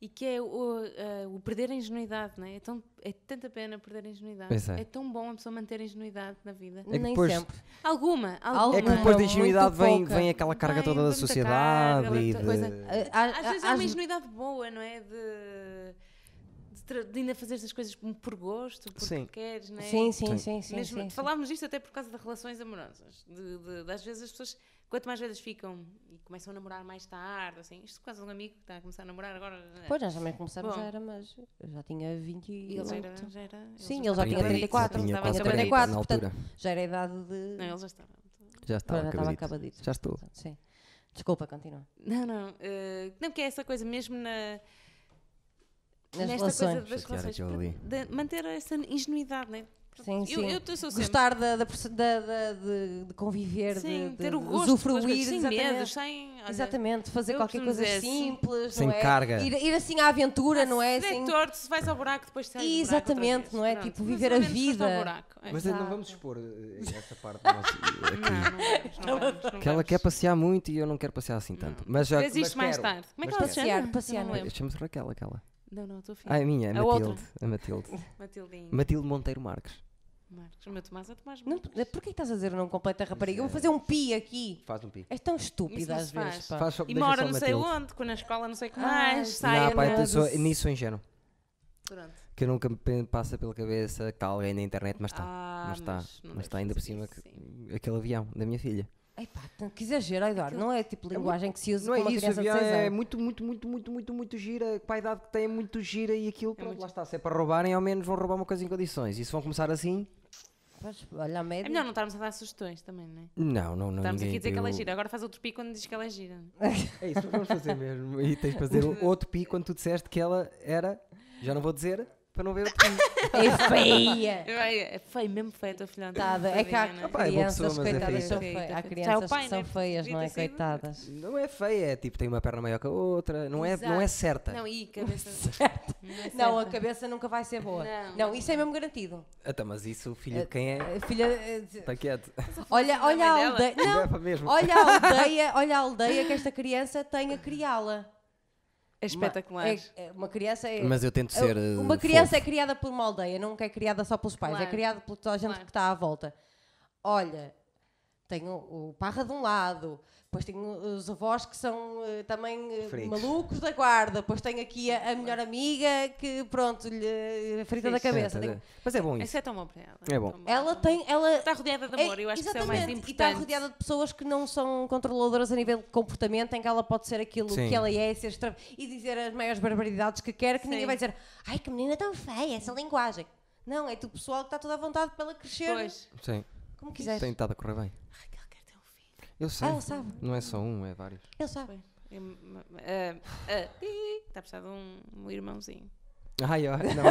S2: E que é o, ah, o perder a ingenuidade, não é? É, tão, é tanta pena perder a ingenuidade.
S1: Pois é.
S2: tão bom a pessoa manter a ingenuidade na vida.
S1: É que
S3: Nem
S1: depois-
S3: sempre.
S2: Alguma,
S1: É
S2: alguma.
S1: que depois da
S3: muito
S1: ingenuidade vem,
S3: pouca.
S1: vem aquela carga
S2: Vem
S1: toda da
S2: muita
S1: sociedade
S2: carga,
S1: e
S2: muita coisa.
S1: de.
S3: Ah, ah,
S2: Às
S3: ah,
S2: vezes é uma
S3: às-
S2: ingenuidade boa, não é? De, de, tra- de ainda fazer as coisas por gosto, porque
S1: Sim.
S2: queres, não é?
S3: Sim, sim,
S1: Sim.
S3: sim, sim.
S2: Mesmo,
S3: sim, sim.
S2: falámos disto até por causa de relações amorosas. De, de- de- às vezes as pessoas, quanto mais velhas ficam e começam a namorar mais tarde, assim, isto por causa de um amigo que está a começar a namorar agora. né?
S3: Pois, nós também começámos,
S2: Bom.
S3: já era, mas eu já tinha 20
S2: E
S3: e
S2: ele já
S3: já,
S2: era. Já era já
S3: Sim, ele já
S2: estava
S3: tinha 34,
S1: tinha
S2: estava
S1: quase
S3: já
S2: acabadito.
S1: 40 na
S3: 34,
S1: altura.
S3: já era a idade de...
S2: Não, ele já estava.
S1: Já
S3: Pronto,
S1: estava
S3: já estava
S1: acabadito.
S3: acabadito.
S1: Já estou.
S3: Portanto, Sim. Desculpa, continua.
S2: Não, não. eh, não, porque é essa coisa mesmo na.
S3: Nas
S2: nesta
S3: relações.
S2: coisa das
S1: Chatear é
S2: relações.
S1: aquilo ali.
S2: de- de manter essa ingenuidade, não é?
S3: Sim,
S2: Eu,
S3: sim.
S2: eu, eu sou sempre.
S3: Gostar da, da, perso- da- da- de, de conviver,
S2: Sim,
S3: de, de,
S2: ter o
S3: de
S2: gosto, pelas coisas,
S3: usufruir,
S2: sem
S3: exatamente.
S2: medos, sem. olha,
S3: Exatamente, fazer
S2: eu
S3: qualquer
S2: costumo
S3: coisa
S2: dizer, sim.
S3: simples,
S1: Sem
S3: não é?
S1: carga.
S3: Ir, ir assim à aventura, não é?
S2: Ah, Se
S3: Sem-
S2: der torto, se vais ao buraco, depois sai do buraco outra
S3: Exatamente,
S2: vez.
S3: não é?
S2: Pronto,
S3: Tipo,
S2: mas
S3: viver
S2: ao
S3: a
S2: menos foste ao
S3: vida.
S2: buraco. É.
S1: Mas não vamos expor eh, essa parte do nosso.
S2: Não, não vamos, não vamos, não
S1: Que ela
S2: vamos.
S1: quer passear muito e eu não quero passear assim tanto. Mas já.
S2: Fez isto mais tarde. Como
S1: mas
S2: é que ela
S1: quero.
S2: se chama?
S3: Passear, passear,
S2: Eu não
S3: não
S2: me
S3: é?
S2: lembro.
S1: Chamamos Raquel aquela.
S2: Não, não, a tua filha.
S1: Ah, é minha, é
S2: A outra.
S1: Matilde. É Matilde.
S2: Matildinha.
S1: Matilde Monteiro Marques.
S2: Marcos. O meu Tomás é o Tomás
S3: Não,
S2: Marcos.
S3: porquê que estás a dizer o nome completo da rapariga? Eu
S1: é.
S3: vou fazer um pi aqui.
S1: Faz um pico.
S3: És tão
S2: Isso
S3: estúpida
S2: não
S3: às
S2: se
S3: vezes,
S2: faz.
S3: pá.
S1: Faz só,
S2: E
S1: deixa
S2: mora
S1: só
S2: não sei
S1: Matilde.
S2: onde, quando na escola não sei o que
S3: Ai,
S2: mais, sai
S1: Não, pá,
S2: na...
S1: eu sou,
S3: do-
S1: nisso sou ingênuo.
S2: Pronto.
S1: Que eu nunca me pe- passa pela cabeça que está alguém na internet, mas está.
S2: Ah,
S1: mas está.
S2: mas não
S1: Mas está
S2: deves
S1: ainda por
S2: fazer
S1: cima
S2: isso,
S1: que- aquele avião da minha filha.
S3: Ai pá, t- que exagero, Eduardo. Não é tipo linguagem que se usa
S1: Não é
S3: com uma
S1: isso,
S3: criança de
S1: avião
S3: 6
S1: é
S3: anos.
S1: muito, muito, muito, muito, muito, muito gira. Para a idade que tem, é muito gira e aquilo. pronto,
S2: muito
S1: Lá está, se é para roubarem, ao menos vão roubar uma coisa em condições. E se vão começar assim.
S3: Pois, olha a
S2: É
S3: média.
S2: melhor não estarmos a dar sugestões também, não é?
S1: Não, não, não.
S2: Estamos aqui
S1: ninguém
S2: a dizer que ela é
S1: pediu-
S2: gira. Agora faz outro pico quando diz que ela é gira.
S1: É isso que vamos fazer mesmo. E tens de fazer o outro pi quando tu disseste que ela era. Já não vou dizer para não ver o pi.
S3: É feia.
S2: É é feio, mesmo feio a tua filha.
S3: Coitada. É que há
S2: Tadinha, não é?
S1: Pá, é boa pessoa,
S3: crianças,
S1: mas é
S3: coitadas,
S1: feia.
S3: são
S2: Feia,
S3: feias.
S2: feia.
S3: Há
S2: Já o
S3: crianças
S2: pai,
S3: que são
S2: né?
S3: feias, não é?
S2: Devia ter sido-
S3: Coitadas.
S1: Não é feia, é tipo, tem uma perna maior que a outra. Não, é, não é
S2: Exato.
S1: certa.
S2: Não, e cabeça. é
S3: Não, a
S2: certa.
S3: cabeça nunca vai ser boa.
S2: Não.
S3: Não, isso é mesmo garantido.
S1: Até, Ah, tá, mas isso, filho de quem é?
S3: A Filha, eh, de-
S1: Está quieto.
S3: olha,
S2: da
S3: olha
S2: mãe
S3: a
S2: dela.
S3: aldeia. Não,
S1: Deve é mesmo.
S3: olha a aldeia, olha a aldeia que esta criança tem a criá-la.
S2: É espetacular.
S3: É- é- uma criança é.
S1: Mas eu tento ser.
S3: Eu-
S1: eh,
S3: Uma criança é
S1: fofo.
S3: criada por uma aldeia, nunca é criada só pelos pais, é
S2: Claro.
S3: criada por toda a gente
S2: Claro.
S3: que está à volta. Olha, tenho o Parra de um lado, depois tenho os avós que são eh, também eh,
S1: Freaks.
S3: malucos da guarda, depois tenho aqui a, a melhor amiga que, pronto, lhe eh, frita da
S2: Fixe.
S3: cabeça.
S1: Certo,
S3: Tenho-
S1: é. Mas é bom isso.
S2: Isso é tão bom para ela.
S1: É bom.
S2: Tão
S3: Ela
S2: tão
S3: tem. Ela,
S2: Está rodeada de amor, eu acho que isso é o mais
S3: Exatamente,
S2: importante.
S3: E está rodeada de pessoas que não são controladoras a nível de comportamento, em que ela pode ser aquilo
S1: Sim.
S3: que ela é, ser extra... e dizer as maiores barbaridades que quer, que ninguém
S2: Sim.
S3: vai dizer, ai que menina tão feia, essa linguagem. Não, é tu pessoal que está toda à vontade para ela crescer
S2: Pois.
S1: Sim.
S3: como quiser.
S1: Tem estado a correr bem.
S2: Raquel quer ter um filho.
S1: Eu sei.
S3: Ah, ele sabe,
S1: Não é só um, é vários.
S3: ele sabe.
S2: É m- m- ah, ah, pi, Está a precisar de um, um irmãozinho.
S1: É Ai, ai, não.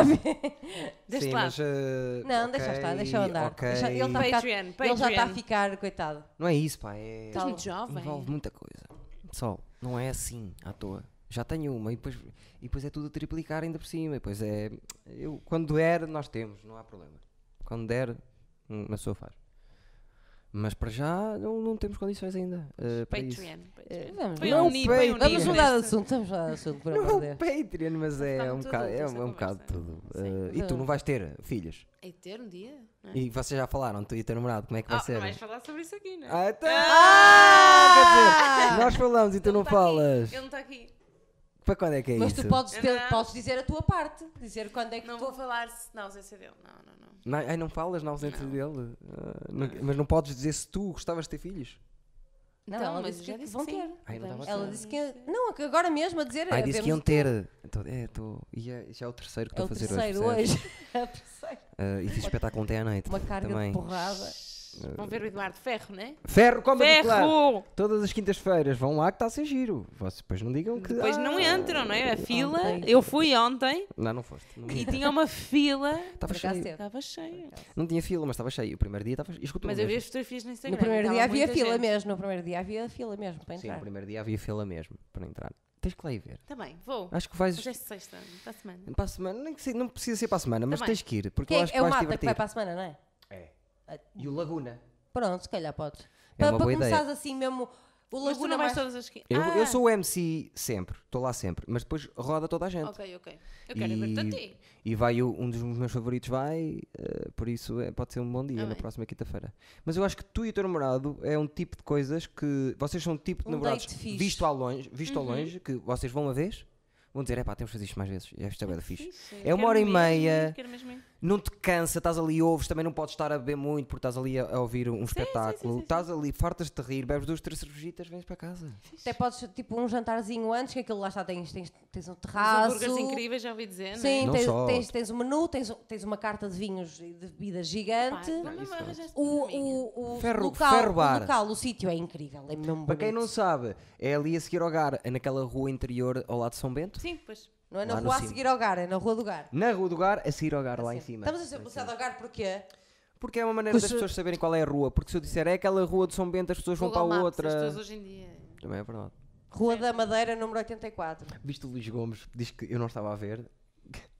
S2: Deste
S1: Sim,
S2: lado.
S1: mas. eh,
S3: Não, deixa
S1: ok,
S3: estar, deixa eu andar.
S1: ok.
S3: Deixa- ele, tá está a ficar-
S2: Patreon,
S3: ele já está a
S2: Patreon.
S3: ficar, coitado.
S1: Não é isso, pá. É...
S3: Tá.
S2: Estás muito jovem.
S1: Envolve muita coisa. Pessoal, não é assim à toa. Já tenho uma e depois, e depois é tudo a triplicar ainda por cima. E depois é. Eu, quando der, nós temos, não há problema. Quando der, uma pessoa faz. Mas para já não, não temos condições ainda. eh, para isso.
S2: Patreon. Patreon.
S3: Vamos,
S2: Foi
S1: não
S2: um nível, foi um
S1: peito.
S3: Vamos
S2: nível
S3: mudar de
S2: deste.
S3: assunto, vamos mudar de assunto, por
S1: Não é
S3: amor de
S1: um
S3: Deus.
S1: Patreon, mas é
S2: Está
S1: um
S2: muito
S1: bocado, é, um-
S2: adulta
S1: é um
S2: esta
S1: bocado
S2: conversa.
S1: tudo.
S2: Sim.
S1: Eh, e tu não vais ter filhas.
S2: É ter um dia. não é?
S1: E vocês já falaram, tu e o teu namorado, como é que vai
S2: Ah,
S1: ser?
S2: não vais falar sobre isso aqui, não é?
S1: Ah, então-
S2: Ah!
S1: Quer dizer, nós falamos e tu
S2: Ele
S1: não
S2: tá aqui,
S1: falas.
S2: Ele não está aqui.
S1: Para quando é que é
S3: Mas
S1: isso?
S3: tu podes, ter-
S2: Não.
S3: podes dizer a tua parte. Dizer quando é que
S2: Não
S3: tu.
S2: vou falar se na ausência dele. Não, não, não.
S1: Não, ai, não falas na ausência dele. Ah, não- mas não podes dizer se tu gostavas de ter filhos.
S3: Não,
S2: Então,
S3: ela
S2: mas
S3: disse
S2: já
S3: que
S2: disse
S3: vão
S2: que sim.
S3: ter.
S1: Ai, não
S2: Vamos
S1: estava a
S3: Ela
S1: saber.
S3: disse
S2: é-
S3: que. Não, agora mesmo a dizer.
S1: Ai, disse que iam
S3: vemos-
S1: ter. Então, é, tô, e é, isso é o terceiro que estou
S3: É o
S1: a fazer
S3: terceiro
S1: hoje. percebes?
S3: hoje. É o terceiro.
S1: Ah, e fiz espetáculo ontem à noite.
S3: Uma carga
S1: também.
S3: de porrada.
S2: Vão ver o Eduardo Ferro, né?
S1: Ferro, como é claro.
S2: Ferro!
S1: Todas as quintas-feiras vão lá que está a ser giro. Vocês depois não digam que.
S2: Depois não
S1: ah,
S2: entram, não é? A fila.
S3: Ontem.
S2: Eu fui ontem
S1: Não, não foste. Não,
S2: e tinha uma fila.
S1: estava
S3: Por acaso
S1: cheio.
S3: teve.
S2: Estava cheia.
S1: Não tinha fila, mas estava cheio. O primeiro dia estava cheio.
S2: Mas eu vi as fotografias no Instagram.
S3: No primeiro dia
S2: estava
S3: havia
S2: muita
S3: fila
S2: gente.
S3: mesmo. No primeiro dia havia fila mesmo para
S1: Sim, no
S3: entrar.
S1: primeiro dia havia fila mesmo para entrar. Tens que lá ir ver.
S2: Também, Tá vou.
S1: Acho que vais.
S2: Hoje é sexta, para a semana.
S1: Para a semana, nem que se- não precisa ser para a semana, mas
S2: Também.
S1: tens que ir, porque
S3: Quem
S1: eu
S3: é,
S1: acho que
S3: é o
S1: vais
S3: Mata que
S1: divertir.
S3: vai para a semana, não é?
S1: E o Laguna.
S3: Pronto, se calhar podes.
S1: É
S3: para
S1: uma
S3: para
S1: boa ideia.
S3: começares assim mesmo. O
S2: Mas tu
S3: Laguna
S2: não
S3: mais...
S2: vais todas as Ah, quintas.
S1: Eu,
S3: Ah.
S1: eu sou o MC sempre, estou lá sempre, mas depois roda toda a gente.
S2: Ok, ok. Eu quero
S1: um e,
S2: ver-te a ti.
S1: E vai o- um dos meus favoritos, vai, eh, por isso é- pode ser um bom dia
S2: Ah,
S1: na
S2: bem.
S1: próxima quinta-feira. Mas eu acho que tu e o teu namorado é um tipo de coisas que vocês são um tipo de
S3: Um
S1: namorados
S3: date fixe. Uhum.
S1: visto, ao longe, visto ao longe, que vocês vão uma vez, vão dizer, é pá, temos que fazer isto mais vezes, esta é bela fixe.
S2: Fixe,
S1: É uma
S2: quero
S1: hora e
S2: mesmo,
S1: meia.
S2: Quero mesmo ir.
S1: não te cansa, estás ali, ouves, também não podes estar a beber muito porque estás ali a, a ouvir um espetáculo,
S2: sim, sim,
S1: estás ali, fartas-te de rir, bebes duas, três cervejitas, vens para casa.
S3: Até podes, tipo, um jantarzinho antes, que aquilo lá está, tens, tens, tens um
S1: Ah,
S2: Os
S3: terraço.
S2: hambúrgueres incríveis, é? já ouvi dizer,
S3: Sim,
S1: Não
S3: tens,
S1: só.
S3: tens, tens um menu, tens, um- tens uma carta de vinhos e de bebida
S2: não é?
S3: gigante.
S2: Pá, vamos
S1: isso não.
S2: arranjar esta
S3: o,
S2: caminha.
S3: o, o
S1: Ferro-
S3: local,
S1: ferro
S3: o
S1: bar.
S3: local, o sítio é incrível. É mesmo
S1: Para quem
S3: bonito.
S1: não sabe, é ali a seguir ao Gar, é naquela rua interior ao lado de São Bento.
S2: Sim, pois.
S3: Não é na
S1: Lá no
S3: rua a
S1: cimo.
S3: seguir ao Gar, é na rua do Gar.
S1: Na rua do Gar, a seguir ao Gar, lá em
S3: Sim.
S1: cima.
S3: Estamos a ser publicidade ao Gar porquê?
S1: Porque é uma maneira
S3: Pois
S1: das
S3: se-
S1: pessoas saberem qual é a rua, porque se eu disser é aquela rua de São Bento, as pessoas vão
S2: Google
S1: para a
S2: Maps,
S1: outra.
S2: As pessoas hoje em dia.
S1: Também é verdade.
S3: Rua da Madeira, número 84.
S1: Viste o Luís Gomes, diz que eu não estava a ver.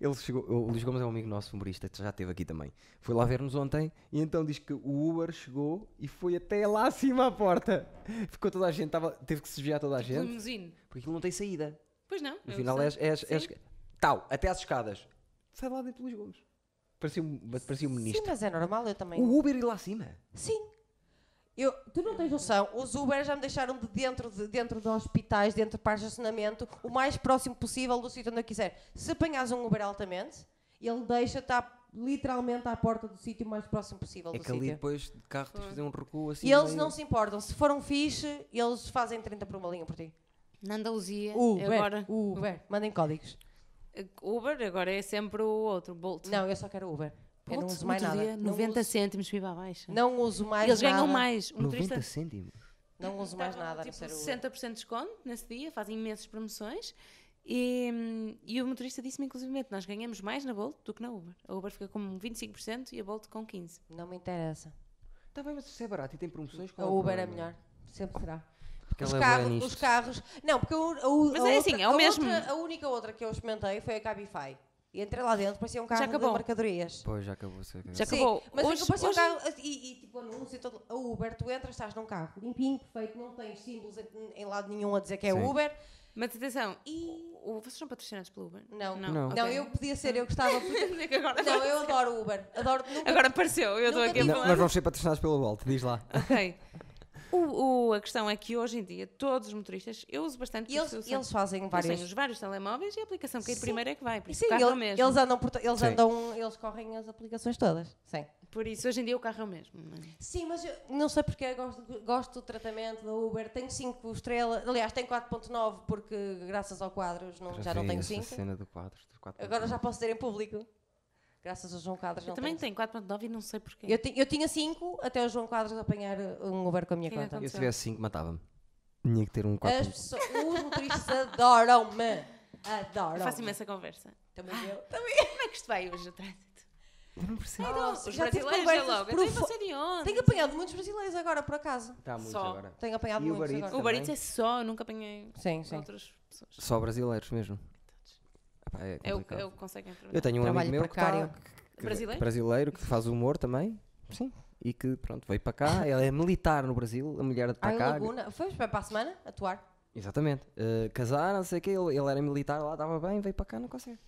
S1: Ele chegou, o Luís Gomes é um amigo nosso, humorista, que já esteve aqui também. Foi lá ver-nos ontem e então diz que o Uber chegou e foi até lá acima à porta. Ficou toda a gente, tava- teve que se desviar toda
S3: Tipo,
S1: a gente,
S2: Limusine.
S3: um-
S1: porque aquilo não tem saída.
S2: um Pois não.
S1: No
S2: eu
S1: final é-
S2: sei.
S1: és, és, és-
S2: Sim.
S1: Tal, até às escadas. Sai lá dentro do Luís Gomes. Parecia um, parecia um
S3: Sim,
S1: ministro.
S3: mas é normal, eu também.
S1: o Uber ir lá acima.
S3: Sim. Eu, tu não tens noção, os Uber já me deixaram de dentro de, dentro de hospitais, dentro de parques de estacionamento, o mais próximo possível do sítio onde eu quiser. Se apanhares um Uber altamente, ele deixa-te à- literalmente à porta do sítio mais próximo possível
S1: É
S3: do
S1: que ali
S3: sítio.
S1: depois de carro tens de fazer um recuo assim.
S3: E eles
S1: meio-
S3: não se importam. Se for um fixe, eles fazem 30 por uma linha por ti.
S2: Na Andaluzia,
S1: Uh,
S3: Uber,
S2: agora.
S3: Uber, mandem códigos.
S2: Uber agora é sempre o outro, Bolt.
S3: Não, eu só quero Uber. Eu não
S2: Bolt,
S3: uso mais
S2: outro
S3: nada.
S2: dia,
S3: não,
S2: 90
S3: uso,
S2: cêntimos, viva a baixa.
S3: não uso mais
S2: Eles ganham
S3: nada.
S2: mais. O
S1: 90
S2: motorista
S1: cêntimos.
S3: Não uso mais
S2: Estavam,
S3: nada a não
S2: tipo,
S3: ser Uber.
S2: 60% de desconto nesse dia, fazem imensas promoções. E, hum, e o motorista disse-me, inclusive, nós ganhamos mais na Bolt do que na Uber. A Uber fica com 25% e a Bolt com 15%.
S3: Não me interessa.
S1: Está bem, mas se é barato e tem promoções,
S3: A
S2: Tá
S1: qual o
S3: Uber é
S1: problema?
S3: melhor. Sempre será.
S1: Porque
S3: Os
S1: ela é boa
S3: carros,
S1: nisto.
S3: os carros. Não, porque a, u- a, u-
S2: Mas
S3: a
S2: é
S3: outra-
S2: assim, é o
S3: a
S2: mesmo.
S3: outra- a única outra que eu experimentei foi a Cabify. E entrei lá dentro, parecia um
S2: Já
S3: carro de
S2: acabou.
S3: mercadorias.
S1: Pois, já acabou. sei que-
S2: Já acabou.
S3: Sim, mas
S2: Hoje-
S3: hoje, parecia
S2: hoje-
S3: um carro. assim, E, e tipo, anúncio e todo. A Uber, tu entras, estás num carro limpinho, perfeito, não tens símbolos em, em lado nenhum a dizer que é
S1: Sim.
S3: Uber.
S2: Mas atenção, o- vocês são patrocinados pelo Uber?
S3: Não,
S2: não.
S1: Não.
S3: não.
S2: ok.
S3: eu podia ser, eu gostava. porque-
S2: É que agora,
S3: não, eu adoro Uber. Adoro. Nunca,
S2: agora apareceu, eu estou
S3: Nunca
S2: aqui a
S3: tive- um
S1: Não,
S2: falar.
S1: nós vamos ser patrocinados pela Bolt, diz lá.
S2: Ok. O- o- a questão é que hoje em dia todos os motoristas, eu uso bastante
S3: e eles,
S2: porque eu sei-
S3: eles fazem
S2: eu tenho
S3: vários.
S2: os vários telemóveis e a aplicação que é
S3: Sim.
S2: primeiro é que vai, por isso
S3: Sim,
S2: o carro é o
S3: ele-
S2: mesmo.
S3: eles andam, por to- eles
S1: Sim.
S3: andam, eles correm as aplicações todas. Sim.
S2: Por isso hoje em dia o carro é o mesmo. não é?
S3: Sim, mas eu não sei porque eu gosto, gosto do tratamento da Uber. Tenho 5 estrelas. Aliás, tenho 4.9 porque graças ao quadros não- já não
S1: vi
S3: tenho
S1: essa
S3: 5.
S1: cena do quadro, do quadro.
S3: Agora já posso dizer em público. Graças ao João Quadros
S2: Eu
S3: não
S2: também
S3: tenho.
S2: tenho 4.9 e não sei porquê.
S3: Eu, ti- eu tinha 5 até o João Quadros apanhar um Uber com a minha
S2: Quem é que
S3: conta.
S1: Eu se tivesse 5, matava-me. Tinha que ter um 4.
S3: As pessoas, os motoristas adoram-me. Adoram.
S2: Eu faço imensa conversa.
S3: Também eu.
S2: Como é que isto vai hoje o trânsito?
S1: Eu não percebo.
S3: Então,
S2: Os
S3: já tive
S2: brasileiros é
S3: conversas
S2: logo.
S3: por
S2: Então, e
S3: fo-
S2: você de onde?
S3: Tenho apanhado muitos brasileiros agora, por acaso.
S1: Está Tá muito
S2: Só.
S1: agora.
S3: Tenho apanhado
S1: E o
S3: muitos
S1: Uber Eats
S3: agora.
S2: O Uber Eats
S1: também.
S2: é só, eu nunca apanhei
S3: Sim, sim.
S2: outras pessoas.
S1: Só brasileiros mesmo. Epá, é
S2: É o que
S1: complicado.
S2: é o que conseguem trabalhar.
S1: Eu tenho um
S3: Trabalho
S1: amigo meu que, tá,
S3: precário.
S1: que- que-
S2: Brasileiro?
S1: brasileiro que faz humor também. Sim. E que, pronto, veio para cá. Ele é militar no Brasil. A mulher
S3: Ah,
S1: está
S3: em
S1: cá.
S3: Laguna. Foi para a semana atuar.
S1: Exatamente. Uh, casar, não sei o quê. Ele, ele era militar lá, estava bem, veio para cá, não consegue.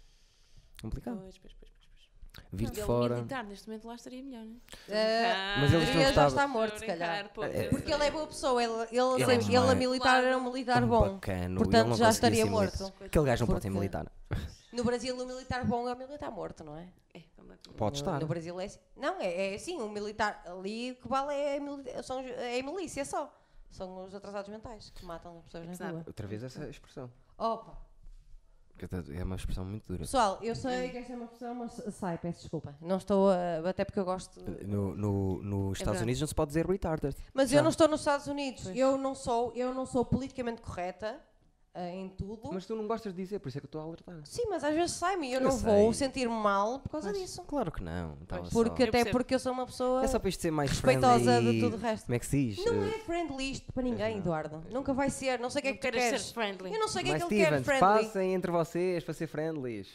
S1: Complicado.
S2: Pois, pois, pois, pois, pois.
S1: vir de
S2: ele
S1: fora.
S2: militar, neste momento lá estaria melhor, né? não
S3: Ah,
S1: Mas eles não
S3: Ele já
S1: estavam-
S3: está morto, se calhar.
S2: um
S3: Porque ele é boa pessoa, ele, ele,
S1: Ele é
S3: ele
S1: mau.
S3: a militar era um militar
S1: Um
S3: bom.
S1: bacano,
S3: Portanto,
S1: ele não
S3: já
S1: conseguia
S3: estaria
S1: ser militar.
S3: morto.
S1: Aquele gajo não pode ser
S3: Porque-
S1: militar.
S3: No Brasil, o militar bom é o militar morto, não é?
S2: É, completamente.
S1: Pode
S3: No,
S1: estar.
S3: no Brasil é assim. Não, é, é assim, o militar ali o que vale é, a mili- são, os- é a milícia só. São os atrasados mentais que matam as pessoas na
S2: Exato.
S3: rua.
S1: Outra vez essa expressão.
S3: Opa!
S1: que É uma expressão muito dura.
S3: Pessoal, eu sei que esta é uma pessoa, mas sai, peço desculpa. Não estou a. Até porque eu gosto.
S1: No, no- nos Estados
S2: verdade.
S1: Unidos não se pode dizer retarded.
S3: Mas eu
S1: Sabe?
S3: não estou nos Estados Unidos. Eu não sou, eu não sou politicamente correta eh, em tudo.
S1: Mas tu não gostas de dizer, por isso é que eu estou a alertar.
S3: Sim, mas às vezes sai-me e eu,
S1: Eu
S3: não
S1: sei.
S3: vou sentir-me mal por causa
S1: Mas
S3: disso.
S1: Claro que não. estava
S3: Porque
S1: só-
S2: Eu
S3: até
S2: percebo.
S3: porque eu sou uma pessoa.
S1: É só para isto ser mais
S3: Respeitosa
S1: friendly.
S3: de tudo o resto.
S1: Como é que se diz?
S3: Não
S1: Eh,
S3: é friendly isto para ninguém, Eduardo. Nunca vai ser. Não sei o que é
S2: Não
S3: que tu
S2: queres ser
S3: queres.
S2: friendly.
S3: Eu não sei o que é
S1: Mas
S3: que ele quer
S1: Stevens,
S3: friendly.
S1: passem entre vocês para ser friendlies.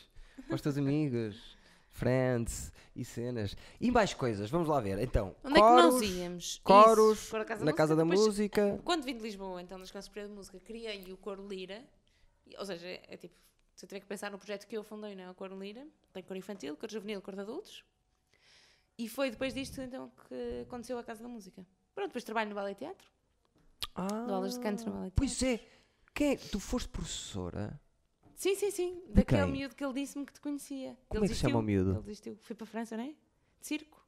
S1: Para os teus amigos, friends e cenas. E mais coisas, vamos lá ver. Então,
S2: Onde é que
S1: coros,
S2: nós íamos?
S1: Coros,
S2: Isso, coro Casa da
S1: na
S2: Música,
S1: Casa da
S2: depois-
S1: Música.
S2: Quando vim de Lisboa, então, nas classes superiores de música, criei o Coro Lira. E, Ou seja, é, é tipo, se eu tiver que pensar no projeto que eu fundei, não é? O Coro Lira. Tem coro infantil, coro juvenil, coro de adultos. E foi depois disto, então, que aconteceu a Casa da Música. Pronto, depois trabalho no Ballet Teatro.
S1: Ah,
S2: Dou aulas de canto no Ballet Teatro.
S1: Pois é. Quem é- Tu foste professora?
S2: Sim, sim, sim. Daquele
S1: quem?
S2: miúdo que ele disse-me que te conhecia.
S1: Como é que se chama o miúdo?
S2: Ele desistiu. Foi para a França, não é? De circo.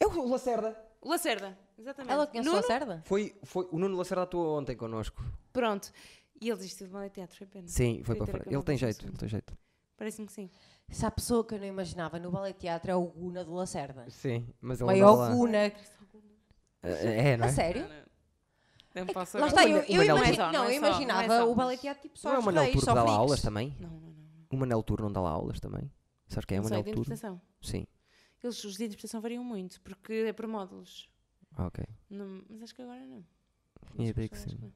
S1: É o Lacerda.
S2: O Lacerda, exatamente.
S3: Ela conhece
S2: Nuno?
S3: a Cerda?
S1: Foi, foi, o Nuno Lacerda atuou ontem connosco.
S2: Pronto. E ele desistiu do Ballet Teatro, foi pena.
S1: Sim, foi
S2: Queria
S1: para
S2: ter
S1: fora.
S2: acabado
S1: Ele tem
S2: com
S1: jeito,
S2: isso.
S1: ele tem jeito.
S2: Parece-me que sim.
S3: Essa pessoa que eu não imaginava no ballet teatro é o Guna do Lacerda.
S1: Sim, mas ele anda
S3: Maior
S1: lá.
S3: Guna.
S1: É, é, não
S3: A
S1: é?
S3: sério?
S2: Não posso
S3: Lá está,
S1: Uma-
S3: eu,
S1: uma
S3: eu,
S1: Nel
S3: imagi-
S2: Turco.
S3: não,
S2: Não
S3: eu
S2: é só- não é
S3: imaginava
S2: só,
S3: o
S2: mas-
S3: ballet teatro tipo só
S1: Não é o
S3: os
S1: Manel
S3: reis,
S1: Tour que
S3: só
S1: dá lá
S3: freaks.
S1: aulas também?
S2: Não, não, não.
S1: O Manel Tour não dá lá aulas também? Sabes quem é o
S2: não sei,
S1: Manel
S2: de
S1: Tour?
S2: interpretação.
S1: Sim.
S2: Eles, os de interpretação variam muito, porque é por módulos.
S1: Ah, ok.
S2: Não- mas acho que agora não.
S1: Ia
S2: Mas
S1: dizer que
S2: acho
S1: sim.
S2: não.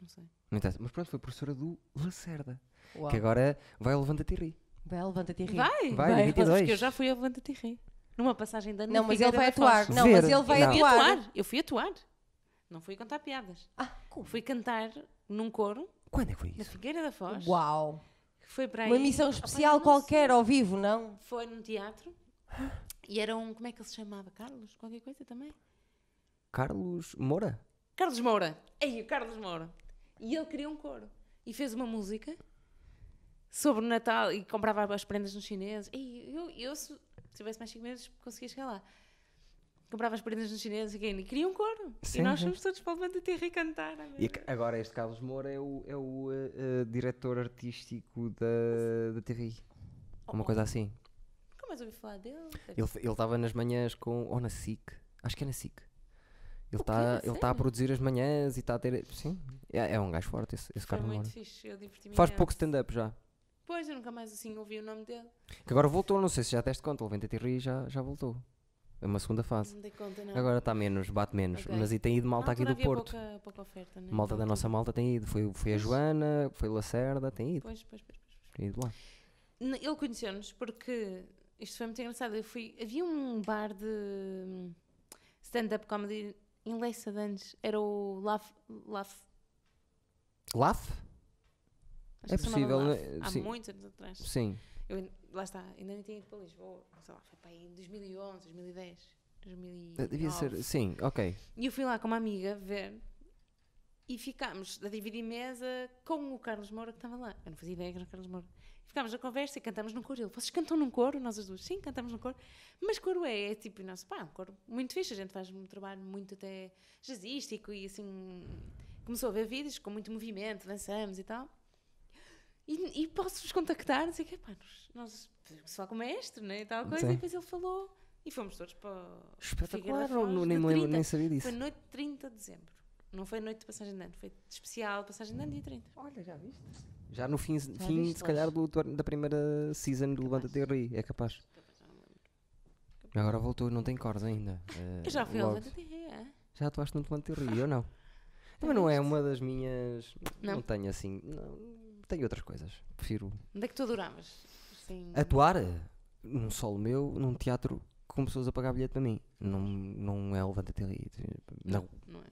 S2: Não sei.
S1: Não interessa. Mas pronto, foi professora do Lacerda.
S3: Uau.
S1: Que agora vai ao Levanta Tiri.
S3: Vai, levanta-te e ri.
S2: Vai!
S1: Vai, dia
S2: Mas
S1: 22.
S2: Porque eu já fui ao Levanta-te e Ri. Numa passagem da Ana
S3: Não, mas ele
S2: Figueira
S3: vai
S2: da Foz.
S3: atuar. Não,
S1: Ver.
S3: mas ele vai
S1: Não.
S2: Eu fui
S3: atuar.
S2: atuar. Eu fui atuar. Não fui contar piadas.
S3: Ah, como?
S2: Fui cantar num coro
S1: Quando é que foi
S2: da
S1: isso?
S2: Figueira da Foz.
S3: Uau.
S2: Que foi para aí.
S3: Uma missão
S2: Opa, eu
S3: especial
S2: não
S3: qualquer ao vivo, não?
S2: Foi num teatro. E era um. Como é que ele se chamava? Carlos? Qualquer coisa também?
S1: Carlos Moura?
S2: Carlos Moura. Ei, o Carlos Moura. E ele queria um coro. E fez uma música sobre o Natal e comprava as prendas nos chineses. Ei, eu, eu se tivesse mais 5 meses, conseguia chegar lá. Comprava as prendas nos chineses e quem- e queria um coro.
S1: Sim,
S2: e nós
S1: sim.
S2: fomos todos para o Levanta Terra e cantar. é
S1: E ac- agora este Carlos Moura é o, é o eh, eh, diretor artístico da, da TVI.
S2: Oh,
S1: Uma coisa assim.
S2: Como mais ouvi falar dele?
S1: Ele é fe- ele estava nas manhãs com. Ou na SIC. Acho que é na SIC. Ele
S2: A
S1: está ele tá a
S2: sério?
S1: produzir as manhãs e está a ter. Sim, é, é um gajo forte esse, esse
S2: Foi
S1: Carlos
S2: muito
S1: Moura.
S2: fixe, eu diverti-me.
S1: Faz
S2: imenso.
S1: pouco stand-up já.
S2: Pois, eu nunca mais assim ouvi o nome dele.
S1: Que agora voltou, não sei se já deste conta. O Venta Tirri já, já voltou. É uma segunda fase.
S2: Não dei conta, não.
S1: Agora está menos, bate menos.
S2: Ok.
S1: Mas e tem ido
S2: Na
S1: malta aqui
S2: altura
S1: do
S2: havia
S1: Porto.
S2: Pouca, pouca oferta, né?
S1: Malta da
S2: Na
S1: nossa
S2: altura.
S1: malta tem ido. Foi, foi a
S2: Pois.
S1: Joana, foi o Lacerda, tem ido.
S2: Pois, pois, pois. pois.
S1: Tem ido lá.
S2: N- Ele conheceu-nos porque isto foi muito engraçado. Eu fui, havia um bar de hum, stand-up comedy em Leça de Anjos. Era o Laf. Laf
S1: Laf?
S2: acho
S1: É
S2: que se chamava
S1: possível, né?
S2: Laf, Há
S1: Sim.
S2: muitos anos atrás.
S1: Sim.
S2: Eu ain- lá está, ainda nem tinha ido para Lisboa. Sei lá, foi para aí em 2011, 2010. 2009.
S1: Devia ser. Sim, ok.
S2: E eu fui lá com uma amiga ver e ficámos a dividir mesa com o Carlos Moura que estava lá. Eu não fazia ideia que era o Carlos Moura. Ficámos na conversa e cantamos num coro. Ele, vocês cantam num coro? Nós as duas, sim, cantamos num coro. Mas coro é, é tipo, nosso, pá, é um coro muito fixe. A gente faz um trabalho muito até jazzístico e assim. Começou a ver vídeos com muito movimento, dançamos e tal. E, e posso-vos contactar? Não sei o que, pá, nós, nós podemos falar com o mestre, né? E tal coisa.
S1: Sim.
S2: E depois ele falou. E fomos todos para. o- Figueira da
S1: Espetacular,
S2: Foz,
S1: não, nem,
S2: na
S1: me lembro,
S2: 30.
S1: nem sabia disso.
S2: Foi noite de 30 de dezembro. Não foi noite de passagem de ano, foi de especial de passagem de ano dia 30.
S3: Olha, já viste?
S1: Já no fim, fim
S3: viste,
S1: se calhar,
S3: Laf?
S1: do, do- da primeira season do Levanta Terri, é capaz. Agora voltou, não tem corda ainda.
S2: Eu já fui é,
S1: ao
S2: ao Levanta Terra.
S1: Já atuaste no Levanta Terri, eu não. Mas não é uma das minhas. Não,
S2: Não.
S1: tenho assim. Não, tenho outras coisas. Prefiro
S2: Onde é que tu adoravas? Assim,
S1: atuar num solo meu, num teatro com pessoas a pagar bilhete para mim. Não, não é o Levanta Terri. Não.
S2: não é?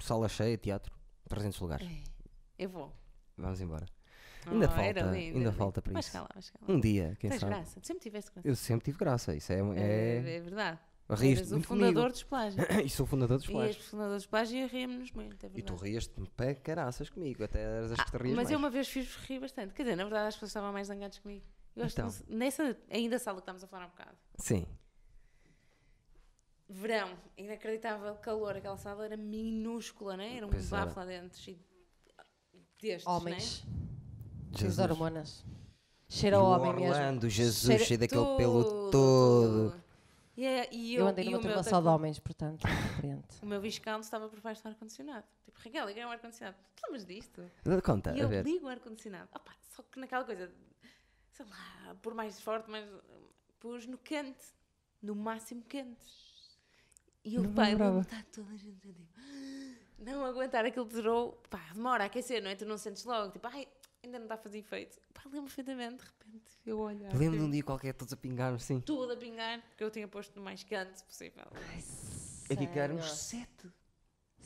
S1: Sala cheia, teatro, 300 lugares.
S2: É, Eu vou.
S1: Vamos embora. Ainda
S2: Oh,
S1: falta,
S2: era lindo,
S1: ainda
S2: era lindo.
S1: falta para
S2: Vais
S1: isso.
S2: chegar lá, vais chegar lá.
S1: Um dia, quem
S2: Tens
S1: sabe.
S2: graça. Tu sempre tiveste graça.
S1: Eu sempre tive graça, isso é.
S2: É,
S1: é...
S2: é verdade.
S1: Rias-te
S2: Eras o
S1: muito
S2: fundador
S1: comigo.
S2: dos plágios.
S1: E sou o fundador dos
S2: E as
S1: pais.
S2: fundadoras de página ríamos muito, é
S1: E tu
S2: verdade.
S1: rias-te para caraças comigo, até eras as que te
S2: Ah,
S1: rias
S2: mas
S1: mais.
S2: eu uma vez fiz rir bastante. Quer dizer, na verdade as pessoas estavam mais zangadas comigo. Eu acho que
S1: Então.
S2: não se- nessa ainda sala que estávamos a falar há bocado.
S1: Sim.
S2: Verão, inacreditável calor, aquela sala era minúscula, né? Era um
S1: Pois era.
S2: bafo lá dentro. cheio Destes, né?
S3: Homens. Os
S1: Jesus.
S3: hormonas.
S1: E
S3: Cheira
S1: o
S3: a homem mesmo.
S1: Orlando, Jesus,
S2: Cheira-
S1: cheio daquele pelo
S2: tudo,
S1: todo.
S2: tudo. E, é- e eu,
S3: Eu andei
S2: e
S3: numa
S2: o meu
S3: turma
S2: da
S3: só de
S2: cor-
S3: homens, portanto, é diferente.
S2: O meu viscão estava por baixo do ar-condicionado. Tipo, Raquel, liguei o ar-condicionado. Tu te lembras disto?
S1: Dá Conta,
S2: E
S1: Tá, a
S2: eu
S1: ver.
S2: ligo o ar-condicionado. Opa, Só que naquela coisa, sei lá, por mais forte, mais. pus no quente. No máximo quente. E eu,
S3: Não me
S2: pá, eu
S3: lembrava.
S2: lembro-me de estar toda a gente a dizer, Não aguentar aquilo durou. Pá, demora a aquecer, não é? Tu não sentes logo. Tipo, ai, ainda não está a fazer efeito. Pá, lembro perfeitamente, de repente, eu olhar.
S1: Lembro de um
S2: tipo,
S1: dia qualquer, todos a pingar-me assim.
S2: Tudo a pingar, porque eu tinha posto no mais quente possível.
S1: É que éramos
S3: Senhor.
S1: sete.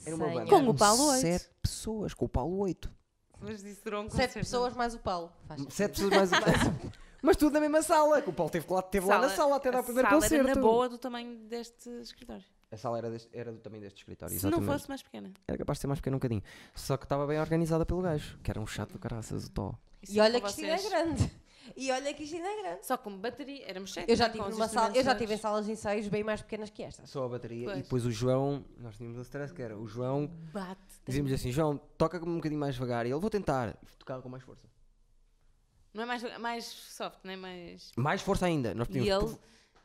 S1: Era uma banda.
S3: Com
S1: eram
S3: o Paulo 8.
S1: Sete pessoas, com o Paulo 8.
S2: Mas isso durou um
S3: Sete
S2: concerto.
S3: pessoas mais o Paulo. Faz
S1: Hum, Sete pessoas mais uma. Mas tudo na mesma sala, que o Paulo teve lá, teve Tipo, lá na sala até
S2: a
S1: dar o primeiro
S2: sala
S1: concerto.
S2: Era na boa do tamanho deste escritório.
S1: A sala era, deste, era do tamanho deste escritório,
S2: Se não
S1: exatamente.
S2: fosse mais pequena.
S1: Era capaz de ser mais pequeno um bocadinho. Só que estava bem organizada pelo gajo, que era um chato do caraças, o Tó.
S3: E olha que isto ainda é grande. E olha que isto ainda é grande.
S2: Só com bateria, éramos sete.
S3: Eu já
S2: não é?
S3: tive,
S2: Com os
S3: numa sala, eu já tive em
S2: instrumentos
S3: salas de ensaios bem mais pequenas que esta.
S1: Só a bateria e
S2: Pois.
S1: depois o João, nós tínhamos um stress que era o João,
S2: todos. Bate.
S1: dizíamos assim, João, toca um bocadinho mais devagar e ele, vou tentar, e tocava com mais força.
S2: Não é mais, mais soft, não é mais.
S1: Mais força ainda, nós
S2: E
S1: pedimos,
S2: ele.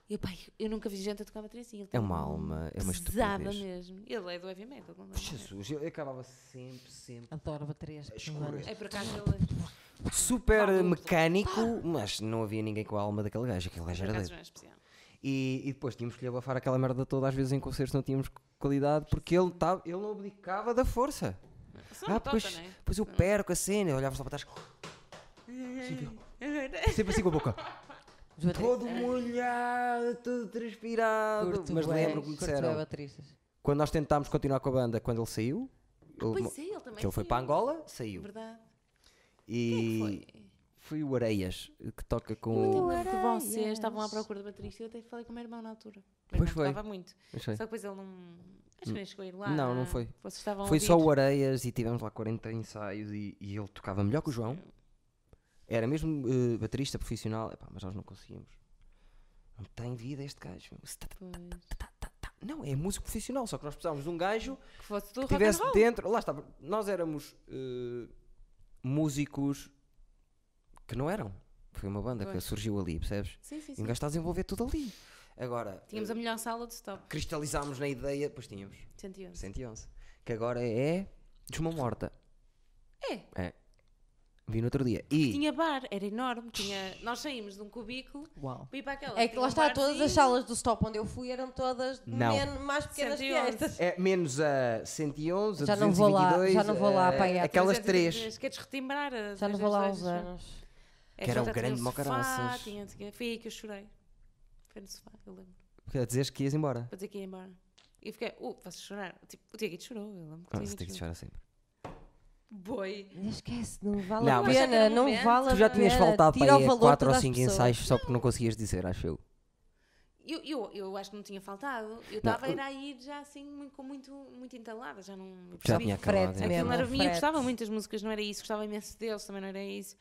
S2: Eu, pá, eu nunca vi gente a tocar bateria assim. Ele
S1: um é
S2: tem
S1: uma alma, é uma
S2: pesada
S1: estupidez.
S2: mesmo. Ele é do heavy metal. não é?
S1: Jesus, eu acabava sempre, sempre
S3: Adoro baterias.
S1: Escuras.
S2: É por acaso ele.
S1: super
S2: Pá,
S1: mecânico, mas não havia ninguém com a alma daquele gajo, aquele gajo
S2: Por
S1: era
S2: acaso
S1: doido.
S2: não é especial.
S1: E, e depois tínhamos que lhe abafar aquela merda toda, às vezes em concertos não tínhamos qualidade, porque ele, tava, ele não abdicava da força.
S2: Só não toca,
S1: depois,
S2: não é?
S1: depois Ah, eu perco a cena, eu olhava só para trás, sempre assim com a boca, todo molhado, todo transpirado. mas lembro-me que disseram,
S3: bateristas.
S1: quando nós tentámos continuar com a banda, quando ele saiu, ele,
S2: Pois é, ele também.
S1: que ele foi
S2: saiu.
S1: para Angola, saiu.
S2: Verdade. é
S1: E
S2: Foi.
S1: foi o Areias que toca
S2: Eu até
S1: com.
S2: me lembro que
S3: Areias.
S2: vocês estavam à procura de baterista. Eu até falei com o meu irmão na altura.
S1: Pois
S2: Mas não
S1: foi.
S2: tocava muito.
S1: Não sei.
S2: Só que depois ele não. Acho que nem chegou a ir lá.
S1: Não, não foi.
S2: Vocês estavam a
S1: Foi só
S2: ouvir.
S1: o Areias e tivemos lá 40 ensaios e, e ele tocava melhor que o João. Era mesmo eh, baterista profissional, epá, mas nós não conseguimos. Não tem vida este gajo. meu. Se tá- tá-
S2: Pois.
S1: tá- tá- tá. Não, é músico profissional, só que nós precisávamos de um gajo
S2: Que fosse do
S1: que
S2: rock and
S1: estivesse
S2: roll.
S1: dentro. Lá está, nós éramos eh, músicos que não eram. Foi uma banda que
S2: Pois.
S1: surgiu ali, percebes?
S2: Sim, sim,
S1: E um
S2: sim.
S1: gajo está a desenvolver tudo ali. Agora,
S2: Tínhamos a melhor sala de stop.
S1: cristalizámos na ideia, pois tínhamos
S2: 111.
S1: 111, que agora é Desma Morta.
S2: É.
S1: Vi no outro dia. E
S2: Tinha bar, era enorme. Tinha... Nós saímos de um cubículo
S3: Uau.
S2: para ir para aquela.
S3: É que
S2: tinha
S3: lá
S2: um
S3: está, todas as
S2: barzinho.
S3: salas do stop onde eu fui eram todas
S1: Não.
S3: men- mais pequenas que
S2: 111.
S3: estas.
S1: é menos a 111, a
S3: Já não vou lá,
S1: 222,
S3: já não vou lá
S1: eh,
S3: apanhar.
S1: aquelas três.
S2: 323, Queres retimbrar? as
S3: Já não
S2: dois,
S3: vou lá há
S2: dois,
S3: uns
S2: dois, dois.
S3: anos.
S2: É,
S1: Que era
S2: já
S1: um
S2: tinha
S1: grande
S2: sofá,
S1: mocaraças.
S2: tinha não sei o quê. Foi aí que eu chorei. Foi no sofá, eu lembro.
S1: A dizeres que ias embora.
S2: Para dizer que ia embora. E eu fiquei, uh, posso chorar? Tipo, o Tiaguito chorou, eu lembro que
S1: Ah,
S2: o
S1: se tem que
S2: Tiaguito chorou.
S1: chorar sempre.
S2: Boi.
S3: Esquece, não vale
S1: Não,
S3: a
S1: mas-
S3: pena,
S2: Tu
S3: não
S2: já
S3: vale a pena.
S1: Tu já tinhas faltado
S3: eh, Tira
S1: para
S3: o
S1: aí a
S3: valor
S1: 4
S3: todo
S1: ou
S3: às
S1: 5
S3: pessoas.
S1: ensaios só porque não conseguias dizer, acho eu.
S2: Eu, eu, eu acho que não tinha faltado. Eu estava a ir a ir já assim, muito, com muito, muito entalada, já não. eu
S1: Já
S2: percebi.
S1: tinha
S3: Fred,
S1: acabado.
S3: mesmo.
S2: Aquilo
S1: é.
S2: era minha, eu
S3: Fred.
S2: gostava muito das músicas, não era isso, gostava imenso deles, também não era isso.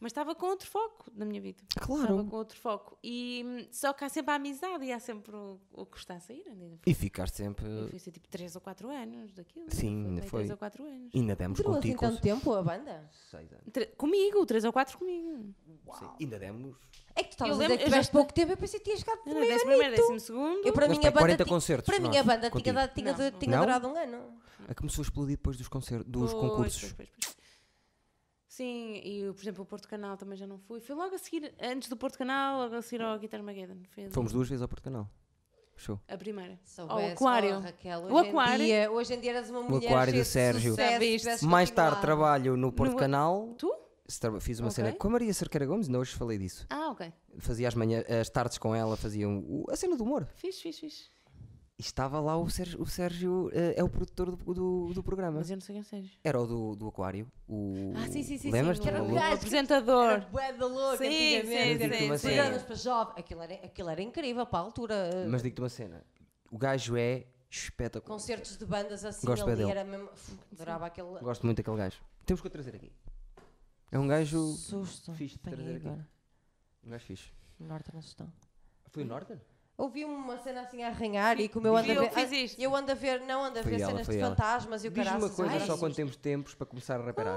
S2: Mas estava com outro foco na minha vida. Estava
S1: Claro.
S2: com outro foco. E hum, só que há sempre a amizade e há sempre o, o que está a sair. Ainda foi,
S1: E ficaste sempre.
S2: ainda foi assim, tipo 3 ou 4 anos daquilo. né?
S1: Sim, ainda
S2: bem
S1: foi.
S2: 3 ou 4 anos.
S1: Ainda demos
S3: Durou assim
S1: contigo.
S3: tanto tempo a banda?
S1: seis anos.
S2: Tre- comigo, 3 ou 4 comigo.
S1: Sim, Ainda demos.
S3: É que tu estavas a
S2: lembro-
S3: dizer que
S2: eu já
S3: tiveste
S2: estou-
S3: pouco tempo, eu pensei que tinha chegado
S2: Era
S1: é
S3: meio
S2: 11
S3: anito.
S2: primeiro, 12 segundo.
S3: Eu para
S1: Mas
S3: mim a
S1: para aí, 40
S3: banda, ti-
S1: concertos
S3: para mim
S1: nós,
S3: a banda tinha,
S1: contigo.
S3: dado, tinha,
S2: Não,
S3: tinha
S1: não.
S3: durado um ano.
S1: Ah, Começou a explodir depois dos, concertos, dos
S2: Pois,
S1: concursos.
S2: pois, pois, pois. Sim, e eu, por exemplo, o Porto Canal também já não fui. Foi logo a seguir, antes do Porto Canal, logo a seguir ao Guitar Mageddon. Foi
S1: Fomos duas vezes ao Porto Canal. Show.
S2: a primeira.
S3: Soubesse,
S2: Ao aquário.
S3: oh, Raquel,
S2: O
S3: hoje em
S2: aquário.
S3: dia- hoje em dia eras uma mulher
S1: aquário
S3: cheia
S1: do
S3: de
S1: Sérgio.
S3: sucesso,
S2: Já viste?
S3: tivesses
S1: Mais tarde
S3: continuado.
S1: trabalho no Porto
S2: No-
S1: Canal.
S2: Tu?
S1: Stra- Fiz uma cena
S2: Ok.
S1: com a Maria Cerqueira Gomes, ainda hoje falei disso.
S2: Ah, ok.
S1: Fazia as, manhã, as tardes com ela, faziam o- a um, cena do humor.
S2: Fiz, fiz, fiz.
S1: E estava lá o Sérgio, o Sérgio eh, é o produtor do, do, do programa.
S2: Mas é- eu não sei quem seja.
S1: Era o do, do Aquário. O...
S3: Ah, sim, sim, sim.
S1: Lembras-te?
S3: sim.
S1: do
S3: Era um
S1: maluco?
S3: gajo que
S2: Apresentador.
S3: Era bué da louca,
S2: Sim,
S3: antigamente.
S2: sim,
S3: Era
S1: sim,
S3: tipo,
S1: sim.
S3: programas para jovens. Aquilo era, aquilo era incrível para a altura. eh,
S1: é. Mas digo-te uma cena. O gajo é espetacular.
S3: Concertos de bandas assim
S1: Gosto
S3: ali.
S1: dele.
S3: Era mesmo... Fu, Adorava aquele
S1: Gosto muito daquele gajo. Temos que o trazer aqui. É um gajo.
S3: susto.
S1: Fixe de
S3: Apanhei
S1: trazer aqui.
S3: agora.
S1: Um gajo fixe.
S3: Norte na sugestão.
S1: Foi o Norton?
S3: Ouvi uma cena assim a arranhar e como eu ando
S2: Fui
S3: a
S2: eu
S3: ver.
S2: que fiz
S3: ah,
S2: isto.
S3: Eu ando a ver, não ando a
S1: Foi
S3: ver
S1: ela,
S3: cenas
S1: foi
S3: de
S1: ela.
S3: fantasmas e o
S1: Diz-me
S3: caralho.
S1: uma coisa
S2: ai,
S1: só quando temos tempos para começar a raparar.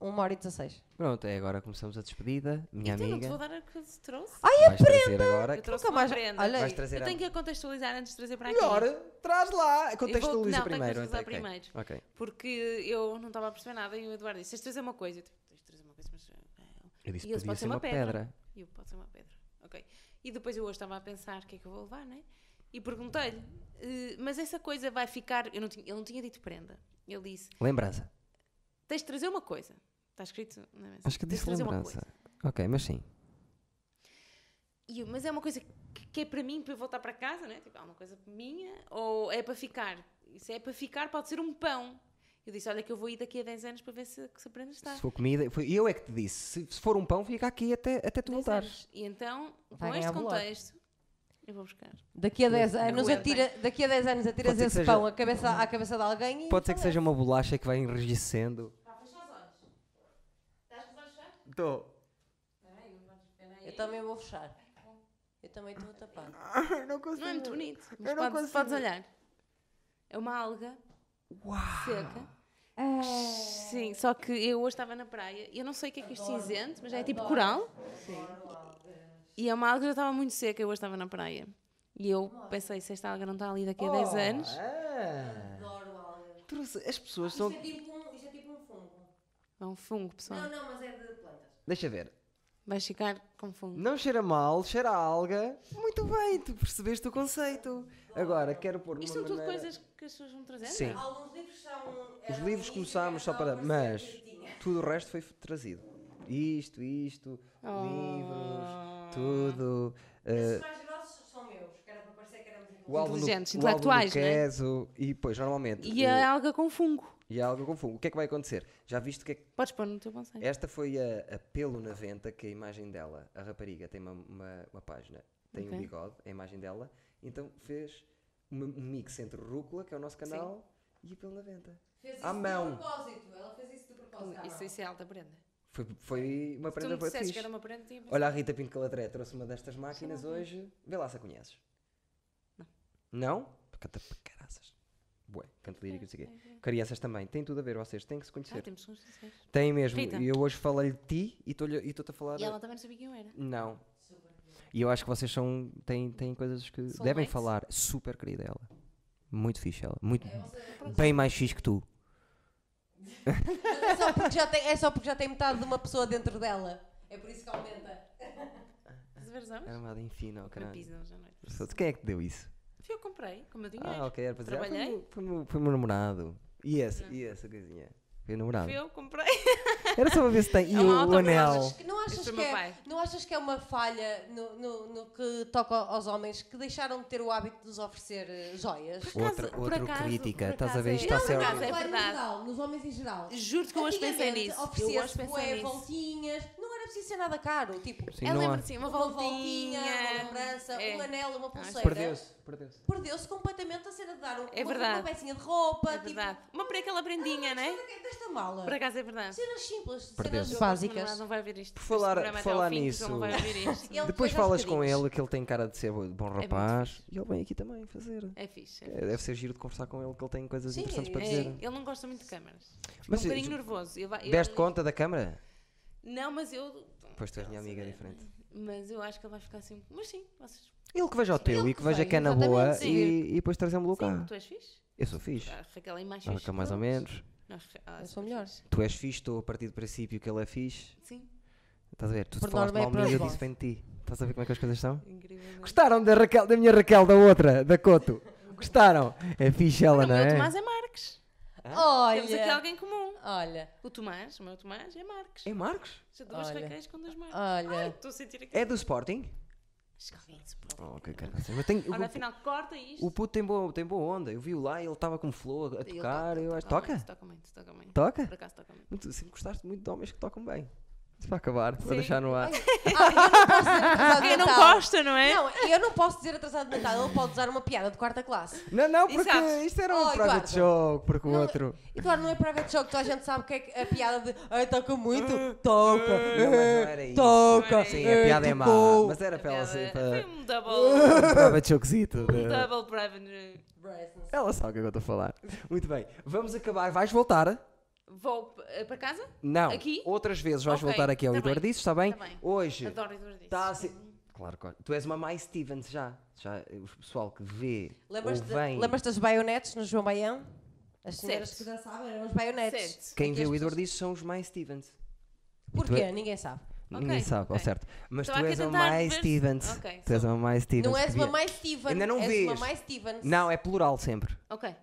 S3: Uma hora e 16.
S1: Pronto, é agora começamos a despedida. Minha
S2: Então não te
S1: amiga.
S2: vou dar a que se trouxe.
S1: Ai, vais trazer agora.
S2: Eu trouxe
S3: nunca
S2: uma
S3: mais-
S2: prenda.
S3: olha,
S1: Vais
S3: Ei,
S1: trazer
S2: Eu
S1: a-
S2: tenho que a contextualizar antes de trazer para Tá aqui.
S1: Melhor, traz lá.
S2: Eu vou-
S1: Contextualiza
S2: não,
S1: primeiro.
S2: tenho que
S1: ok,
S2: contextualizar
S1: ok. Ok.
S2: Porque eu não estava a perceber nada e o Eduardo disse: Tens de trazer uma coisa. Eu tipo, Tens de trazer uma coisa, mas. eh,
S1: Eu disse
S2: E ele
S1: que
S2: pode
S1: podia
S2: ser
S1: ser
S2: uma
S1: uma pedra.
S2: E eu, pode ser uma pedra. Ok. E depois eu hoje estava a pensar o que é que eu vou levar, né? E perguntei-lhe: "Eh, Mas essa coisa vai ficar. Eu não tinha, ele não tinha dito prenda. Ele disse:
S1: Lembrança.
S2: Tens de trazer uma coisa. Está escrito na mensagem.
S1: Acho que eu
S2: "Tens de
S1: disse
S2: trazer uma
S1: lembrança.
S2: coisa."
S1: Ok, mas sim.
S2: E eu, mas é uma coisa que, que é para mim, para eu voltar para casa, né? Tipo, é uma coisa minha ou é para ficar? Isso é para ficar, pode ser um pão. Eu disse: Olha, que eu vou ir daqui a 10 anos para ver se, se a prenda está.
S1: Se for comida, foi eu é que te disse. Se, se for um pão, fica aqui até, até tu
S2: 10
S1: voltares.
S2: anos. E então,
S3: Vai
S2: com
S3: ganhar
S2: este
S3: bolor.
S2: contexto, eu vou buscar.
S3: Daqui a 10 anos,
S2: aguentem.
S3: atira, daqui a 10 anos atiras
S1: Pode ser que
S3: esse
S1: seja-
S3: pão à cabeça, à cabeça de alguém e.
S1: Pode ser que seja uma bolacha que vai enrijecendo.
S2: Tá, fecha os olhos. Estás com os olhos fechados?
S1: Estou.
S2: Peraí, não vais- peraí.
S3: Eu também vou fechar. Eu também estou a tapar.
S1: Não consigo.
S2: Não é muito bonito, mas
S1: Eu não
S2: podes,
S1: consigo.
S2: podes olhar. É uma alga seca.
S1: É.
S2: Sim, só que eu hoje estava na praia e eu não sei o que é que isto cinzento, mas é tipo coral. E é uma alga que já estava muito seca, eu hoje estava na praia. E eu pensei, se esta alga não está ali daqui a
S1: Oh.
S2: 10 anos, Ah,
S1: Ah,
S3: Adoro algas.
S1: trouxe- as pessoas são.
S3: tipo um, isto é tipo um fungo.
S2: é um fungo,
S1: Tá.
S2: pessoal.
S3: não, mas é de plantas.
S1: Deixa ver.
S2: Vais ficar com fungo.
S1: Não cheira mal, cheira a alga. Muito bem, tu percebeste o conceito. Agora, quero pôr uma
S2: Isto são tudo
S1: maneira-
S2: coisas que as pessoas vão trazendo?
S1: Sim.
S3: Alguns livros são.
S1: Os livros começámos só para. Mas tudo o resto foi trazido. Isto, isto,
S2: Oh.
S1: livros, tudo.
S3: Os
S1: eh,
S3: mais grossos são meus, que era para parecer que éramos
S1: o álbum do,
S2: Inteligentes,
S1: o álbum do
S2: intelectuais, né?
S1: Queso. E depois, normalmente.
S2: E
S1: eh,
S2: a alga com fungo.
S1: e há algo confuso. O que é que vai acontecer? Já viste o que é que.
S2: Podes pôr no teu conselho.
S1: Esta foi a, a Pelo na Venta, que é a imagem dela. A rapariga tem uma, uma, uma página, tem
S2: Ok.
S1: um bigode, é a imagem dela. Então fez uma- um mix entre Rúcula, que é o nosso canal, e a Pelo na Venta.
S3: Fez
S1: isso À de mão.
S3: propósito, ela fez isso de propósito.
S2: Isso, isso é alta prenda.
S1: Foi, foi uma
S2: Então, Tu
S1: prenda
S2: me
S1: boa
S2: disseste
S1: fixe.
S2: que era uma prenda, tinha pensado.
S1: Olha, a Rita Pinto Calatré trouxe uma destas máquinas hoje. Vê lá se a conheces. Não. Não? Canta para caraças. Bué, canto lírico, não sei o quê. Crianças também, tem tudo a ver, vocês têm que se
S2: É. Ah,
S1: conhecer.
S2: temos uns sinceros.
S1: Tem mesmo.
S2: Rita.
S1: E eu hoje falei de ti e estou-lhe- e estou-te a falar.
S2: E ela também não sabia quem eu era.
S1: Não. E eu acho que vocês são. têm, têm coisas que devem
S2: Soulmates?
S1: falar. Super querida ela. Muito fixe ela. Muito.
S2: É
S1: Bem mais fixe que tu.
S3: É só, porque já tem, é só porque já tem metade de uma pessoa dentro dela. É por isso que aumenta.
S2: Estás a ver os homens?
S1: Armada em fino,
S2: Para
S1: caralho.
S2: pisar hoje à noite.
S1: Quem é que te deu isso?
S2: Fui eu que comprei, com o meu dinheiro.
S1: Ah, ok, era para dizer. ah, foi o
S2: Trabalhei.
S1: meu- Foi o meu- foi o meu namorado. E essa, e essa coisinha. Foi o namorado.
S2: Fui eu que comprei.
S1: Era só para ver se tem. E
S2: É uma
S1: o, o
S2: autoprova,
S1: anel.
S3: Achas que- não, achas
S2: Esse é
S3: que
S2: meu
S3: é,
S2: pai.
S3: não achas que é uma falha no, no- no que toca aos homens que deixaram de ter o hábito de nos oferecer eh, joias?
S2: Por acaso-
S1: Outra-
S2: por
S1: outra
S2: acaso-
S1: crítica.
S2: por
S1: Estás a
S2: acaso
S1: ver,
S2: é-
S1: isto está
S2: Não, por
S1: certo.
S2: acaso
S3: Nos
S2: é
S3: homens em
S2: verdade.
S3: geral, nos homens em geral.
S2: Juro que eu hoje pensei
S3: Antigamente,
S2: nisso. Eu hoje
S3: Oferecia-se
S2: pensei
S3: bué,
S2: nisso.
S3: voltinhas, não era preciso ser nada caro. Tipo,
S1: Sim,
S2: eu
S1: não há-
S2: lembro-me assim, uma
S3: uma
S2: voltinha.
S3: voltinha, uma lembrança,
S2: É.
S3: um anel, uma pulseira.
S1: Perdeu-se, perdeu-se.
S3: Perdeu-se completamente a cena de dar um-
S2: É
S3: uma,
S2: verdade.
S3: uma pecinha de roupa.
S2: É verdade. Uma para aquela prendinha,
S3: Tipo,
S2: né?
S3: "Ah, Desta mala.
S2: Por acaso é verdade.
S3: Cenas simples,
S1: Perdeu-se.
S3: cenas
S2: O meu namorado
S3: básicas.
S2: não vai ouvir isto.
S1: Por falar-
S2: Este programa
S1: por
S2: até ao
S1: falar
S2: fim, porque senão
S1: nisso.
S2: não vai ouvir isto.
S3: Ele
S1: Depois
S3: depois aos
S1: falas com
S3: bocadinhos.
S1: ele que ele tem cara de ser bo- bom
S2: muito
S1: rapaz. e ele vem aqui também fazer.
S2: É fixe. é
S1: É, Deve ser giro de conversar com ele que ele tem coisas
S3: Sim,
S1: interessantes para
S3: é-
S1: dizer.
S2: É, ele não gosta muito de câmaras. Fica
S1: Mas
S2: um bocadinho
S1: se-
S2: nervoso. Ele vai- ele-
S1: Deste conta da câmara?
S2: Não, mas eu.
S1: Pois tu és minha
S2: Não
S1: amiga é
S2: sei.
S1: diferente.
S2: Mas eu acho que ele vai ficar assim. Mas sim, vocês.
S1: Ele que veja o teu
S3: ele
S1: e que
S3: que
S1: veja
S3: veja,
S1: que é na boa
S3: exatamente,
S1: e, e depois trazemos-lo
S2: Sim,
S1: cá.
S2: tu és fixe.
S1: Eu sou fixe.
S2: A Raquel é mais
S1: Ah,
S2: fixe.
S1: que mais ou
S2: que nós.
S1: menos.
S2: Nós- ah,
S3: Eu
S2: somos
S3: sou melhor.
S2: fixe.
S1: Tu és fixe, estou a partir do princípio que ele é fixe.
S2: Sim,
S1: Estás a ver? Tu
S3: Por
S1: falaste
S3: norma é
S1: mal de
S3: para
S1: mim e
S3: os
S1: eu
S3: bons.
S1: disse bem de ti. Estás a ver como é que as coisas são?
S2: incrível.
S1: Gostaram da Raquel, da minha Raquel, da outra, da Coto? Gostaram? É fixe ela,
S2: o
S1: não
S2: meu
S1: é?
S2: Tomás é Marques. é Temos aqui
S3: Olha,
S2: alguém comum.
S3: olha,
S2: O Tomás, o meu Tomás é Marques.
S1: É Marcos?
S2: São duas
S3: Olha.
S2: Raquéis com dois Marques.
S3: olha.
S2: Estou a sentir aqui.
S1: É do Sporting?
S2: Acho que alguém se pôs.
S1: Oh, que caraças. Mas tem,
S2: Ora,
S1: o,
S2: afinal, corta isto.
S1: o puto tem boa, tem boa onda. Eu vi-o lá e ele estava com flow a, a
S2: Ele
S1: tocar. eu acho.
S2: Muito,
S1: Toca?
S2: toca muito, toca muito.
S1: Toca?
S2: Por acaso toca muito.
S1: Mas Tu sempre gostaste muito de homens que tocam bem. Isso vai acabar, vou
S2: Sim.
S1: deixar no ar.
S3: Ah,
S2: Quem
S3: eu
S2: não
S3: posso dizer atrasado de Natal.
S2: gosta, não é?
S3: Não, eu não posso dizer atrasado de Natal. Ele pode usar uma piada de quarta classe.
S1: Não, não, porque
S2: Exato.
S1: isto era
S3: Oh,
S1: um private
S3: Eduardo.
S1: joke, porque o
S3: Não,
S1: outro.
S3: E claro, não é private joke, toda a gente sabe que é que a piada de ai, toca muito, toca,
S1: Não, mas não era
S3: eh,
S1: isso.
S3: toca.
S1: Sim,
S3: eh,
S1: a piada é má.
S3: tocou.
S1: Mas era
S2: A
S1: para ela
S2: piada-
S1: ser.
S2: Foi
S1: Para...
S2: um double,
S1: Um private jokezito.
S2: um
S1: de-
S2: double eh, revenue.
S1: Ela sabe o que é que eu estou a falar. Muito bem, vamos acabar. Vais voltar?
S2: Vou eh, para casa?
S1: Não.
S2: Aqui?
S1: Outras vezes vais
S2: Ok,
S1: voltar aqui ao
S2: tá
S1: Eduardo
S2: bem.
S1: Disso, está bem? Tá,
S2: Tá bem.
S1: Hoje.
S2: Adoro Eduardo
S1: Está a ser. Claro, claro. Tu és uma Mai Stevens já. Já o pessoal que vê.
S3: Lembras-te
S1: ou vem.
S3: lembras das baionetes no João Baião? As senhoras
S2: Certo.
S3: que dançavam eram as baionetes.
S2: Certo.
S1: Quem
S2: Aqui
S1: vê
S2: as
S1: o
S2: pessoas-
S1: Eduardo Disso são os Mai Stevens.
S3: Porquê? Ninguém sabe.
S1: Ninguém
S2: Ok,
S1: sabe, ao
S2: ok.
S1: certo. Mas
S2: Estava
S1: tu
S2: aqui
S1: és
S2: a
S1: uma
S2: tentar
S1: Mai
S2: ver se-
S1: Stevens.
S2: Ok,
S1: Tu és
S2: sou.
S1: uma Mai Stevens.
S3: Não
S1: que
S3: és uma
S1: vê-
S3: mais Steven.
S1: Ainda não
S3: és uma
S1: vês.
S3: mais Stevens.
S1: Não, é plural sempre.
S2: Ok.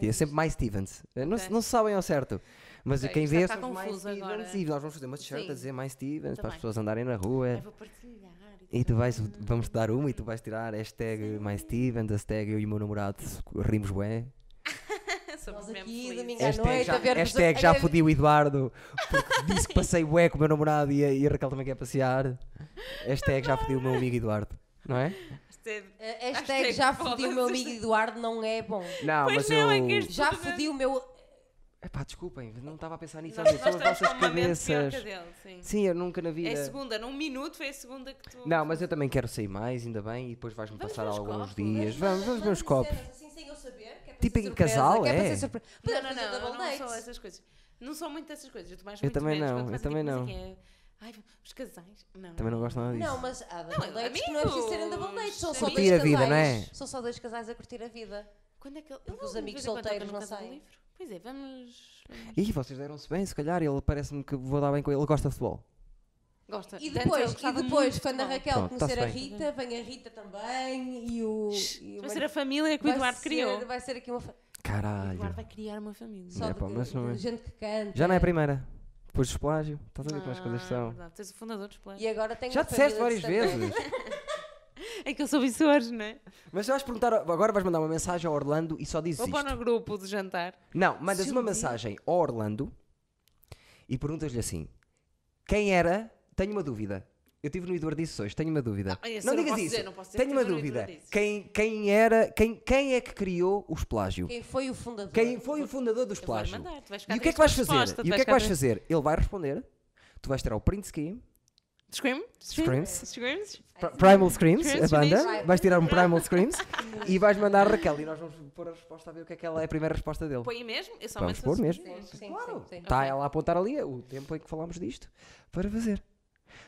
S1: É sempre mais Stevens. Eh, Não, se-
S2: Ok.
S1: não se sabem ao certo. Mas
S2: Ok,
S1: quem
S2: isto
S1: vê
S2: está
S1: são os mais
S2: confuso
S1: Stevens
S2: agora.
S1: e nós vamos fazer uma t-shirt
S2: Sim.
S1: a dizer mais Stevens para as
S2: Também.
S1: pessoas andarem na rua.
S2: Eu vou Uhum. partilhar.
S1: E tu vais, vamos te dar uma e tu vais tirar hashtag mais Stevens, hashtag eu e o meu namorado rimos bué.
S2: Somos
S3: Nós
S2: mesmo
S3: aqui,
S2: felizes.
S3: domingo à
S1: Hashtag
S3: noite,
S1: já,
S3: a ver
S1: hashtag já fodi o Eduardo porque disse que passei bué com o meu namorado e a, e a Raquel também quer passear. Hashtag já fodi o meu amigo Eduardo. Não é?
S2: Isto é-
S3: Eh, Hashtag,
S2: Hashtag
S3: já fodi o meu
S2: foda-se.
S3: amigo Eduardo, não é bom.
S1: Não,
S2: Pois
S1: mas
S2: não, é
S1: eu.
S2: que este-
S3: Já
S2: Tudo bem.
S3: fodi o meu.
S1: Epá, desculpem, não estava a pensar nisso.
S2: Nós,
S1: olha,
S2: nós
S1: São as
S2: estamos
S1: vossas
S2: com uma mente pior
S1: cabeças.
S2: é que a dele, sim.
S1: Sim, eu nunca na vida.
S2: É a segunda, num minuto foi a segunda que tu.
S1: Não, mas eu também quero sair mais, ainda bem, e depois vais-me
S2: Vamos
S1: passar
S2: ver os
S1: alguns
S2: copos.
S1: dias. Vamos, vamos ver os copos.
S3: Assim, sem eu saber, que é para
S1: Tipo
S3: ser
S1: em
S3: surpresa,
S1: casal,
S3: que é? para
S1: é?
S3: ser surpresa.
S2: Não,
S3: Podemos
S2: não, não,
S3: fazer
S2: eu
S3: double
S2: não sou
S3: dates.
S2: essas coisas. Não sou muito dessas coisas. Eu tomo mais
S1: Eu
S2: muito
S1: também
S2: menos,
S1: não,
S2: quando
S1: eu
S2: começa a
S1: também
S2: tipo,
S1: não.
S2: sei o quê, Ai, os casais. Não.
S1: Também não gosto nada disso.
S3: Não, mas há double
S2: Não,
S3: dates que não é preciso serem double
S2: amigos,
S3: dates. São só
S2: amigos.
S3: dois
S1: Curtir a vida,
S3: casais.
S1: não é?
S3: São só dois casais a curtir a vida.
S2: Quando é que ele.
S3: Porque os
S2: ele,
S3: amigos
S2: de vez em quando,
S3: solteiros
S2: toca
S3: não
S2: no Casa do
S3: saem.
S2: Livro. Pois é, vamos.
S1: E vocês deram-se bem, se calhar, ele parece-me que vou dar bem com ele. Ele gosta de futebol.
S2: Gosta.
S3: E
S2: Tanto
S3: depois,
S2: ele então
S3: e
S2: gostava
S3: depois
S2: muito
S3: quando a
S2: de futebol.
S3: Raquel
S1: Pronto, tá
S3: conhecer a
S1: está-se bem.
S3: Rita, vem a Rita também e o. e o
S2: Vai
S3: Mar-
S2: ser a família que o
S3: vai
S2: Eduardo
S3: ser-
S2: criou.
S3: Vai ser aqui uma. fa-
S2: O
S1: Caralho.
S2: Eduardo vai criar uma família.
S3: Só
S1: É,
S3: de,
S1: pá, mas não
S3: de
S1: é.
S3: gente que canta.
S1: Já não é a primeira. Depois do plágio. Estás a ver como as
S2: Ah,
S1: coisas
S2: é
S1: são. é-
S2: verdade. Tu és o fundador dos planos.
S3: E agora tem
S1: Já
S3: uma
S1: disseste
S3: família
S1: várias
S3: de stand-up.
S1: vezes.
S2: É que eu soube isso hoje, não é?
S1: Mas vais perguntar, agora vais mandar uma mensagem ao Orlando e só dizes
S2: Vou pôr
S1: isto.
S2: no grupo do jantar.
S1: Não, mandas
S2: Se um
S1: uma
S2: dia-
S1: mensagem ao Orlando e perguntas-lhe assim: quem era? Tenho uma dúvida. Eu estive no Eduardice hoje, tenho uma dúvida.
S2: Ah, esse
S1: não
S2: eu não
S1: digas
S2: posso
S1: isso.
S2: dizer, não posso dizer
S1: tenho
S2: que
S1: uma
S2: estive no
S1: dúvida.
S2: Eduardice.
S1: Quem, quem era? Quem, quem é que criou o esplágio?
S3: Quem foi o fundador?
S1: Quem foi o fundador do
S2: é Eu vou-lhe
S1: esplágio?
S2: mandar, tu vais ficar
S1: E o que é
S2: triste
S1: que
S2: com a
S1: vais fazer?
S2: resposta, tu
S1: E o que é que
S2: ficar
S1: vais
S2: triste.
S1: fazer? Ele vai responder. Tu vais tirar o print screen,
S2: Scream?
S1: Screams.
S2: Screams?
S1: Pri- Primal Screams, a
S2: Screams,
S1: banda.
S2: Screams.
S1: Vais tirar um Primal Screams e vais mandar a Raquel. E nós vamos pôr a resposta a ver o que é que ela é a primeira resposta dele.
S2: Põe aí mesmo? Eu só
S1: Vamos
S2: meto- assim.
S1: pôr mesmo.
S3: Sim, sim,
S1: Claro,
S3: sim, sim.
S1: está ela a apontar ali é o tempo em que falámos disto para fazer.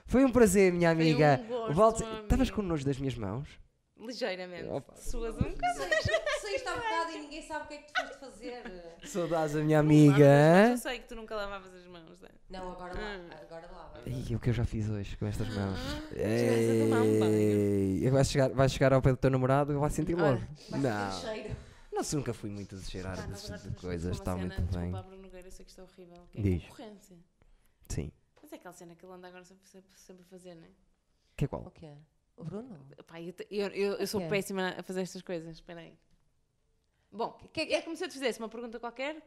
S1: Foi um prazer, minha
S2: Foi um
S1: amiga.
S2: gosto,
S1: Volte-
S2: meu
S1: Estavas
S2: amigo.
S1: com nojo das minhas mãos?
S2: Ligeiramente.
S1: Opa.
S2: Suas um bocado.
S3: Sei isto há bocado e ninguém sabe o que é que tu foste fazer.
S1: Saudades a minha
S2: Mas Eu
S1: amiga.
S2: sei que tu nunca lavavas as mãos, não é?
S3: Não, agora lá. Agora lá. vai.
S1: Ai, o que eu já fiz hoje com
S2: Ah,
S1: estas mãos?
S2: vais a tomar um banho.
S1: Ei, vais, chegar, vais chegar ao pé do teu namorado e vai sentir
S2: Olha,
S1: logo.
S3: Vai sentir
S1: Não,
S3: o cheiro.
S1: não se nunca fui muito de cheirar
S2: Pá, nós
S1: desse
S2: agora
S1: tipo de
S2: estamos
S1: coisas,
S2: com
S1: está
S2: uma
S1: muito
S2: cena,
S1: bem.
S2: Desculpa, Abra Nogueira, eu sei que isto é horrível. Que é
S1: Diz.
S2: concorrência.
S1: Sim.
S2: Mas é aquela cena que ele anda agora sempre, sempre, sempre a fazer, não é?
S1: Que é
S3: O
S1: qual?
S3: que é? O Bruno?
S2: Pá, eu, te- eu, eu, eu sou
S3: Ok.
S2: péssima a fazer estas coisas, espera aí. Bom,
S3: que é que-
S2: é como se eu te fizesse uma pergunta qualquer,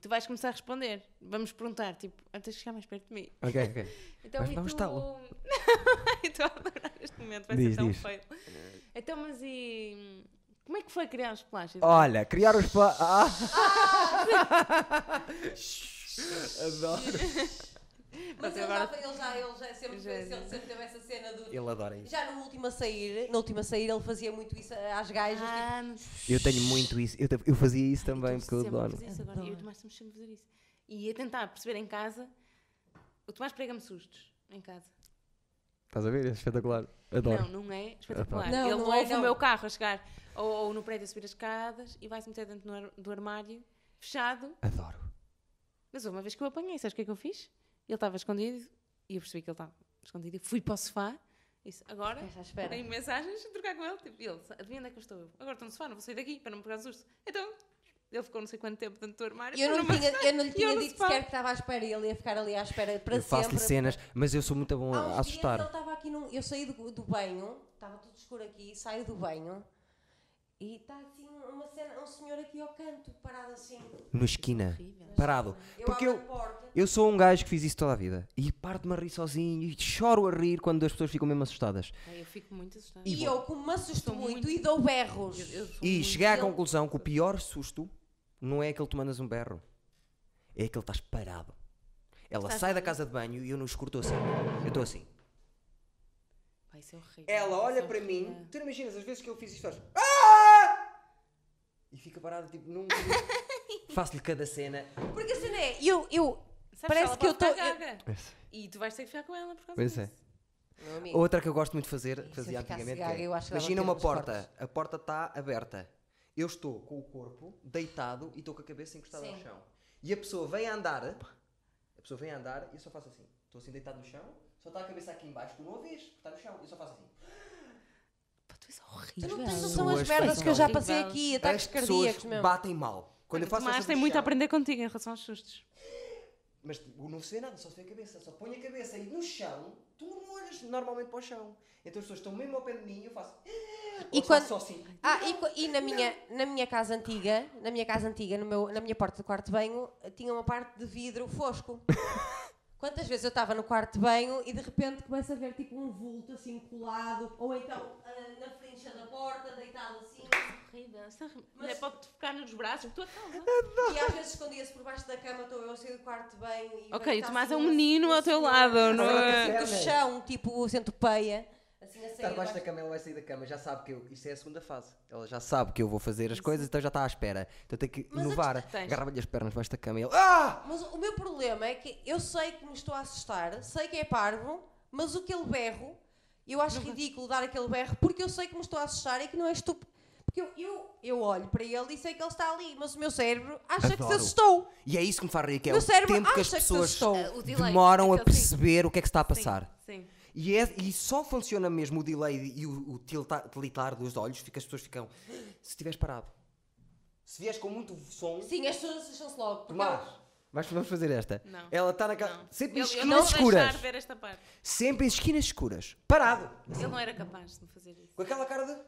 S2: tu vais começar a responder. Vamos perguntar, tipo, antes de chegar mais perto de mim.
S1: Ok, ok.
S2: Então,
S1: Vais
S2: e
S1: dar um
S2: tu...
S1: estalo.
S2: Eu Estou a adorar este momento, vai
S1: Diz,
S2: ser tão
S1: diz.
S2: feio. Então, mas e... Como é que foi criar os plásticos?
S1: Olha, criar os pa... Ah!
S2: Ah!
S1: Adoro.
S3: Mas
S2: Mas
S3: ele,
S2: agora-
S3: já, ele, já, ele já é sempre,
S2: Já-
S3: ele sempre teve essa cena do.
S1: Ele adora isso.
S3: Já no último a sair, na última a sair, ele fazia muito isso às gajas.
S2: Ah, não sei.
S1: Eu tenho muito isso. Eu, te- eu fazia isso
S2: Eu
S1: também,
S2: estou
S1: porque eu
S2: sempre a
S1: adoro.
S2: fazer isso agora. Eu e o Tomás estamos sempre a fazer isso. E a tentar perceber em casa... O Tomás prega-me sustos em casa.
S1: Estás a ver? É espetacular. Adoro.
S2: Não, não é espetacular.
S3: Não,
S2: ele
S3: não é,
S2: ouve
S3: não.
S2: o meu carro a chegar ou, ou no prédio a subir as escadas e vai-se meter dentro no ar- do armário, fechado.
S1: Adoro.
S2: Mas uma vez que eu apanhei, sabes o que é que eu fiz? Ele estava escondido e eu percebi que ele estava escondido. e Fui para o sofá e disse: Agora
S3: Ficaste à espera.
S2: tenho tipo, mensagens a trocar com ele. Tipo, e ele, adivinha onde é que eu estou? Agora estou no sofá, não vou sair daqui para não me pegar susto. Então, Ele ficou não sei quanto tempo dentro do armário.
S3: Eu não,
S2: mas
S3: tinha, eu não lhe
S2: eu
S3: tinha
S2: não
S3: dito
S2: separo.
S3: sequer que estava à espera e ele ia ficar ali à espera para
S1: Eu faço-lhe
S3: sempre.
S1: cenas, mas eu sou muito bom
S3: Há uns
S1: a
S3: dias Ele
S1: assustar.
S3: estava aqui num- Eu saí do, do banho, estava tudo escuro aqui, saio do banho e está assim uma cena, um senhor aqui ao canto, parado assim.
S1: Na esquina.
S2: Horrível.
S1: Parado. Porque
S3: abro
S1: eu.
S3: a porta.
S1: Eu sou um gajo que fiz isso toda a vida e parto-me a rir sozinho e choro a rir quando as pessoas ficam mesmo assustadas.
S2: Ai, eu fico muito assustada.
S3: E, eu, como me assusto
S2: Sou
S3: muito,
S2: muito-
S3: e dou berros.
S2: Eu- eu sou
S1: E
S2: muito-
S1: cheguei à
S3: eu-
S1: conclusão que o pior susto não é aquele que tu mandas um berro, é aquele que estás parado. Ela
S2: Estás
S1: sai da casa de banho e eu não escuto assim. Eu estou assim.
S2: Pá, isso é horrível.
S1: Ela olha
S2: Isso é
S1: para
S2: horrível.
S1: mim, tu não imaginas as vezes que eu fiz isto, faz. "Ah!" E fica parada, tipo, num. Faço-lhe cada cena.
S3: Porque a cena é, eu. eu
S2: Sabes,
S3: Parece
S2: ela
S3: que eu
S2: pode
S3: tô-
S2: ficar gaga. E tu vais ter que ficar com ela por causa
S1: Pois
S2: disso.
S1: é.
S3: Meu amigo,
S1: Outra que eu gosto muito de fazer, que
S3: se eu
S1: fazia
S3: ficasse
S1: antigamente,
S3: gaga,
S1: que é,
S3: eu acho que dava
S1: imagina
S3: tiro
S1: uma
S3: nos
S1: porta,
S3: corpos.
S1: a porta está aberta, eu estou com o corpo deitado e estou com a cabeça encostada ao
S3: Sim.
S1: chão. E a pessoa vem a andar, a pessoa vem a andar e eu só faço assim, estou assim deitado no chão, só está a cabeça aqui embaixo, tu não a vês, porque está no chão, eu só faço assim.
S2: Pá, tu és horrível.
S3: tu não tens
S1: As
S3: noção as
S1: pessoas
S3: merdas
S1: fazem
S3: que eu já
S2: horrível.
S3: passei aqui,
S1: As
S3: ataques
S1: pessoas
S3: cardíacos mesmo.
S1: batem mal. Quando eu faço
S2: Mas
S1: essa
S2: tem
S1: do
S2: muito a
S1: chão,
S2: aprender contigo em relação aos sustos.
S1: Mas tipo, não se vê nada, só se vê a cabeça. Só põe a cabeça aí no chão, tu não olhas normalmente para o chão. Então as pessoas estão mesmo ao pé de mim e eu faço.
S3: E
S1: Ou faço
S3: quando-
S1: só assim.
S3: Ah, e, co- e na, minha, na minha casa antiga, na minha casa antiga, no meu, na minha porta do quarto de banho, tinha uma parte de vidro fosco. Quantas vezes eu estava no quarto de banho e de repente começo a ver tipo um vulto assim colado, ou então ah, na frincha da porta, deitado assim,
S2: Horrível.
S3: Mas-
S2: É para te focar nos braços, tua causa.
S3: e às vezes escondia-se por baixo da cama, estou eu a sair do quarto de banho e.
S2: Ok, o Tomás é um
S3: assim,
S2: menino ao teu
S3: assim,
S2: lado, não
S1: Agora
S2: é?
S1: tem
S3: Do chão, tipo centopeia, assim a sair.
S1: Está debaixo da
S3: abaixo-
S1: cama, ela vai sair da cama, já sabe que eu. Isto é a segunda fase. Ela já sabe que eu vou fazer as coisas, então já está à espera. Então tem que
S3: Mas antes
S1: inovar.
S2: que tens-
S1: Agarrava-lhe as pernas debaixo da cama e ele. Ah!
S3: Mas o meu problema é que eu sei que me estou a assustar, sei que é parvo, mas o que ele berro, eu acho
S2: Uhum.
S3: ridículo dar aquele berro porque eu sei que me estou a assustar e que não é estúpido. Porque eu, eu, eu olho para ele e sei que ele está ali, mas o meu cérebro acha que se
S1: Adoro.
S3: assustou.
S1: E é isso que me faz rir, que é
S3: Meu
S1: o
S3: cérebro
S1: tempo que as
S3: acha que uh, se
S1: pessoas
S3: assustou.
S2: Ah, o delay,
S1: demoram a
S2: aquele sim.
S1: perceber o que é que está a passar.
S2: Sim.
S1: E, é- e só funciona mesmo o delay e o, o tilta- tilitar dos olhos, fica, as pessoas ficam. Se estiveres parado. Se vieres com muito som.
S3: Sim, as pessoas acham-se logo. Porque
S1: Tomás, mas vamos fazer esta.
S2: Não.
S1: Ela está na casa.
S2: Não.
S1: Sempre em
S2: Ele- eu não
S1: esquinas
S2: vou
S1: escuras.
S2: deixar ver esta parte.
S1: Sempre em esquinas escuras. Parado.
S2: Ele não era capaz de me fazer isso.
S1: Com aquela cara de.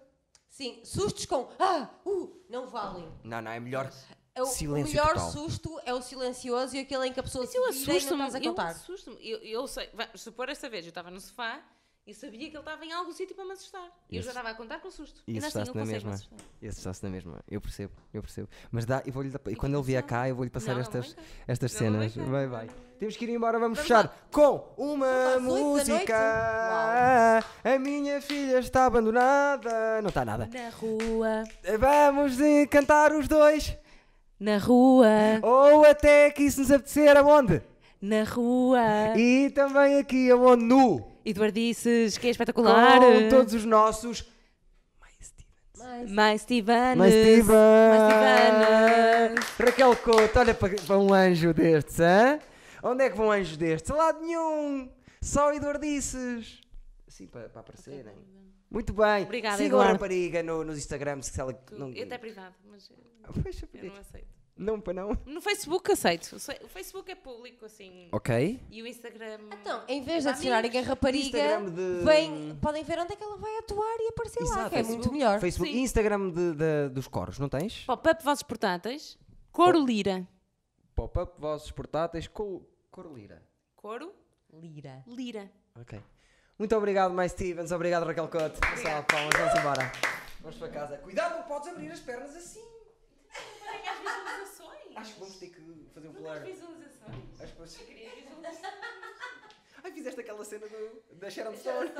S3: Sim, sustos com ah, uh, não valem.
S1: Não, não, é melhor.
S3: É O, o
S1: Silêncio
S3: melhor
S1: total.
S3: susto é o silencioso e aquele em que a pessoa se
S2: Eu
S3: vira e não
S2: assusto-me,
S3: estás a
S2: é eu
S3: contar.
S2: assusto-me. Eu, eu sei, vai, supor esta vez, eu estava no sofá e sabia que ele estava em algum sítio para me assustar. E eu
S1: Isso.
S2: já estava a contar com o susto.
S1: E
S2: Ainda assim,
S1: assustaste
S2: ele
S1: na
S2: consegue me
S1: mesma.
S2: assustar.
S1: E assustaste na mesma. Eu percebo, eu percebo. Mas dá, eu vou-lhe dar- e
S2: E
S1: quando ele vier
S2: atenção.
S1: cá, eu vou-lhe passar
S2: Não, não
S1: estas,
S2: vem cá.
S1: estas
S2: Não, então. não vem
S1: cenas.
S2: cá.
S1: Vai, vai. Temos que ir embora, vamos,
S3: Vamos
S1: fechar
S3: lá.
S1: com uma
S3: Vamos às oito da noite?
S1: música. A minha filha está abandonada. Não está nada.
S2: Na rua,
S1: Vamos eh, cantar os dois.
S2: na rua,
S1: Ou até que isso nos apetecer, aonde?
S2: na rua.
S1: E também aqui aonde nu.
S2: Eduardo disse que é espetacular.
S1: Com todos os nossos.
S3: Mas-
S2: Mais Steven.
S1: Mas Steven!
S2: Steven.
S1: Raquel Couto, olha para, para um anjo destes, hã? Onde é que vão anjos destes? A lado nenhum! Só Eduardices! Assim, para, para aparecerem. Muito bem.
S2: Obrigada,
S1: Sigam a
S2: Eduardo.
S1: rapariga no, nos Instagrams, se ela não... Ah,
S2: Eu até privado, mas eu
S1: Fecha,
S2: eu não aceito.
S1: Não, para não.
S2: No Facebook aceito. O se- O Facebook é público, assim.
S1: Ok.
S2: E o Instagram.
S3: Então, em vez
S2: Amigos,
S3: de adicionarem a rapariga,
S1: Instagram de-
S3: vem- podem ver onde é que ela vai atuar e aparecer lá,
S1: Exato,
S3: que é
S1: Facebook.
S3: muito melhor.
S1: Facebook
S2: Sim.
S1: e Instagram de- de- dos coros, não tens?
S2: Pop-up vozes portáteis. Coro Lira.
S1: Pop-up, vozes portáteis, cor, corlira.
S2: Coro
S3: Lira.
S2: Lira.
S1: Ok. Muito obrigado, mais Stevens. Obrigado, Raquel Couto. Um salve de palmas. Vamos embora. Vamos para casa. Cuidado, não podes abrir as pernas assim.
S2: Tem as visualizações.
S1: Acho que vamos ter que fazer um
S2: Não tens
S1: blur.
S2: visualizações.
S1: Acho que vamos...
S2: Eu queria visualizações.
S1: Ai, fizeste aquela cena do... da Sharon Stone.